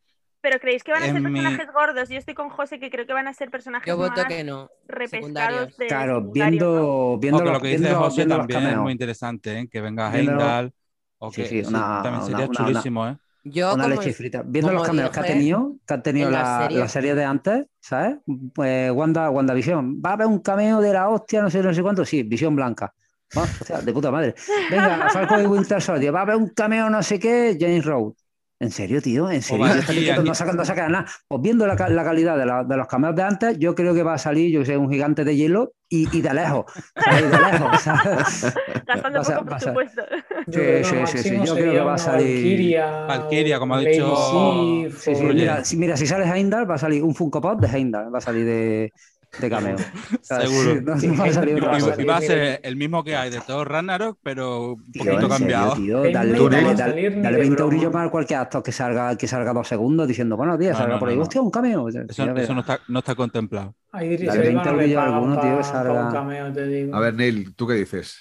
Speaker 7: Pero creéis que van a ser
Speaker 3: en mi-
Speaker 7: personajes gordos. Yo estoy con José que creo que van a ser personajes
Speaker 1: Yo voto
Speaker 7: más
Speaker 1: que no.
Speaker 7: repescados
Speaker 1: secundarios.
Speaker 7: de
Speaker 5: Claro,
Speaker 7: secundarios, ¿no?
Speaker 5: viendo, viendo,
Speaker 3: No, oh, que
Speaker 5: los-
Speaker 3: lo que dice
Speaker 5: viendo-
Speaker 3: José
Speaker 5: viendo los
Speaker 3: también es
Speaker 5: cameos.
Speaker 3: muy interesante, ¿eh? que venga
Speaker 5: Viendo los-
Speaker 3: Heimdall. O
Speaker 5: Sí,
Speaker 3: que,
Speaker 5: sí, una-
Speaker 3: también
Speaker 5: una-
Speaker 3: sería
Speaker 5: una-
Speaker 3: chulísimo, ¿eh?
Speaker 1: Yo
Speaker 5: Una
Speaker 1: como
Speaker 5: leche frita. Viendo
Speaker 1: como
Speaker 5: los cameos que ha
Speaker 1: dije
Speaker 5: tenido, que ha tenido
Speaker 1: en la
Speaker 5: la,
Speaker 1: serie-
Speaker 5: la serie de antes, ¿sabes? Pues Wanda, WandaVision. Va a haber un cameo de la hostia, no sé, no sé cuánto. Sí, Visión Blanca. Ah, o sea, de puta madre. Venga, Falco y Winter Soldier. Va a haber un cameo, no sé qué, James Rowe. ¿En serio, tío? ¿En serio?
Speaker 3: Valkyria,
Speaker 5: Esta gente
Speaker 3: ni-
Speaker 5: no sacan no sacan nada. Pues viendo la, ca- la calidad de, la- de los cameos de antes, yo creo que va a salir, yo qué sé, un gigante de hielo y, y de lejos. ¿sabes? Y de lejos, ¿sabes?
Speaker 7: Gastando
Speaker 5: Vas a-
Speaker 7: poco
Speaker 5: vas a-
Speaker 7: presupuesto.
Speaker 2: Yo creo que
Speaker 5: sí,
Speaker 2: lo
Speaker 5: sí, sí,
Speaker 2: máximo
Speaker 5: yo creo que
Speaker 2: sería
Speaker 5: va a
Speaker 2: una
Speaker 5: salir-
Speaker 2: Valkyria,
Speaker 3: Valkyria, como ha
Speaker 2: un
Speaker 3: dicho-
Speaker 2: Lady Sif,
Speaker 5: Sí, sí,
Speaker 2: o-
Speaker 3: Oye.
Speaker 5: mira, si, mira, si sale Heimdall, va a salir un Funko Pop de Heimdall, va a salir de, de cameo. O sea,
Speaker 3: Seguro.
Speaker 5: no- no va a salir
Speaker 3: Y,
Speaker 5: otra
Speaker 2: Vas
Speaker 5: cosa.
Speaker 3: y- y va a
Speaker 2: salir,
Speaker 3: ser el mismo que hay de todo Ragnarok, pero un
Speaker 5: Tío,
Speaker 3: poquito
Speaker 5: en serio,
Speaker 3: cambiado.
Speaker 5: tío,
Speaker 2: Heimdall
Speaker 5: dale,
Speaker 2: no va
Speaker 5: dale,
Speaker 2: a
Speaker 5: dale-
Speaker 2: salir ni
Speaker 5: dale
Speaker 2: de
Speaker 5: 20
Speaker 2: broma.
Speaker 5: eurillos para cualquier actor que salga, que salga dos segundos diciendo, buenos días,
Speaker 3: No,
Speaker 5: salga
Speaker 3: no,
Speaker 5: por ahí,
Speaker 3: no, no.
Speaker 5: hostia, un cameo. Ya,
Speaker 3: Eso,
Speaker 5: ya verás.
Speaker 3: eso no, está, no está contemplado.
Speaker 2: Ahí diría
Speaker 5: Dale,
Speaker 2: que
Speaker 5: 20
Speaker 2: no le
Speaker 5: eurillos
Speaker 2: pagan
Speaker 5: alguno, tío,
Speaker 2: pa-
Speaker 5: que salga.
Speaker 2: pa un cameo, te digo.
Speaker 4: A ver, Neil, ¿tú qué dices?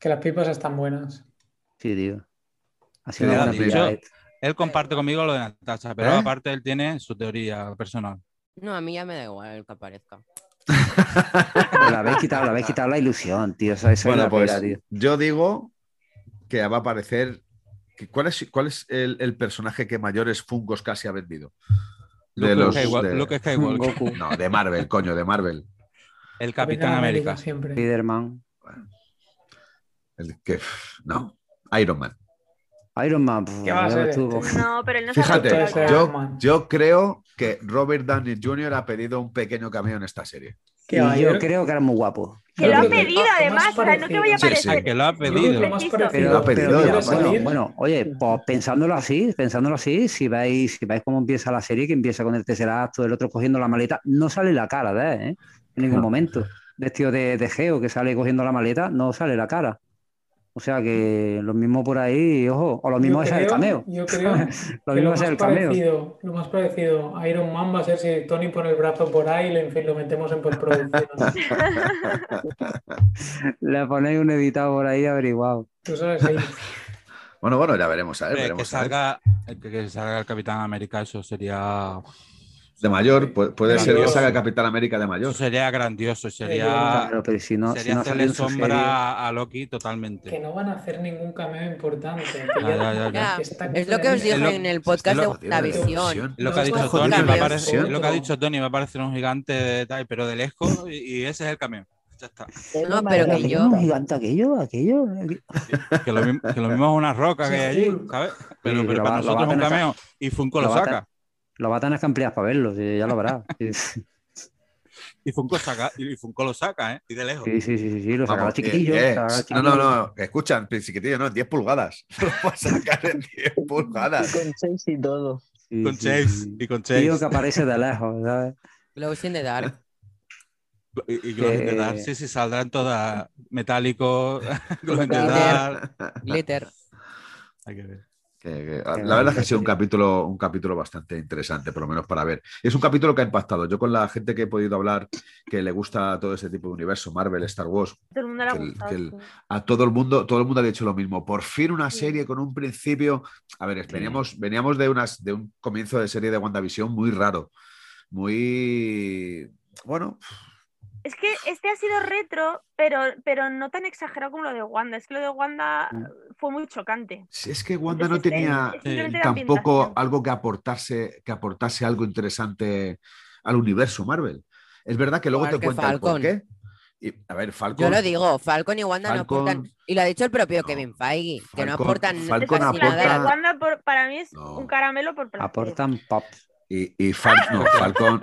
Speaker 2: Que las pipas están buenas.
Speaker 5: Sí, tío. Ha
Speaker 4: Sí,
Speaker 5: sido una
Speaker 4: ya,
Speaker 5: buena
Speaker 4: tío.
Speaker 5: película, eh.
Speaker 3: Él comparte conmigo lo de Natasha, pero
Speaker 4: ¿Eh?
Speaker 3: aparte él tiene su teoría personal.
Speaker 1: No, a mí ya me da igual el que aparezca.
Speaker 5: Pero La habéis quitado, la habéis quitado la ilusión, tío. Eso, eso es
Speaker 4: Bueno,
Speaker 5: la
Speaker 4: pues
Speaker 5: pera, tío.
Speaker 4: yo digo que va a aparecer. que- ¿Cuál es, cuál es el, el personaje que mayores fungos casi ha vendido?
Speaker 3: Luke, Skywalker,
Speaker 4: de-
Speaker 3: Luke Skywalker,
Speaker 5: Goku,
Speaker 4: No, de Marvel, coño, de Marvel.
Speaker 3: el Capitán América.
Speaker 2: siempre.
Speaker 5: Spiderman,
Speaker 4: El que, pff, no, Iron Man.
Speaker 5: Iron Man. pf,
Speaker 2: ¿Qué va a
Speaker 5: ya
Speaker 2: ser
Speaker 5: ves tú,
Speaker 2: este?
Speaker 7: No, pero él no se
Speaker 4: Fíjate,
Speaker 7: ha
Speaker 2: Puede
Speaker 7: retirado ya.
Speaker 2: ser
Speaker 4: yo,
Speaker 2: Iron Man.
Speaker 4: yo creo que Robert Downey Jr. ha pedido un pequeño cameo en esta serie.
Speaker 2: Que
Speaker 5: y
Speaker 2: va,
Speaker 5: yo
Speaker 2: creo-
Speaker 5: creo que era muy guapo.
Speaker 7: Que lo ha
Speaker 4: Yo creo que-
Speaker 7: pedido,
Speaker 2: Ah,
Speaker 7: además,
Speaker 2: más
Speaker 7: o sea, no que vaya a aparecer.
Speaker 4: parecido. Sí,
Speaker 3: A que lo ha
Speaker 2: yo creo que
Speaker 3: pedido.
Speaker 2: lo más
Speaker 7: Listo.
Speaker 2: parecido
Speaker 5: Pero,
Speaker 4: Lo ha
Speaker 5: pero
Speaker 4: pedido,
Speaker 5: mira,
Speaker 4: lo ha
Speaker 5: bueno,
Speaker 4: pedido.
Speaker 5: bueno, oye, pues pensándolo así, pensándolo así, si vais, si vais cómo empieza la serie, que empieza con el tercer acto, el otro cogiendo la maleta, no sale la cara de él, ¿eh? En ningún
Speaker 4: No.
Speaker 5: momento. Vestido de, de geo que sale cogiendo la maleta, no sale la cara. O sea que lo mismo por ahí, ojo, o lo mismo
Speaker 2: yo
Speaker 5: es el
Speaker 2: creo-
Speaker 5: cameo.
Speaker 2: Yo creo
Speaker 5: Lo
Speaker 2: que
Speaker 5: mismo
Speaker 2: lo
Speaker 5: es
Speaker 2: más
Speaker 5: el cameo.
Speaker 2: parecido, lo más parecido a Iron Man va a ser si Tony pone el brazo por ahí y en fin, lo metemos en postproducción.
Speaker 5: Le ponéis un editado por ahí averiguado.
Speaker 2: Tú sabes, ahí.
Speaker 4: Bueno, bueno, ya veremos, a ver,
Speaker 3: Hombre, que,
Speaker 4: veremos. a ver.
Speaker 3: salga, que, que salga el Capitán América, eso sería,
Speaker 4: De mayor, pu- puede
Speaker 2: Sí,
Speaker 4: ser que
Speaker 2: yo-
Speaker 4: salga Capitán América de mayor.
Speaker 3: eso sería grandioso, sería,
Speaker 5: Claro, pero si no, si
Speaker 3: Ah, sería
Speaker 5: no sale
Speaker 3: hacerle
Speaker 5: en su
Speaker 3: sombra
Speaker 5: serie-
Speaker 3: a Loki
Speaker 2: que
Speaker 3: totalmente.
Speaker 2: no van a hacer ningún cameo importante. que
Speaker 3: Ah, Ya, ya, ya, ya.
Speaker 1: Ya,
Speaker 2: está
Speaker 1: Es lo que os
Speaker 2: clarísimo.
Speaker 1: dije
Speaker 3: Es lo-
Speaker 1: en el podcast
Speaker 4: es
Speaker 1: de
Speaker 4: lo-
Speaker 1: la visión.
Speaker 3: Lo que, ha
Speaker 2: No,
Speaker 3: dicho
Speaker 2: pues,
Speaker 3: Tony,
Speaker 1: joder,
Speaker 3: me
Speaker 1: cambió.
Speaker 3: parece, lo que ha dicho Tony me va a parecer un gigante de tal, pero de lejos, y, y ese es el cameo. Ya está.
Speaker 1: No, pero que
Speaker 5: Aquello
Speaker 1: yo-
Speaker 5: es un gigante aquello, aquello.
Speaker 3: Que lo, mismo- que lo mismo es una roca que hay allí, ¿sabes? Pero,
Speaker 5: Sí,
Speaker 3: pero para
Speaker 5: lo va- lo va a
Speaker 3: nosotros es un
Speaker 5: tener-
Speaker 3: cameo, y Funko lo
Speaker 5: lo va a
Speaker 3: saca.
Speaker 5: Lo va a tener que ampliar para verlo, sí, ya lo verás. Sí, sí,
Speaker 3: Y Funko, saca, y Funko lo saca, ¿eh? Y de lejos.
Speaker 5: sí, sí, sí, sí, lo
Speaker 4: Vamos,
Speaker 5: sacará chiquitillo.
Speaker 4: eh, eh,
Speaker 5: lo sacará
Speaker 4: no, no,
Speaker 5: chiquitillo.
Speaker 4: no, escuchan, chiquitillo, no, 10 pulgadas. Lo va a sacar en 10
Speaker 6: Y
Speaker 4: pulgadas.
Speaker 6: con seis y todo.
Speaker 5: Sí,
Speaker 3: Con
Speaker 5: sí,
Speaker 3: Chase,
Speaker 5: sí.
Speaker 3: y con
Speaker 5: Tío que
Speaker 3: Chase.
Speaker 5: aparece de lejos, ¿sabes?
Speaker 1: Glows in the Dark.
Speaker 3: Y, y Glow in the
Speaker 5: que-
Speaker 3: Dark, sí, sí, saldrán todas metálicos. Glow in the
Speaker 1: Glitter.
Speaker 3: Dark.
Speaker 1: Glitter.
Speaker 3: Hay que ver.
Speaker 4: Que- que- ah, la verdad es que ha sido un capítulo, un capítulo bastante interesante, por lo menos para ver. Es un capítulo que ha impactado. Yo con la gente que he podido hablar, que le gusta todo ese tipo de universo, Marvel, Star Wars,
Speaker 7: Todo el mundo le ha
Speaker 4: que el-
Speaker 7: gustado.
Speaker 4: que el-
Speaker 7: sí.
Speaker 4: a todo el mundo, todo el mundo ha dicho lo mismo. Por fin una serie con un principio. A ver, veníamos, veníamos de, unas, de un comienzo de serie de WandaVision muy raro. Muy. Bueno,
Speaker 7: Es que este ha sido retro, pero, pero no tan exagerado como lo de Wanda. Es que lo de Wanda eh, fue muy chocante.
Speaker 4: si es que Wanda no
Speaker 7: Es este-
Speaker 4: tenía
Speaker 7: es simplemente de
Speaker 4: tampoco
Speaker 7: ambientación.
Speaker 4: algo que aportarse, que aportase algo interesante al universo Marvel. Es verdad que luego
Speaker 1: Igual
Speaker 4: te
Speaker 1: que
Speaker 4: cuentan el
Speaker 1: Falcon.
Speaker 4: porqué. Y, a ver, Falcon.
Speaker 1: Yo lo digo, Falcon y Wanda
Speaker 4: Falcon-
Speaker 1: no aportan. Y lo ha dicho el propio
Speaker 4: No.
Speaker 1: Kevin Feige, que no
Speaker 4: Falcon-
Speaker 1: aportan
Speaker 4: Falcon
Speaker 1: casi
Speaker 7: La de
Speaker 4: aporta-
Speaker 1: nada.
Speaker 7: Wanda por- para mí es
Speaker 4: No.
Speaker 7: un caramelo por placer.
Speaker 5: Aportan pop.
Speaker 4: Y, y Fal- no, Falcon.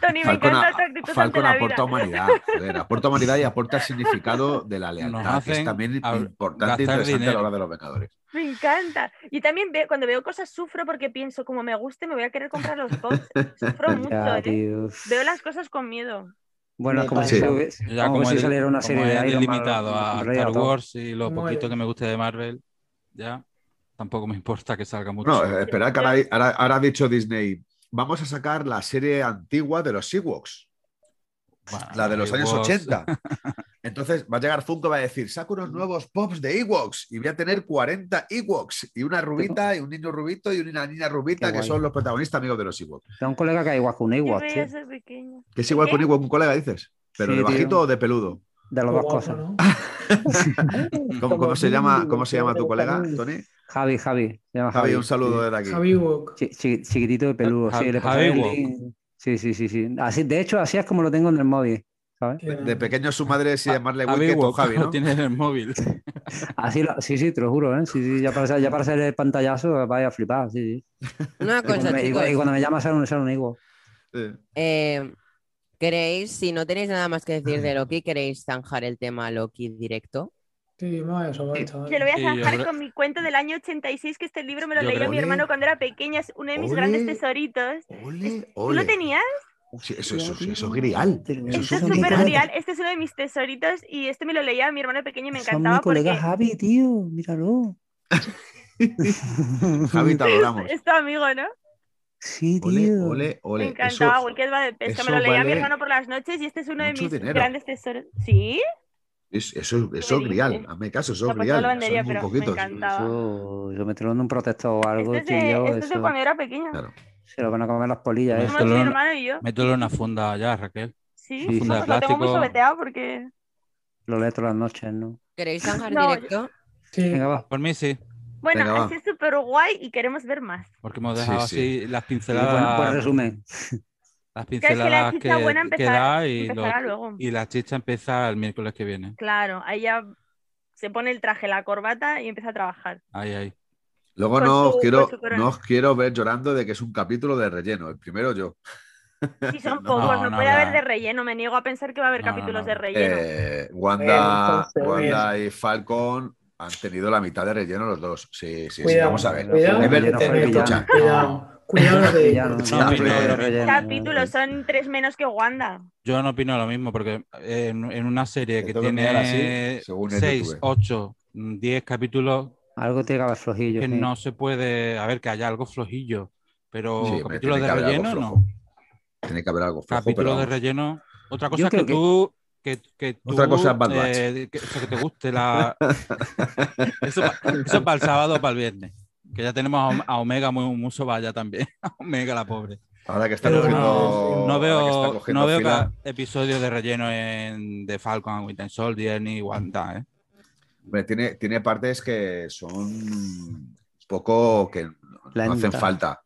Speaker 7: Tony, me
Speaker 4: Falcon,
Speaker 7: encanta
Speaker 4: a-
Speaker 7: tu actitud
Speaker 4: Falcon
Speaker 7: ante la
Speaker 4: aporta
Speaker 7: vida.
Speaker 4: humanidad, joder, aporta humanidad y aporta significado de la lealtad, que es
Speaker 3: hacen
Speaker 4: también
Speaker 3: hab-
Speaker 4: importante e
Speaker 3: gastar
Speaker 4: interesante a
Speaker 3: dinero.
Speaker 4: la hora de los Vengadores.
Speaker 7: Me encanta. Y también ve- cuando veo cosas sufro porque pienso, como me guste, me voy a querer comprar los bots. Sufro mucho,
Speaker 5: Ya,
Speaker 7: ¿eh?
Speaker 5: tío.
Speaker 7: Veo las cosas con miedo.
Speaker 5: Bueno, es como
Speaker 6: Sí.
Speaker 5: si, tuve-
Speaker 3: Ya
Speaker 5: como si
Speaker 3: he-
Speaker 5: saliera una
Speaker 3: como
Speaker 5: serie
Speaker 3: he
Speaker 5: de Iron Man.
Speaker 3: limitado a
Speaker 5: Rey,
Speaker 3: Star
Speaker 5: todo.
Speaker 3: Wars y lo
Speaker 2: Muy
Speaker 3: poquito
Speaker 2: bien.
Speaker 3: que me guste de Marvel, ya tampoco me importa que salga mucho.
Speaker 4: Bueno, eh, esperad que ahora, ahora- ahora ha dicho Disney, vamos a sacar la serie antigua de los Ewoks,
Speaker 3: Bueno,
Speaker 4: la de los años
Speaker 3: Ewoks,
Speaker 4: 80. Entonces va a llegar Funko y va a decir, saco
Speaker 5: Mm.
Speaker 4: unos nuevos pops de Ewoks y voy a tener 40 Ewoks y una rubita y un niño rubito y una niña rubita
Speaker 5: Qué
Speaker 4: que
Speaker 5: guay.
Speaker 4: son los protagonistas amigos de los Ewoks.
Speaker 5: Tengo un colega que hay igual que un
Speaker 7: Yo
Speaker 5: Ewok, tío.
Speaker 7: veía ese pequeño.
Speaker 4: Que es igual
Speaker 7: ¿Qué?
Speaker 4: con Ewok, un colega, dices, pero
Speaker 5: Sí,
Speaker 4: de
Speaker 5: tío.
Speaker 4: bajito o de peludo.
Speaker 5: De las
Speaker 2: Qué
Speaker 5: dos
Speaker 2: guapo,
Speaker 5: cosas.
Speaker 2: ¿no?
Speaker 4: ¿Cómo, cómo se, llama, ¿Cómo se llama tu colega, Tony?
Speaker 5: Javi, Javi. Se llama
Speaker 4: Javi,
Speaker 5: Javi.
Speaker 4: un saludo eh. desde aquí.
Speaker 2: Javi Wook.
Speaker 5: Chi- chi- chiquitito de peludo.
Speaker 3: Ja-
Speaker 5: Sí, le
Speaker 3: Javi
Speaker 5: pasaré el
Speaker 3: Wok.
Speaker 5: link. Sí, sí, sí, sí. Así, de hecho, así es como lo tengo en el móvil. ¿sabes?
Speaker 7: eh,
Speaker 2: Que-
Speaker 4: De pequeño su madre se
Speaker 3: Ah,
Speaker 4: llamarle
Speaker 3: Javi,
Speaker 4: Wilkie o
Speaker 3: Wok,
Speaker 4: Javi,
Speaker 3: lo
Speaker 4: ¿no?
Speaker 3: tienes en el móvil.
Speaker 5: Así lo- sí, sí, te lo juro, ¿eh? Sí, sí, ya para ser, ya para ser el pantallazo vaya a flipar, sí, sí.
Speaker 1: Una
Speaker 5: Y cuando,
Speaker 1: cosa,
Speaker 5: me, y
Speaker 1: chicos.
Speaker 5: cu- y cuando me llamas a un, sale un igual.
Speaker 4: Sí.
Speaker 1: eh, ¿Queréis, si no tenéis nada más que decir de Loki, queréis zanjar el tema Loki directo?
Speaker 2: Sí, me voy a sobar, chaval.
Speaker 7: Yo lo voy a
Speaker 3: Sí, yo
Speaker 7: zanjar
Speaker 3: creo-
Speaker 7: con mi cuento del año 86, que este libro me lo
Speaker 4: Yo
Speaker 7: leía
Speaker 4: creo-
Speaker 7: mi hermano cuando era pequeña, es uno de mis
Speaker 9: Ole.
Speaker 7: grandes tesoritos.
Speaker 9: Ole,
Speaker 7: ¿Tú lo
Speaker 9: ole.
Speaker 7: tenías?
Speaker 9: Sí, eso, eso, sí, eso es grial.
Speaker 5: Te lo-
Speaker 9: Eso
Speaker 7: Esto
Speaker 9: es
Speaker 7: es
Speaker 9: un
Speaker 7: súper
Speaker 9: grial.
Speaker 7: real, este es uno de mis tesoritos y este me lo leía mi hermano pequeño y me
Speaker 5: Son mi
Speaker 7: encantaba
Speaker 5: colega
Speaker 7: porque
Speaker 5: Javi, tío, míralo.
Speaker 9: Javi, te adoramos.
Speaker 7: es tu amigo, ¿no?
Speaker 5: Sí,
Speaker 9: Ole,
Speaker 5: tío.
Speaker 9: ole, ole.
Speaker 7: Me
Speaker 9: Eso-
Speaker 7: encantaba, Wicked va de pesca, me
Speaker 9: eso
Speaker 7: lo leía
Speaker 9: vale
Speaker 7: mi hermano por las noches y este es uno de
Speaker 9: mucho
Speaker 7: mis
Speaker 9: dinero.
Speaker 7: grandes tesoros. ¿Sí?
Speaker 9: es- Eso eso es
Speaker 7: dices?
Speaker 9: grial. Hazme caso, eso
Speaker 7: No,
Speaker 9: es
Speaker 7: pues no lo
Speaker 9: grial. Son
Speaker 7: vendería,
Speaker 9: muy
Speaker 7: pero me
Speaker 9: poquitos.
Speaker 7: encantaba.
Speaker 5: Eso, yo meterlo en un protector o algo,
Speaker 7: Este es
Speaker 5: tío,
Speaker 7: de, este es de
Speaker 5: eso,
Speaker 7: cuando era pequeña.
Speaker 9: Claro.
Speaker 5: se lo van a comer las polillas.
Speaker 3: Bueno,
Speaker 5: eso.
Speaker 7: Somos mi
Speaker 3: Solo-
Speaker 7: hermano y yo.
Speaker 3: Mételo en una funda ya, Raquel.
Speaker 7: Sí,
Speaker 5: Sí.
Speaker 7: No,
Speaker 3: Funda de
Speaker 7: pues lo tengo muy
Speaker 3: plástico.
Speaker 7: sobeteado porque.
Speaker 5: Lo leo todas las noches, ¿no?
Speaker 1: ¿Queréis zanjar
Speaker 7: No, yo-
Speaker 1: directo?
Speaker 2: Sí,
Speaker 5: Venga, va.
Speaker 3: Por mí sí,
Speaker 7: Bueno,
Speaker 9: Venga, va.
Speaker 7: así es súper guay y queremos ver más.
Speaker 3: porque hemos
Speaker 9: Sí,
Speaker 3: dejado
Speaker 9: sí.
Speaker 3: así las
Speaker 5: Bueno,
Speaker 3: pinceladas,
Speaker 5: pues resumen.
Speaker 3: las
Speaker 7: que la
Speaker 3: pinceladas que,
Speaker 7: chicha buena
Speaker 3: que
Speaker 7: empezará-
Speaker 3: da y, lo-
Speaker 7: Empezará luego.
Speaker 3: y la chicha empieza el miércoles que viene.
Speaker 7: Claro, ahí ya se pone el traje, la corbata y empieza a trabajar.
Speaker 3: Ahí, ahí.
Speaker 4: Luego
Speaker 7: Con
Speaker 4: no
Speaker 7: su-
Speaker 4: os,
Speaker 7: con
Speaker 4: quiero,
Speaker 7: su corona.
Speaker 4: no os quiero ver llorando de que es un capítulo de relleno. El primero yo.
Speaker 7: Si son
Speaker 3: No,
Speaker 7: pocos, no,
Speaker 3: no
Speaker 7: puede
Speaker 3: habrá.
Speaker 7: haber de relleno. Me niego a pensar que va a haber
Speaker 3: No, no,
Speaker 7: capítulos
Speaker 3: no.
Speaker 7: de relleno.
Speaker 4: Eh, Wanda,
Speaker 2: Entonces-
Speaker 4: Wanda y Falcon han tenido la mitad de relleno los dos. Sí, sí, sí.
Speaker 2: Cuidado,
Speaker 4: Vamos a ver.
Speaker 2: cuidado.
Speaker 4: Es verdad,
Speaker 2: que te meto.
Speaker 4: escucha.
Speaker 2: Cuidado, cuidado lo que digo.
Speaker 5: Villano,
Speaker 4: Sí,
Speaker 5: villano,
Speaker 4: sí,
Speaker 5: villano,
Speaker 3: sí.
Speaker 4: eh,
Speaker 5: villano.
Speaker 7: capítulos son tres menos que Wanda.
Speaker 3: Yo no opino lo mismo, porque eh, en, en una serie
Speaker 4: Te
Speaker 3: que
Speaker 4: tengo que mirar
Speaker 3: tiene
Speaker 4: así, según el
Speaker 3: 6,
Speaker 4: YouTube.
Speaker 3: 8, 10 capítulos,
Speaker 5: Algo tiene que haber flojillo.
Speaker 3: que
Speaker 5: sí.
Speaker 3: no se puede. A ver, que haya algo flojillo, pero
Speaker 4: Sí, hombre,
Speaker 3: capítulos
Speaker 4: tiene
Speaker 3: de
Speaker 4: que haber algo
Speaker 3: relleno no.
Speaker 4: flojo. Tiene que haber algo flojo,
Speaker 3: Capítulos
Speaker 4: pero
Speaker 3: de
Speaker 4: vamos.
Speaker 3: relleno. Otra cosa
Speaker 5: Yo
Speaker 3: es que,
Speaker 5: creo que-
Speaker 3: tú. Que, que
Speaker 4: Otra
Speaker 3: tú,
Speaker 4: cosa es Bad Batch.
Speaker 3: eh, que, o sea, que te guste la. eso, pa- eso para el sábado o para el viernes. Que ya tenemos a Om- a Omega muy, muy vaya también. A Omega, la pobre.
Speaker 4: Ahora que está
Speaker 3: Pero
Speaker 4: cogiendo.
Speaker 2: no,
Speaker 4: ahora
Speaker 3: No
Speaker 4: que está
Speaker 3: veo,
Speaker 4: cogiendo
Speaker 3: no veo
Speaker 4: fila,
Speaker 3: ca- episodios de relleno en The Falcon and Winter Soldier ni Wanda, ¿eh?
Speaker 4: hombre, tiene, tiene partes que son un poco que no hacen
Speaker 5: Lenta.
Speaker 4: falta.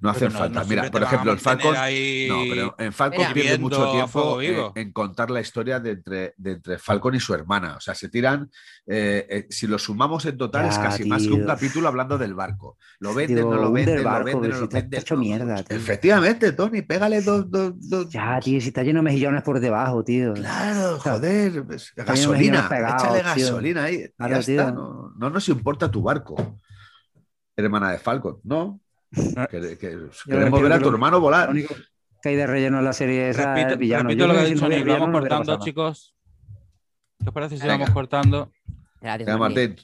Speaker 4: No hacen
Speaker 3: Pero no-
Speaker 4: falta.
Speaker 3: no
Speaker 4: Mira,
Speaker 3: siempre
Speaker 4: por
Speaker 3: te van a
Speaker 4: ejemplo, el
Speaker 3: mantener
Speaker 4: Falcon.
Speaker 3: ahí-
Speaker 4: No, pero en Falcon
Speaker 1: Mira.
Speaker 4: pierde
Speaker 3: Viviendo
Speaker 4: mucho
Speaker 3: a
Speaker 4: tiempo
Speaker 3: fuego
Speaker 4: eh,
Speaker 3: vivo.
Speaker 4: en contar la historia de entre, de entre Falcon y su hermana. O sea, se tiran. eh, eh, si lo sumamos en total, es
Speaker 5: Ya,
Speaker 4: casi más que un
Speaker 5: tío.
Speaker 4: capítulo hablando del barco. Lo venden,
Speaker 5: Digo,
Speaker 4: no lo
Speaker 5: un
Speaker 4: venden,
Speaker 5: del
Speaker 4: lo
Speaker 5: barco,
Speaker 4: venden,
Speaker 5: pero
Speaker 4: no
Speaker 5: si
Speaker 4: lo
Speaker 5: te has
Speaker 4: venden.
Speaker 5: hecho
Speaker 4: no,
Speaker 5: mierda,
Speaker 4: no.
Speaker 5: tío.
Speaker 4: Efectivamente, Tony, pégale dos. dos, dos-
Speaker 5: Ya, tío, si está lleno de mejillones por debajo, tío.
Speaker 4: Claro,
Speaker 5: Claro.
Speaker 4: joder, pues,
Speaker 5: También
Speaker 4: gasolina,
Speaker 5: me quedo pegado,
Speaker 4: échale
Speaker 5: tío.
Speaker 4: gasolina ahí. y
Speaker 5: Claro,
Speaker 4: ya está,
Speaker 5: tío.
Speaker 4: no, no nos importa tu barco, hermana de Falcon, no.
Speaker 3: No.
Speaker 4: Que- que-
Speaker 5: Ah. creo
Speaker 4: queremos ver
Speaker 5: que
Speaker 4: a tu
Speaker 5: lo-
Speaker 4: hermano
Speaker 5: Lo
Speaker 4: volar.
Speaker 5: único que hay de relleno en la serie es la
Speaker 3: Repito,
Speaker 5: del villano.
Speaker 3: repito
Speaker 5: Yo
Speaker 3: lo que
Speaker 5: creo
Speaker 3: ha
Speaker 5: si
Speaker 3: dicho
Speaker 5: no hubiera
Speaker 3: Nick, vamos
Speaker 5: villano no hubiera
Speaker 3: cortando,
Speaker 5: pasado nada.
Speaker 3: chicos. ¿Qué os parece si
Speaker 4: Venga.
Speaker 3: vamos cortando?
Speaker 1: Gracias,
Speaker 4: Venga,
Speaker 1: Martín.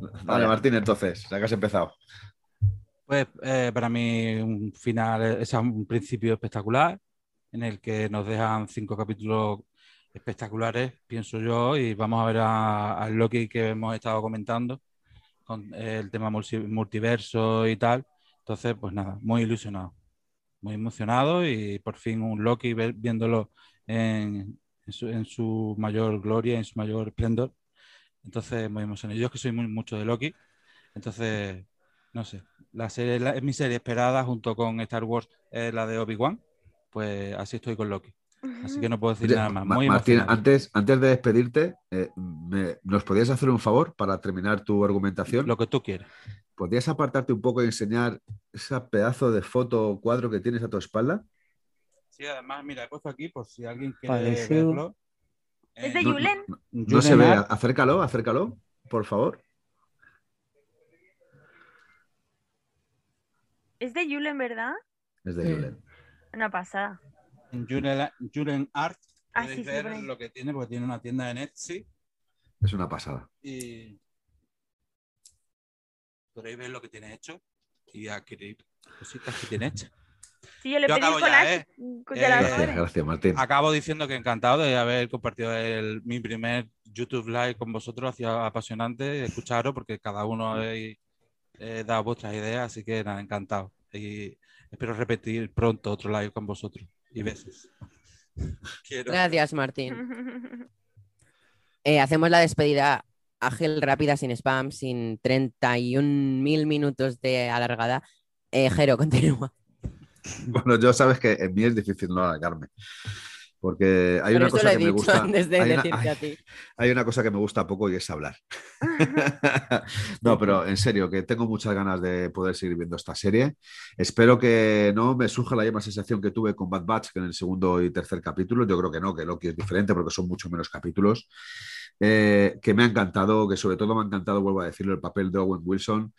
Speaker 4: Martín. Dale, Martín, entonces, ya que has empezado.
Speaker 3: Pues eh, para mí un final, eh, o sea, un principio espectacular, en el que nos dejan cinco capítulos espectaculares, pienso yo, y vamos a ver a- al Loki que hemos estado comentando, con eh, el tema multi- multiverso y tal. Entonces, pues nada, muy ilusionado, muy emocionado y por fin un Loki ve- viéndolo en, en su, en su mayor gloria, en su mayor esplendor. Entonces, muy emocionado. Yo es que soy muy mucho de Loki, entonces, no sé la serie, la- es mi serie esperada junto con Star Wars, eh, la de Obi-Wan. Pues así estoy con Loki. Así que no puedo
Speaker 5: Pues
Speaker 3: decir
Speaker 4: Oye,
Speaker 3: nada más.
Speaker 4: Ma-
Speaker 3: Muy
Speaker 4: Martín,
Speaker 3: emocionante.
Speaker 4: antes, antes de despedirte, eh, me- ¿nos podías hacer un favor para terminar tu argumentación?
Speaker 3: Lo que tú quieras.
Speaker 4: ¿Podrías apartarte un poco y enseñar ese pedazo de foto o cuadro que tienes a tu espalda?
Speaker 3: Sí, además, mira, he puesto aquí por si alguien Eh,
Speaker 5: quiere Parecido. verlo.
Speaker 7: ¿Es de
Speaker 4: eh, no-
Speaker 7: Julen?
Speaker 4: No se ve, acércalo, acércalo, por favor.
Speaker 7: Es de Julen, ¿verdad?
Speaker 4: Es de
Speaker 2: Sí.
Speaker 4: Julen.
Speaker 7: Una pasada.
Speaker 3: En Julen, Julen Art.
Speaker 7: Ah,
Speaker 3: Podéis
Speaker 7: sí, sí, por
Speaker 3: ver
Speaker 7: ahí.
Speaker 3: lo que tiene, porque tiene una tienda en Etsy.
Speaker 4: Es una pasada.
Speaker 3: Y podréis ver lo que tiene hecho y adquirir cositas que tiene hechas.
Speaker 7: Sí, yo le
Speaker 3: Yo
Speaker 7: pedí
Speaker 3: acabo
Speaker 7: el
Speaker 3: ya,
Speaker 7: collage
Speaker 3: ¿eh?
Speaker 7: de las
Speaker 3: Eh,
Speaker 4: Gracias,
Speaker 7: flores.
Speaker 4: gracias, Martín.
Speaker 1: Ah.
Speaker 3: Acabo diciendo que encantado de haber compartido el- mi primer YouTube Live con vosotros. Hacía apasionante escucharos porque cada uno habéis eh, dado vuestras ideas, así que nada, encantado. Y espero repetir pronto otro live con vosotros. Y besos. Quiero.
Speaker 1: Gracias, Martín. Eh, hacemos la despedida ágil, rápida, sin spam, sin 31.000 minutos de alargada. Eh, Jero, continúa.
Speaker 4: Bueno, yo sabes que en mí es difícil no alargarme. Porque hay
Speaker 1: Pero
Speaker 4: una
Speaker 1: esto
Speaker 4: cosa
Speaker 1: lo he
Speaker 4: que me
Speaker 1: dicho
Speaker 4: gusta.
Speaker 1: antes de
Speaker 4: hay una-
Speaker 1: decirte
Speaker 4: ay,
Speaker 1: a ti.
Speaker 4: hay una cosa que me gusta poco y es hablar. no, pero en serio, que tengo muchas ganas de poder seguir viendo esta serie. Espero que no me surja la misma sensación que tuve con Bad Batch que en el segundo y tercer capítulo. Yo creo que no, que Loki es diferente porque son mucho menos capítulos. eh, que me ha encantado, que sobre todo me ha encantado, vuelvo a decirlo, el papel de Owen Wilson,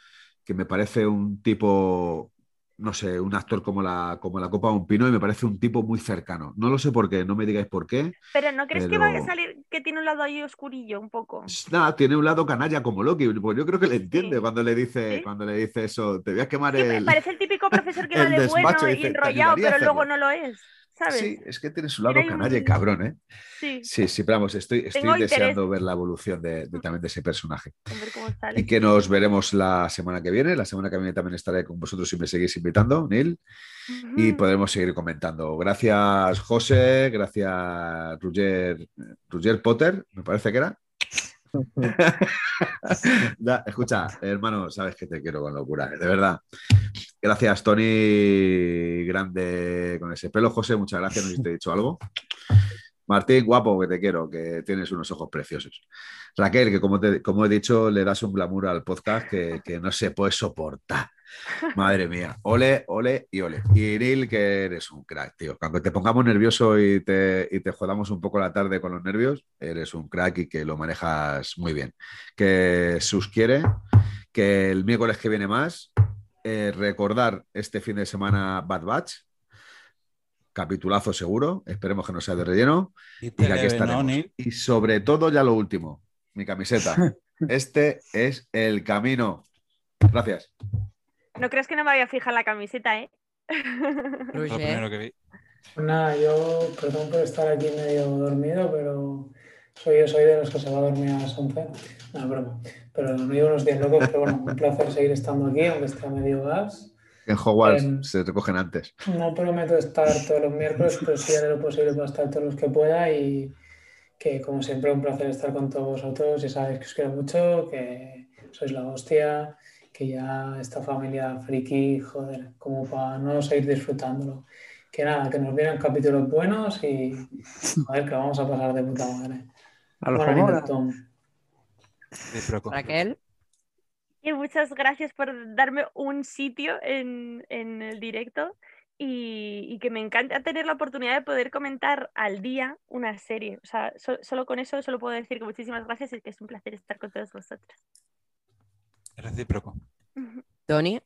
Speaker 4: que me parece un tipo, no sé, un actor como la, como la Copa de un Pino y me parece un tipo muy cercano. No lo sé por qué, no me digáis por qué.
Speaker 7: Pero ¿no crees
Speaker 4: Pero-
Speaker 7: que va a salir que tiene un lado ahí oscurillo un poco?
Speaker 4: Nada, tiene un lado canalla como Loki, pues yo creo que le entiende
Speaker 7: Sí.
Speaker 4: cuando le dice,
Speaker 7: Sí.
Speaker 4: cuando le dice eso, te voy a quemar
Speaker 7: Sí,
Speaker 4: el...
Speaker 7: parece el típico profesor que va
Speaker 4: el
Speaker 7: de bueno
Speaker 4: despacho,
Speaker 7: y
Speaker 4: dice, "Te
Speaker 7: enrollado,
Speaker 4: ayudaría a
Speaker 7: pero luego no
Speaker 4: hacerlo".
Speaker 7: lo es, ¿sabes?
Speaker 4: Sí, es que tiene su lado
Speaker 7: Tiene ahí un-
Speaker 4: canalla y cabrón, ¿eh?
Speaker 7: Sí,
Speaker 4: Sí, sí, pero vamos, estoy, estoy
Speaker 7: Tengo interés.
Speaker 4: deseando ver la evolución de, de también de ese personaje.
Speaker 7: a ver cómo sale.
Speaker 4: Y que nos veremos la semana que viene. La semana que viene también estaré con vosotros si me seguís invitando, Neil, y
Speaker 7: Ujú.
Speaker 4: podremos seguir comentando. Gracias, José, gracias, Roger, Roger Potter, me parece que era. Da- escucha, hermano, sabes que te quiero con locura, de verdad. Gracias, Tony, grande con ese pelo. José, muchas gracias, no sé si te he dicho algo. Martín, guapo, que te quiero, que tienes unos ojos preciosos. Raquel, que como, te- como he dicho, le das un glamour al podcast que, que no se puede soportar. Madre mía, ole, ole y ole. Y Neil, que eres un crack, tío. Cuando te pongamos nervioso y te, y te jodamos un poco la tarde con los nervios, eres un crack y que lo manejas muy bien. Que sus quiere, que el miércoles que viene más, eh, recordar este fin de semana Bad Batch, capitulazo seguro, esperemos que no sea de relleno. Y que aquí estaremos. Y sobre todo, ya lo último, mi camiseta. Este es el camino. Gracias.
Speaker 7: No crees que no me había fijado en la camiseta, ¿eh?
Speaker 3: Lo
Speaker 1: Roger,
Speaker 3: primero que vi.
Speaker 2: Pues nada, yo perdón por estar aquí medio dormido, pero soy yo, soy de los que se va a dormir a las 11. No, es broma. Pero no llevo unos días locos, pero bueno, un placer seguir estando aquí, aunque esté a medio gas.
Speaker 4: En Hogwarts
Speaker 2: Em.
Speaker 4: se recogen antes.
Speaker 2: No prometo estar todos los miércoles, pero sí haré lo posible para estar todos los que pueda y que como siempre un placer estar con todos vosotros. Ya sabéis que os quiero mucho, que sois la hostia, que ya esta familia friki, joder, como para no seguir disfrutándolo. Que nada, que nos vienen capítulos buenos y joder, que lo vamos a pasar de puta madre.
Speaker 5: A los
Speaker 2: Bueno, niño
Speaker 5: jugadores.
Speaker 2: Tom.
Speaker 3: Sí, pero con-
Speaker 1: Raquel,
Speaker 7: Y muchas gracias por darme un sitio en, en el directo y, y que me encanta tener la oportunidad de poder comentar al día una serie. O sea, so- solo con eso solo puedo decir que muchísimas gracias y que es un placer estar con todos vosotros.
Speaker 3: es recíproco.
Speaker 1: Tony,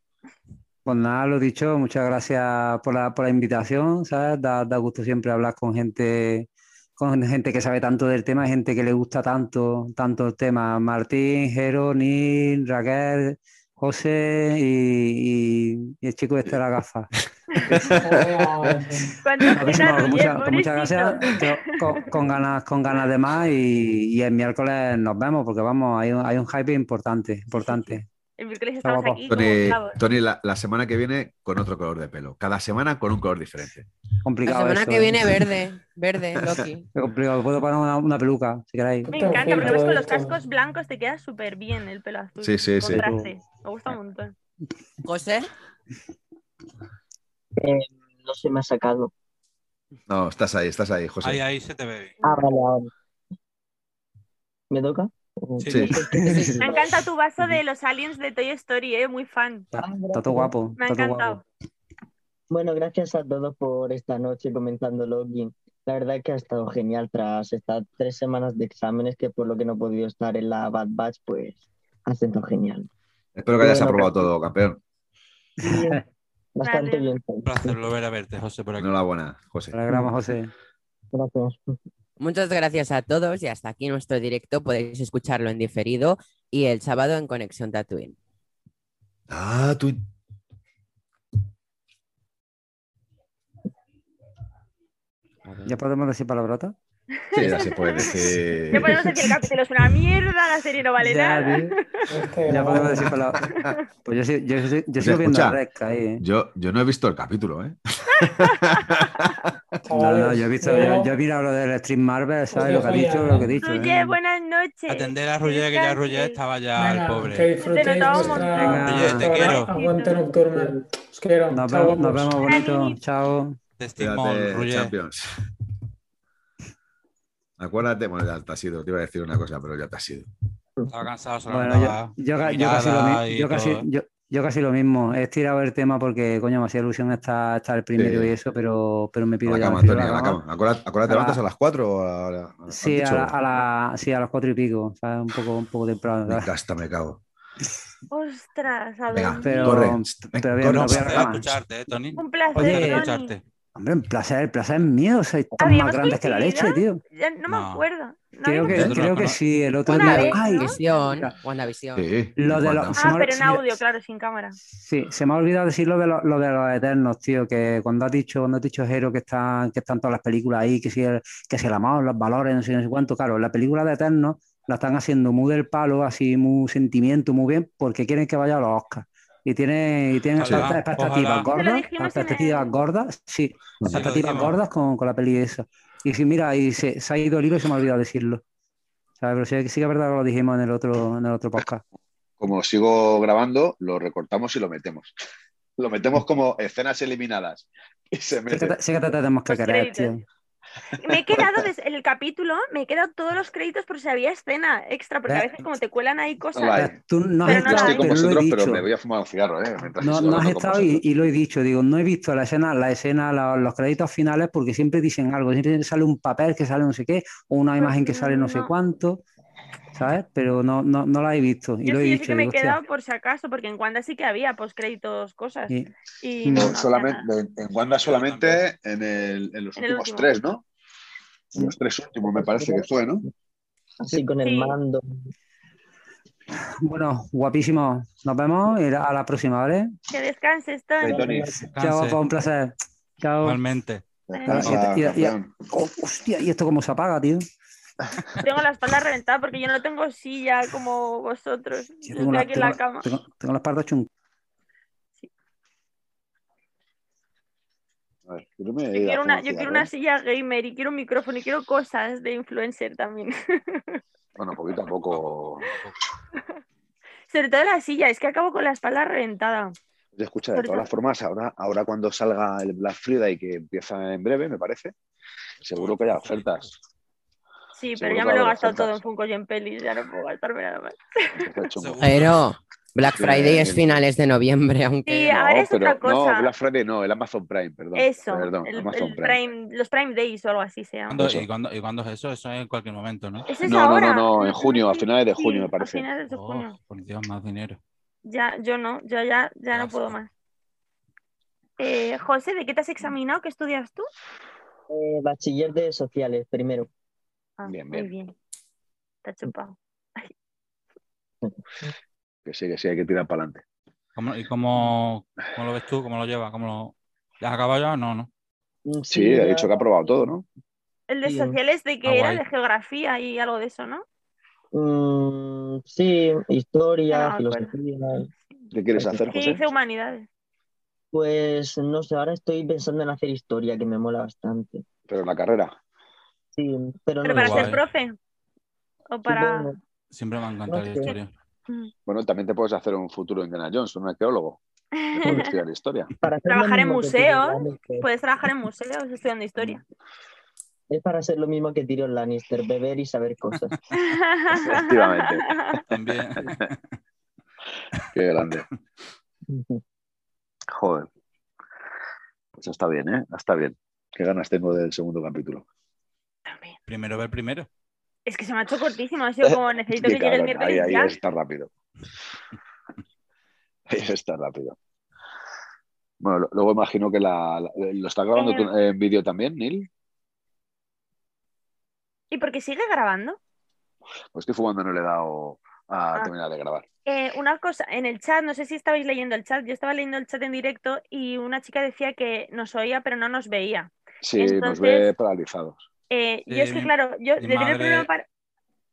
Speaker 5: Pues nada, lo dicho, muchas gracias por la, por la invitación, ¿sabes? Da, da gusto siempre hablar con gente, con gente que sabe tanto del tema, gente que le gusta tanto, tanto el tema. Martín, Jero, Nil, Raquel, José y, y- y el chico este de la gafa.
Speaker 7: Cuando Roger,
Speaker 5: Muchísimas- muchas, pues muchas
Speaker 7: pobrecito.
Speaker 5: gracias, yo con, con ganas, con ganas de más y, y el miércoles nos vemos porque vamos, hay un, hay un hype importante, importante.
Speaker 7: El miércoles estamos
Speaker 5: guapo.
Speaker 7: aquí como ¿eh?
Speaker 4: Tony,
Speaker 7: esclavos.
Speaker 4: Tony, la, la semana que viene con otro color de pelo. Cada semana con un color diferente.
Speaker 1: la
Speaker 5: Complicado
Speaker 1: semana
Speaker 5: esto,
Speaker 1: que
Speaker 5: ¿eh?
Speaker 1: viene verde, verde, Loki.
Speaker 5: Complicado, puedo poner una, una peluca, si queréis.
Speaker 7: Me
Speaker 2: Tengo
Speaker 7: encanta, porque
Speaker 2: filtro
Speaker 7: además con
Speaker 2: de
Speaker 7: los
Speaker 2: esto.
Speaker 7: cascos blancos te queda súper bien el pelo azul.
Speaker 4: Sí, sí, sí.
Speaker 7: Contraste. Me gusta un montón.
Speaker 1: José,
Speaker 6: Eh, no se me ha sacado.
Speaker 4: No, estás ahí, estás ahí, José.
Speaker 3: Ahí, ahí se te ve bien.
Speaker 6: Ah, vale, ahora. ¿Me toca? Ah,
Speaker 4: Sí.
Speaker 7: Me encanta tu vaso de los aliens de Toy Story, ¿eh? muy fan.
Speaker 5: Está,
Speaker 6: Ah,
Speaker 5: está
Speaker 6: gracias.
Speaker 5: todo guapo,
Speaker 7: Me ha
Speaker 5: está todo guapo.
Speaker 7: encantado.
Speaker 6: Bueno, gracias a todos por esta noche comentando Login. La verdad es que ha estado genial tras estas tres semanas de exámenes que por lo que no he podido estar en la Bad Batch, pues ha sido genial.
Speaker 4: Espero que hayas
Speaker 6: Bueno,
Speaker 4: aprobado todo, campeón.
Speaker 6: Bien, Bastante
Speaker 7: Vale.
Speaker 6: bien.
Speaker 3: Un placer volver a verte, José, por aquí.
Speaker 4: Enhorabuena, José.
Speaker 5: Te alegramos, José.
Speaker 6: Gracias.
Speaker 1: muchas gracias a todos y hasta aquí nuestro directo. Podéis escucharlo en diferido y el sábado en Conexión Tatooine.
Speaker 9: Ah, tú.
Speaker 5: ¿Ya podemos decir palabrota?
Speaker 4: Sí, ya se puede decir.
Speaker 7: Ya podemos decir el capítulo es una mierda, la serie no vale
Speaker 5: Eh, Ya,
Speaker 7: nada.
Speaker 5: tío.
Speaker 2: Este,
Speaker 10: Eh,
Speaker 5: Ya podemos
Speaker 2: no,
Speaker 5: decir palabrota. Pues yo, sí- yo, sí- yo sigo viendo
Speaker 4: escucha.
Speaker 5: a Rex ahí, ¿eh?
Speaker 4: Yo, yo no he visto el capítulo, ¿eh?
Speaker 5: No,
Speaker 2: chavales,
Speaker 5: no, yo he visto, yo,
Speaker 2: yo-
Speaker 5: yo he mirado lo del stream Marvel, ¿sabes?
Speaker 2: Os
Speaker 5: Lo que ha
Speaker 2: dejo
Speaker 5: dicho,
Speaker 2: ya.
Speaker 5: lo que he dicho.
Speaker 7: Roger,
Speaker 5: ¿eh?
Speaker 7: buenas noches.
Speaker 3: Atender a Roger, que ya Roger
Speaker 7: Descanse.
Speaker 3: estaba ya
Speaker 2: Venga,
Speaker 3: el
Speaker 2: que
Speaker 3: pobre.
Speaker 2: disfrutéis
Speaker 7: Te notaba un
Speaker 2: vuestra-
Speaker 5: montón. Venga,
Speaker 2: vuestro
Speaker 3: te quiero.
Speaker 2: aguante nocturno. Os quiero.
Speaker 5: Nos
Speaker 2: Chao,
Speaker 5: vemos, nos
Speaker 10: pues.
Speaker 2: guapos.
Speaker 5: vemos bonito. Chao.
Speaker 3: Testimon,
Speaker 4: Cuídate,
Speaker 3: Roger.
Speaker 4: Champions. Acuérdate, bueno, ya te has ido. Te iba a decir una cosa, pero ya te has ido.
Speaker 3: Estaba cansado, solo
Speaker 5: Bueno,
Speaker 3: andaba
Speaker 5: yo, yo, ca- yo
Speaker 3: mirada
Speaker 5: casi lo mi-
Speaker 3: y
Speaker 5: yo casi,
Speaker 3: todo.
Speaker 5: yo, Yo casi lo mismo. He tirado el tema porque, coño, me hacía ilusión estar, estar el primero
Speaker 10: Sí.
Speaker 5: y eso, pero, pero me
Speaker 10: A
Speaker 5: pido
Speaker 10: la
Speaker 5: ya.
Speaker 10: cama,
Speaker 5: me pido
Speaker 10: Antonio, a la cama. Acuérdate, acuérdate,
Speaker 5: A la-
Speaker 10: levantas a las 4 o a la- a la-
Speaker 5: Sí,
Speaker 10: ¿han
Speaker 5: a,
Speaker 10: dicho?
Speaker 5: la- a la- sí, a las cuatro y pico. o sea, un poco, un poco temprano.
Speaker 10: Me
Speaker 5: ¿sabes?
Speaker 10: casta, me cago.
Speaker 7: Ostras, a ver.
Speaker 10: Venga,
Speaker 5: Pero-
Speaker 10: corre.
Speaker 5: pero bien,
Speaker 10: corre.
Speaker 5: no voy a
Speaker 3: Placer
Speaker 5: reclamar.
Speaker 3: escucharte, ¿eh, Tony?
Speaker 7: Un placer,
Speaker 5: Oye,
Speaker 3: Placer
Speaker 7: Tony.
Speaker 3: escucharte.
Speaker 5: Hombre, el placer, el placer es mío. O sea, están
Speaker 7: ¿Habíamos
Speaker 5: más grandes que la
Speaker 7: coincidido?
Speaker 5: leche, tío.
Speaker 7: Ya no me
Speaker 3: No.
Speaker 7: acuerdo. No
Speaker 5: Creo
Speaker 7: habíamos-
Speaker 5: que,
Speaker 3: Nosotros
Speaker 5: creo
Speaker 3: no-
Speaker 5: que sí, el otro
Speaker 7: Una
Speaker 5: día.
Speaker 7: vez,
Speaker 5: Ay,
Speaker 7: ¿no?
Speaker 1: Visión, WandaVision.
Speaker 10: Sí,
Speaker 5: Lo de
Speaker 10: Wanda.
Speaker 5: los-
Speaker 7: Ah,
Speaker 5: me-
Speaker 7: pero en
Speaker 5: se me-
Speaker 7: audio, claro, sin cámara.
Speaker 5: Sí, se me ha olvidado decir lo de, lo, lo de los eternos, tío, que cuando has dicho, cuando has dicho Jero que están, que están todas las películas ahí, que si el, que si el amor, los valores, no sé, no sé cuánto, claro, la película de Eternos la están haciendo muy del palo, así muy sentimiento, muy bien, porque quieren que vaya a los Oscars. Y tienen, y tienen
Speaker 3: Ojalá,
Speaker 5: expecta- expectativas
Speaker 3: ojalá.
Speaker 7: Te lo
Speaker 5: gordas,
Speaker 7: dijimos en
Speaker 5: expectativas
Speaker 7: el-
Speaker 5: gordas, sí,
Speaker 10: lo
Speaker 5: expectativas
Speaker 3: dijimos.
Speaker 5: gordas con, con la peli esa. Y sí, mira, y se, se ha ido el hilo y se me ha olvidado decirlo. ¿Sabes? Pero sí, sí que es verdad que lo dijimos en el otro, en el otro podcast.
Speaker 4: Como sigo grabando, lo recortamos y lo metemos. Lo metemos como escenas eliminadas. Y se
Speaker 5: Sí que
Speaker 4: mete.
Speaker 5: te, sí que te tenemos que
Speaker 7: Los
Speaker 5: querer,
Speaker 7: créditos.
Speaker 5: tío.
Speaker 7: Me he quedado desde el capítulo, me he quedado todos los créditos por si había escena extra, porque a
Speaker 5: Eh.
Speaker 7: veces como te cuelan ahí cosas.
Speaker 4: Hola.
Speaker 5: O sea, tú no
Speaker 7: Pero no
Speaker 5: has estado,
Speaker 7: la
Speaker 4: Estoy
Speaker 7: hay.
Speaker 4: con
Speaker 5: pero lo he
Speaker 4: vosotros, pero
Speaker 5: dicho.
Speaker 4: me voy a fumar un cigarro, ¿eh? Mientras
Speaker 5: No,
Speaker 4: estoy
Speaker 5: no
Speaker 4: hablando
Speaker 5: has
Speaker 4: con
Speaker 5: estado y,
Speaker 4: vosotros.
Speaker 5: y lo he dicho, digo, no he visto la escena, la escena, la- los créditos finales, porque siempre dicen algo, siempre sale un papel que sale no sé qué, o una imagen que sale no sé
Speaker 7: Pues No.
Speaker 5: cuánto, ¿sabes? Pero no, no, no la he visto. Y
Speaker 7: Yo
Speaker 5: lo he
Speaker 7: sí, yo sí
Speaker 5: dicho,
Speaker 7: que me he
Speaker 5: digo,
Speaker 7: quedado
Speaker 5: hostia,
Speaker 7: por si acaso, porque en Wanda sí que había postcréditos, cosas.
Speaker 5: y-
Speaker 7: Y
Speaker 5: No,
Speaker 7: no,
Speaker 4: No,
Speaker 7: no
Speaker 4: solamente,
Speaker 7: había nada.
Speaker 4: en en Wanda solamente en, el- en los
Speaker 7: En el
Speaker 4: últimos
Speaker 7: último.
Speaker 4: tres, ¿no? En los tres últimos, me parece que fue, ¿no?
Speaker 6: Así con el
Speaker 7: Sí.
Speaker 6: mando.
Speaker 5: bueno, guapísimo. Nos vemos y a la próxima, ¿vale?
Speaker 7: Que descanses, Tony.
Speaker 4: Ahí, Tony.
Speaker 5: Chao,
Speaker 3: Descanse,
Speaker 5: guapa, un placer. Chao.
Speaker 3: Igualmente.
Speaker 4: Descansa,
Speaker 5: Y- y- y-
Speaker 4: campeón.
Speaker 5: Oh, hostia, ¿y esto cómo se apaga, tío?
Speaker 7: Tengo la espalda reventada porque yo no tengo silla como vosotros. Yo
Speaker 5: Yo
Speaker 7: estoy
Speaker 5: la-
Speaker 7: aquí en la
Speaker 5: la-
Speaker 7: cama.
Speaker 5: tengo- tengo la espalda hecha un
Speaker 4: A ver, yo me voy a
Speaker 7: Yo quiero,
Speaker 4: fumar
Speaker 7: una,
Speaker 4: un
Speaker 7: yo quiero
Speaker 4: cigarro,
Speaker 7: una
Speaker 4: ¿eh?
Speaker 7: silla gamer y quiero un micrófono y quiero cosas de influencer también.
Speaker 4: ¿eh? Bueno, poquito a poco.
Speaker 7: Sobre todo la silla, es que acabo con la espalda reventada.
Speaker 4: Oye, escucha, de
Speaker 7: Por
Speaker 4: todas
Speaker 7: eso-
Speaker 4: las formas, ahora, ahora cuando salga el Black Friday, que empieza en breve, me parece, seguro que hay ofertas.
Speaker 7: Sí,
Speaker 4: Seguro
Speaker 7: pero ya
Speaker 4: que
Speaker 7: me lo he
Speaker 4: habrá
Speaker 7: gastado todo
Speaker 4: ofertas.
Speaker 7: en Funko y en pelis, ya no puedo gastarme nada más.
Speaker 4: Entonces, chungo.
Speaker 3: Seguro.
Speaker 1: Pero Black
Speaker 4: Sí,
Speaker 1: Friday es
Speaker 4: el-
Speaker 1: finales de noviembre, aunque
Speaker 7: Sí, ahora es otra cosa.
Speaker 4: No, Black Friday no, el Amazon Prime, perdón.
Speaker 7: Eso,
Speaker 4: Perdón,
Speaker 7: el,
Speaker 4: Amazon
Speaker 7: el
Speaker 4: Prime.
Speaker 7: Prime- los Prime Days o algo así se llama.
Speaker 3: ¿Cuándo-
Speaker 4: Eso.
Speaker 3: y, cuándo, ¿Y cuándo es eso? Eso es en cualquier momento, ¿no?
Speaker 7: Ese es
Speaker 4: No, no, no,
Speaker 7: ahora.
Speaker 4: no, en junio, a finales de
Speaker 7: Sí,
Speaker 4: junio, me parece.
Speaker 7: A finales de
Speaker 3: Oh,
Speaker 7: junio.
Speaker 3: por Dios, más dinero.
Speaker 7: Ya, yo no, yo ya, ya no
Speaker 3: Ya
Speaker 7: puedo
Speaker 3: está.
Speaker 7: más. Eh, José, ¿de qué te has examinado? ¿Qué estudias tú?
Speaker 6: Eh, bachiller de sociales, primero.
Speaker 7: Ah,
Speaker 4: Bien,
Speaker 7: muy
Speaker 4: bien.
Speaker 7: bien. Está chupado.
Speaker 4: Que sí, que sí, hay que tirar para adelante.
Speaker 3: ¿Cómo- ¿Y cómo, cómo lo ves tú? ¿Cómo lo llevas? ¿Cómo lo... ¿Has acabado ya? No, no.
Speaker 6: Mm,
Speaker 4: Sí, he
Speaker 6: ya-
Speaker 4: dicho que ha probado todo, ¿no?
Speaker 7: El de
Speaker 6: Sí, ¿no?
Speaker 7: sociales de que
Speaker 3: Ah,
Speaker 7: era
Speaker 3: guay.
Speaker 7: de geografía y algo de eso, ¿no?
Speaker 6: Mm, sí, historia,
Speaker 7: Ah, bueno.
Speaker 6: filosofía.
Speaker 4: ¿Qué quieres hacer,
Speaker 7: ¿Qué
Speaker 4: José?
Speaker 7: dice humanidades?
Speaker 6: Pues no sé, ahora estoy pensando en hacer historia, que me mola bastante.
Speaker 4: Pero en la carrera.
Speaker 6: Sí, pero
Speaker 7: ¿Pero
Speaker 4: Ah,
Speaker 6: no
Speaker 7: para
Speaker 6: sé.
Speaker 7: ser
Speaker 3: Guay.
Speaker 7: profe? ¿O para...?
Speaker 6: Supongo.
Speaker 3: Siempre me ha encantado
Speaker 6: No
Speaker 3: la
Speaker 6: sé.
Speaker 3: historia.
Speaker 4: Bueno, también te puedes hacer un futuro Indiana Jones, un arqueólogo. Después de estudiar historia.
Speaker 6: Para hacer lo
Speaker 7: Trabajar en
Speaker 6: mismo que
Speaker 7: museos. pues
Speaker 6: Tyrion Lannister.
Speaker 7: Puedes trabajar en museos estudiando historia.
Speaker 6: Es para hacer lo mismo que Tyrion Lannister, beber y saber cosas.
Speaker 4: Efectivamente.
Speaker 3: También.
Speaker 4: Qué grande. Joder. Pues está bien, ¿eh? Está bien. Qué ganas tengo del segundo capítulo.
Speaker 3: primero ver primero.
Speaker 7: Es que se me ha hecho cortísimo, ha sido como necesito que
Speaker 4: Qué
Speaker 7: llegue el
Speaker 4: cabrón, ahí,
Speaker 7: miércoles
Speaker 4: ahí
Speaker 7: ya.
Speaker 4: está rápido. Ahí está rápido. Bueno, lo- luego imagino que la, la- lo está grabando tú en vídeo también, Neil.
Speaker 7: ¿Y por qué sigue grabando?
Speaker 4: Pues estoy fumando, no le he dado a
Speaker 7: Ah.
Speaker 4: terminar de grabar.
Speaker 7: Eh, una cosa, en el chat, no sé si estabais leyendo el chat, yo estaba leyendo el chat en directo y una chica decía que nos oía pero no nos veía.
Speaker 4: Sí, nos
Speaker 7: Entonces-
Speaker 4: ve paralizados.
Speaker 7: Eh,
Speaker 3: Sí,
Speaker 7: yo es que,
Speaker 3: mi-
Speaker 7: claro, yo
Speaker 3: mi
Speaker 7: de tener
Speaker 3: madre-
Speaker 7: problema para...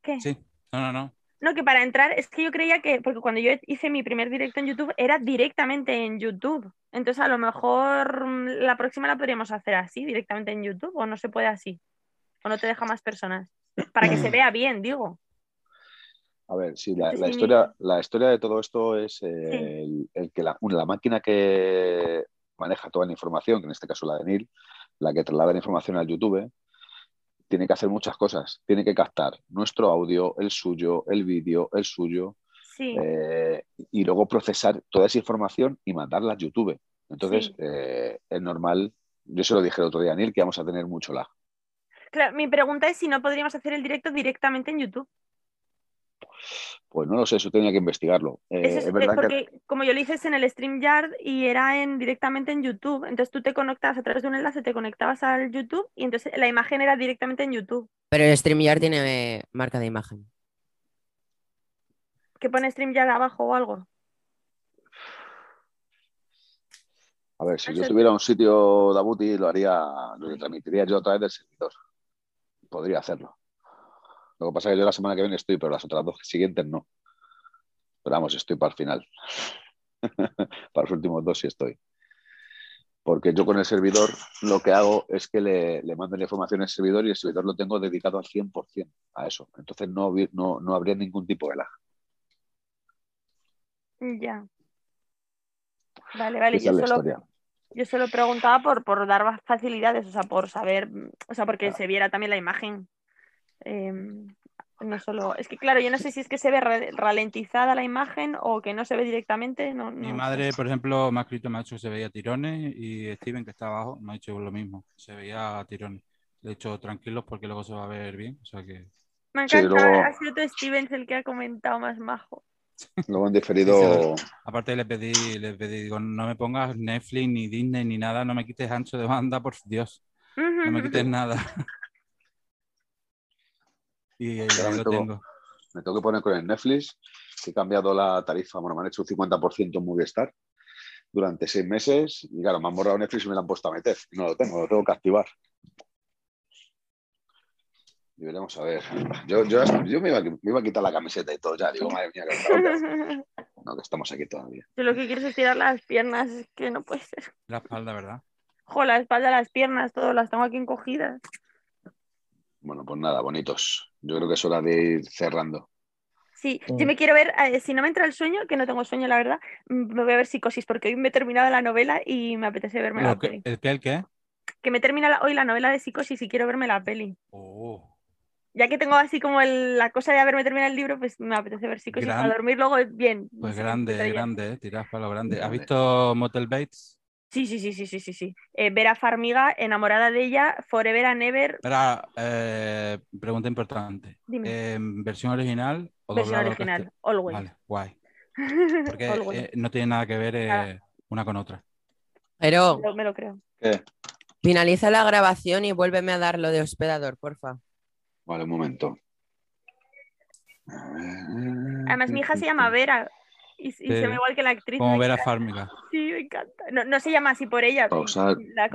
Speaker 7: ¿Qué?
Speaker 3: Sí. No, no, no.
Speaker 7: No, que para entrar, es que yo creía que, porque cuando yo hice mi primer directo en YouTube, era directamente en YouTube. Entonces, a lo mejor mm, la próxima la podríamos hacer así, directamente en YouTube, o no se puede así. O no te deja más personas. Para que
Speaker 4: Mm.
Speaker 7: se vea bien, digo.
Speaker 4: A ver, sí, la,
Speaker 7: Sí,
Speaker 4: la
Speaker 7: sí,
Speaker 4: historia,
Speaker 7: Nico.
Speaker 4: la historia de todo esto es eh, el, el que la, la máquina que maneja toda la información, que en este caso la de Neil, la que traslada la información al YouTube, tiene que hacer muchas cosas. Tiene que captar nuestro audio, el suyo, el vídeo, el suyo,
Speaker 7: Sí.
Speaker 4: eh, y luego procesar toda esa información y mandarla a YouTube. Entonces,
Speaker 7: Sí.
Speaker 4: eh, es normal, yo se lo dije el otro día a Neil, que vamos a tener mucho lag.
Speaker 7: Claro, mi pregunta es si no podríamos hacer el directo directamente en YouTube.
Speaker 4: Pues no lo sé, eso tenía que investigarlo. Eh,
Speaker 7: Eso es,
Speaker 4: es
Speaker 7: eh,
Speaker 4: verdad que
Speaker 7: porque como yo lo hice es en el StreamYard y era en, directamente en YouTube, entonces tú te conectabas a través de un enlace, te conectabas al YouTube y entonces la imagen era directamente en YouTube.
Speaker 1: Pero el StreamYard tiene eh, marca de imagen.
Speaker 7: ¿Qué pone StreamYard abajo o algo?
Speaker 4: A ver, si
Speaker 7: Ah,
Speaker 4: yo
Speaker 7: sí.
Speaker 4: tuviera un sitio Dabuti, lo haría, lo transmitiría yo a través del servidor. Podría hacerlo. Lo que pasa es que yo la semana que viene estoy, pero las otras dos siguientes no. Pero vamos, estoy para el final. para los últimos dos sí estoy. Porque yo con el servidor lo que hago es que le, le mando la información al servidor y el servidor lo tengo dedicado al 100% a eso. Entonces no, vi- no, no habría ningún tipo de lag.
Speaker 7: Ya. Vale, vale,
Speaker 4: Esa
Speaker 7: yo
Speaker 4: es la
Speaker 7: solo,
Speaker 4: historia.
Speaker 7: yo solo preguntaba por, por dar más facilidades, o sea, por saber, mm, o sea, porque se viera también la imagen. Eh, no solo, es que claro, yo no sé si es que se ve ra- ralentizada la imagen o que no se ve directamente. No,
Speaker 3: Mi
Speaker 7: no pues.
Speaker 3: madre, por ejemplo, me ha escrito, me ha dicho que se veía a tirones y Steven, que está abajo, me ha dicho lo mismo, se veía a tirones. Le he dicho, tranquilos porque luego se va a ver bien. O sea que...
Speaker 7: Me
Speaker 4: Sí,
Speaker 7: encanta,
Speaker 4: luego-
Speaker 7: ha sido tú, Stevens el que ha comentado más majo.
Speaker 4: Luego han diferido.
Speaker 3: Aparte le pedí, le pedí, digo, no me pongas Netflix ni Disney ni nada, no me quites ancho de banda, por Dios, no me quites nada. y ahí
Speaker 4: Pero
Speaker 3: lo
Speaker 4: todo.
Speaker 3: tengo.
Speaker 4: me tengo que poner con el Netflix. He cambiado la tarifa, bueno, me han hecho un 50% en Movistar durante seis meses. Y claro, me han borrado Netflix y me lo han puesto a meter. No lo tengo, lo tengo que activar. Y veremos a ver. Yo, yo, yo me, iba, a- me iba a quitar la camiseta y todo ya. Digo, madre mía, que estamos, no, que estamos aquí todavía.
Speaker 7: Yo lo que quiero es estirar las piernas, es que no puede ser.
Speaker 3: La espalda, ¿verdad?
Speaker 7: Jo, la espalda, las piernas, todo, las tengo aquí encogidas.
Speaker 4: Bueno, pues nada, bonitos. Yo creo que es hora de ir cerrando.
Speaker 7: Sí,
Speaker 6: Sí.
Speaker 7: yo me quiero ver, eh, si no me entra el sueño, que no tengo sueño, la verdad, mm, me voy a ver psicosis, porque hoy me he terminado la novela y me apetece verme la
Speaker 3: Lo que-
Speaker 7: peli.
Speaker 3: ¿El qué? ¿El qué?
Speaker 7: Que me termina la- hoy la novela de psicosis y quiero verme la peli.
Speaker 3: Oh,
Speaker 7: Ya que tengo así como el- la cosa de haberme terminado el libro, pues me apetece ver psicosis
Speaker 3: Gran-
Speaker 7: para dormir luego bien.
Speaker 3: pues
Speaker 7: Sí,
Speaker 3: grande,
Speaker 7: pero ya-
Speaker 3: grande, eh, tirás para lo grande. ¿Has
Speaker 4: Grande.
Speaker 3: visto Motel Bates?
Speaker 7: Sí, sí, sí, sí, sí, sí. sí. Eh, Vera Farmiga, enamorada de ella, Forever and Ever.
Speaker 3: Espera, eh, pregunta importante.
Speaker 7: Dime,
Speaker 3: Eh, ¿Versión original o
Speaker 7: Mm. versión
Speaker 3: doblado al
Speaker 7: original,
Speaker 3: castell-
Speaker 7: Always.
Speaker 3: Vale, guay. Porque
Speaker 7: Always.
Speaker 3: eh, no tiene nada que ver eh,
Speaker 7: Nada.
Speaker 3: una con otra.
Speaker 1: Pero
Speaker 7: Lo- me lo creo.
Speaker 4: Eh,
Speaker 1: finaliza la grabación y vuélveme a dar lo de hospedador, porfa.
Speaker 4: vale, un momento. A ver.
Speaker 7: Además, mi hija se llama Vera y, y se
Speaker 3: Sí.
Speaker 7: ve igual que la actriz.
Speaker 3: eh, Como
Speaker 7: me
Speaker 3: ver a
Speaker 7: encanta.
Speaker 3: Fármiga.
Speaker 7: Sí, me encanta. No, no se llama así por ella.
Speaker 4: Pausar.
Speaker 7: La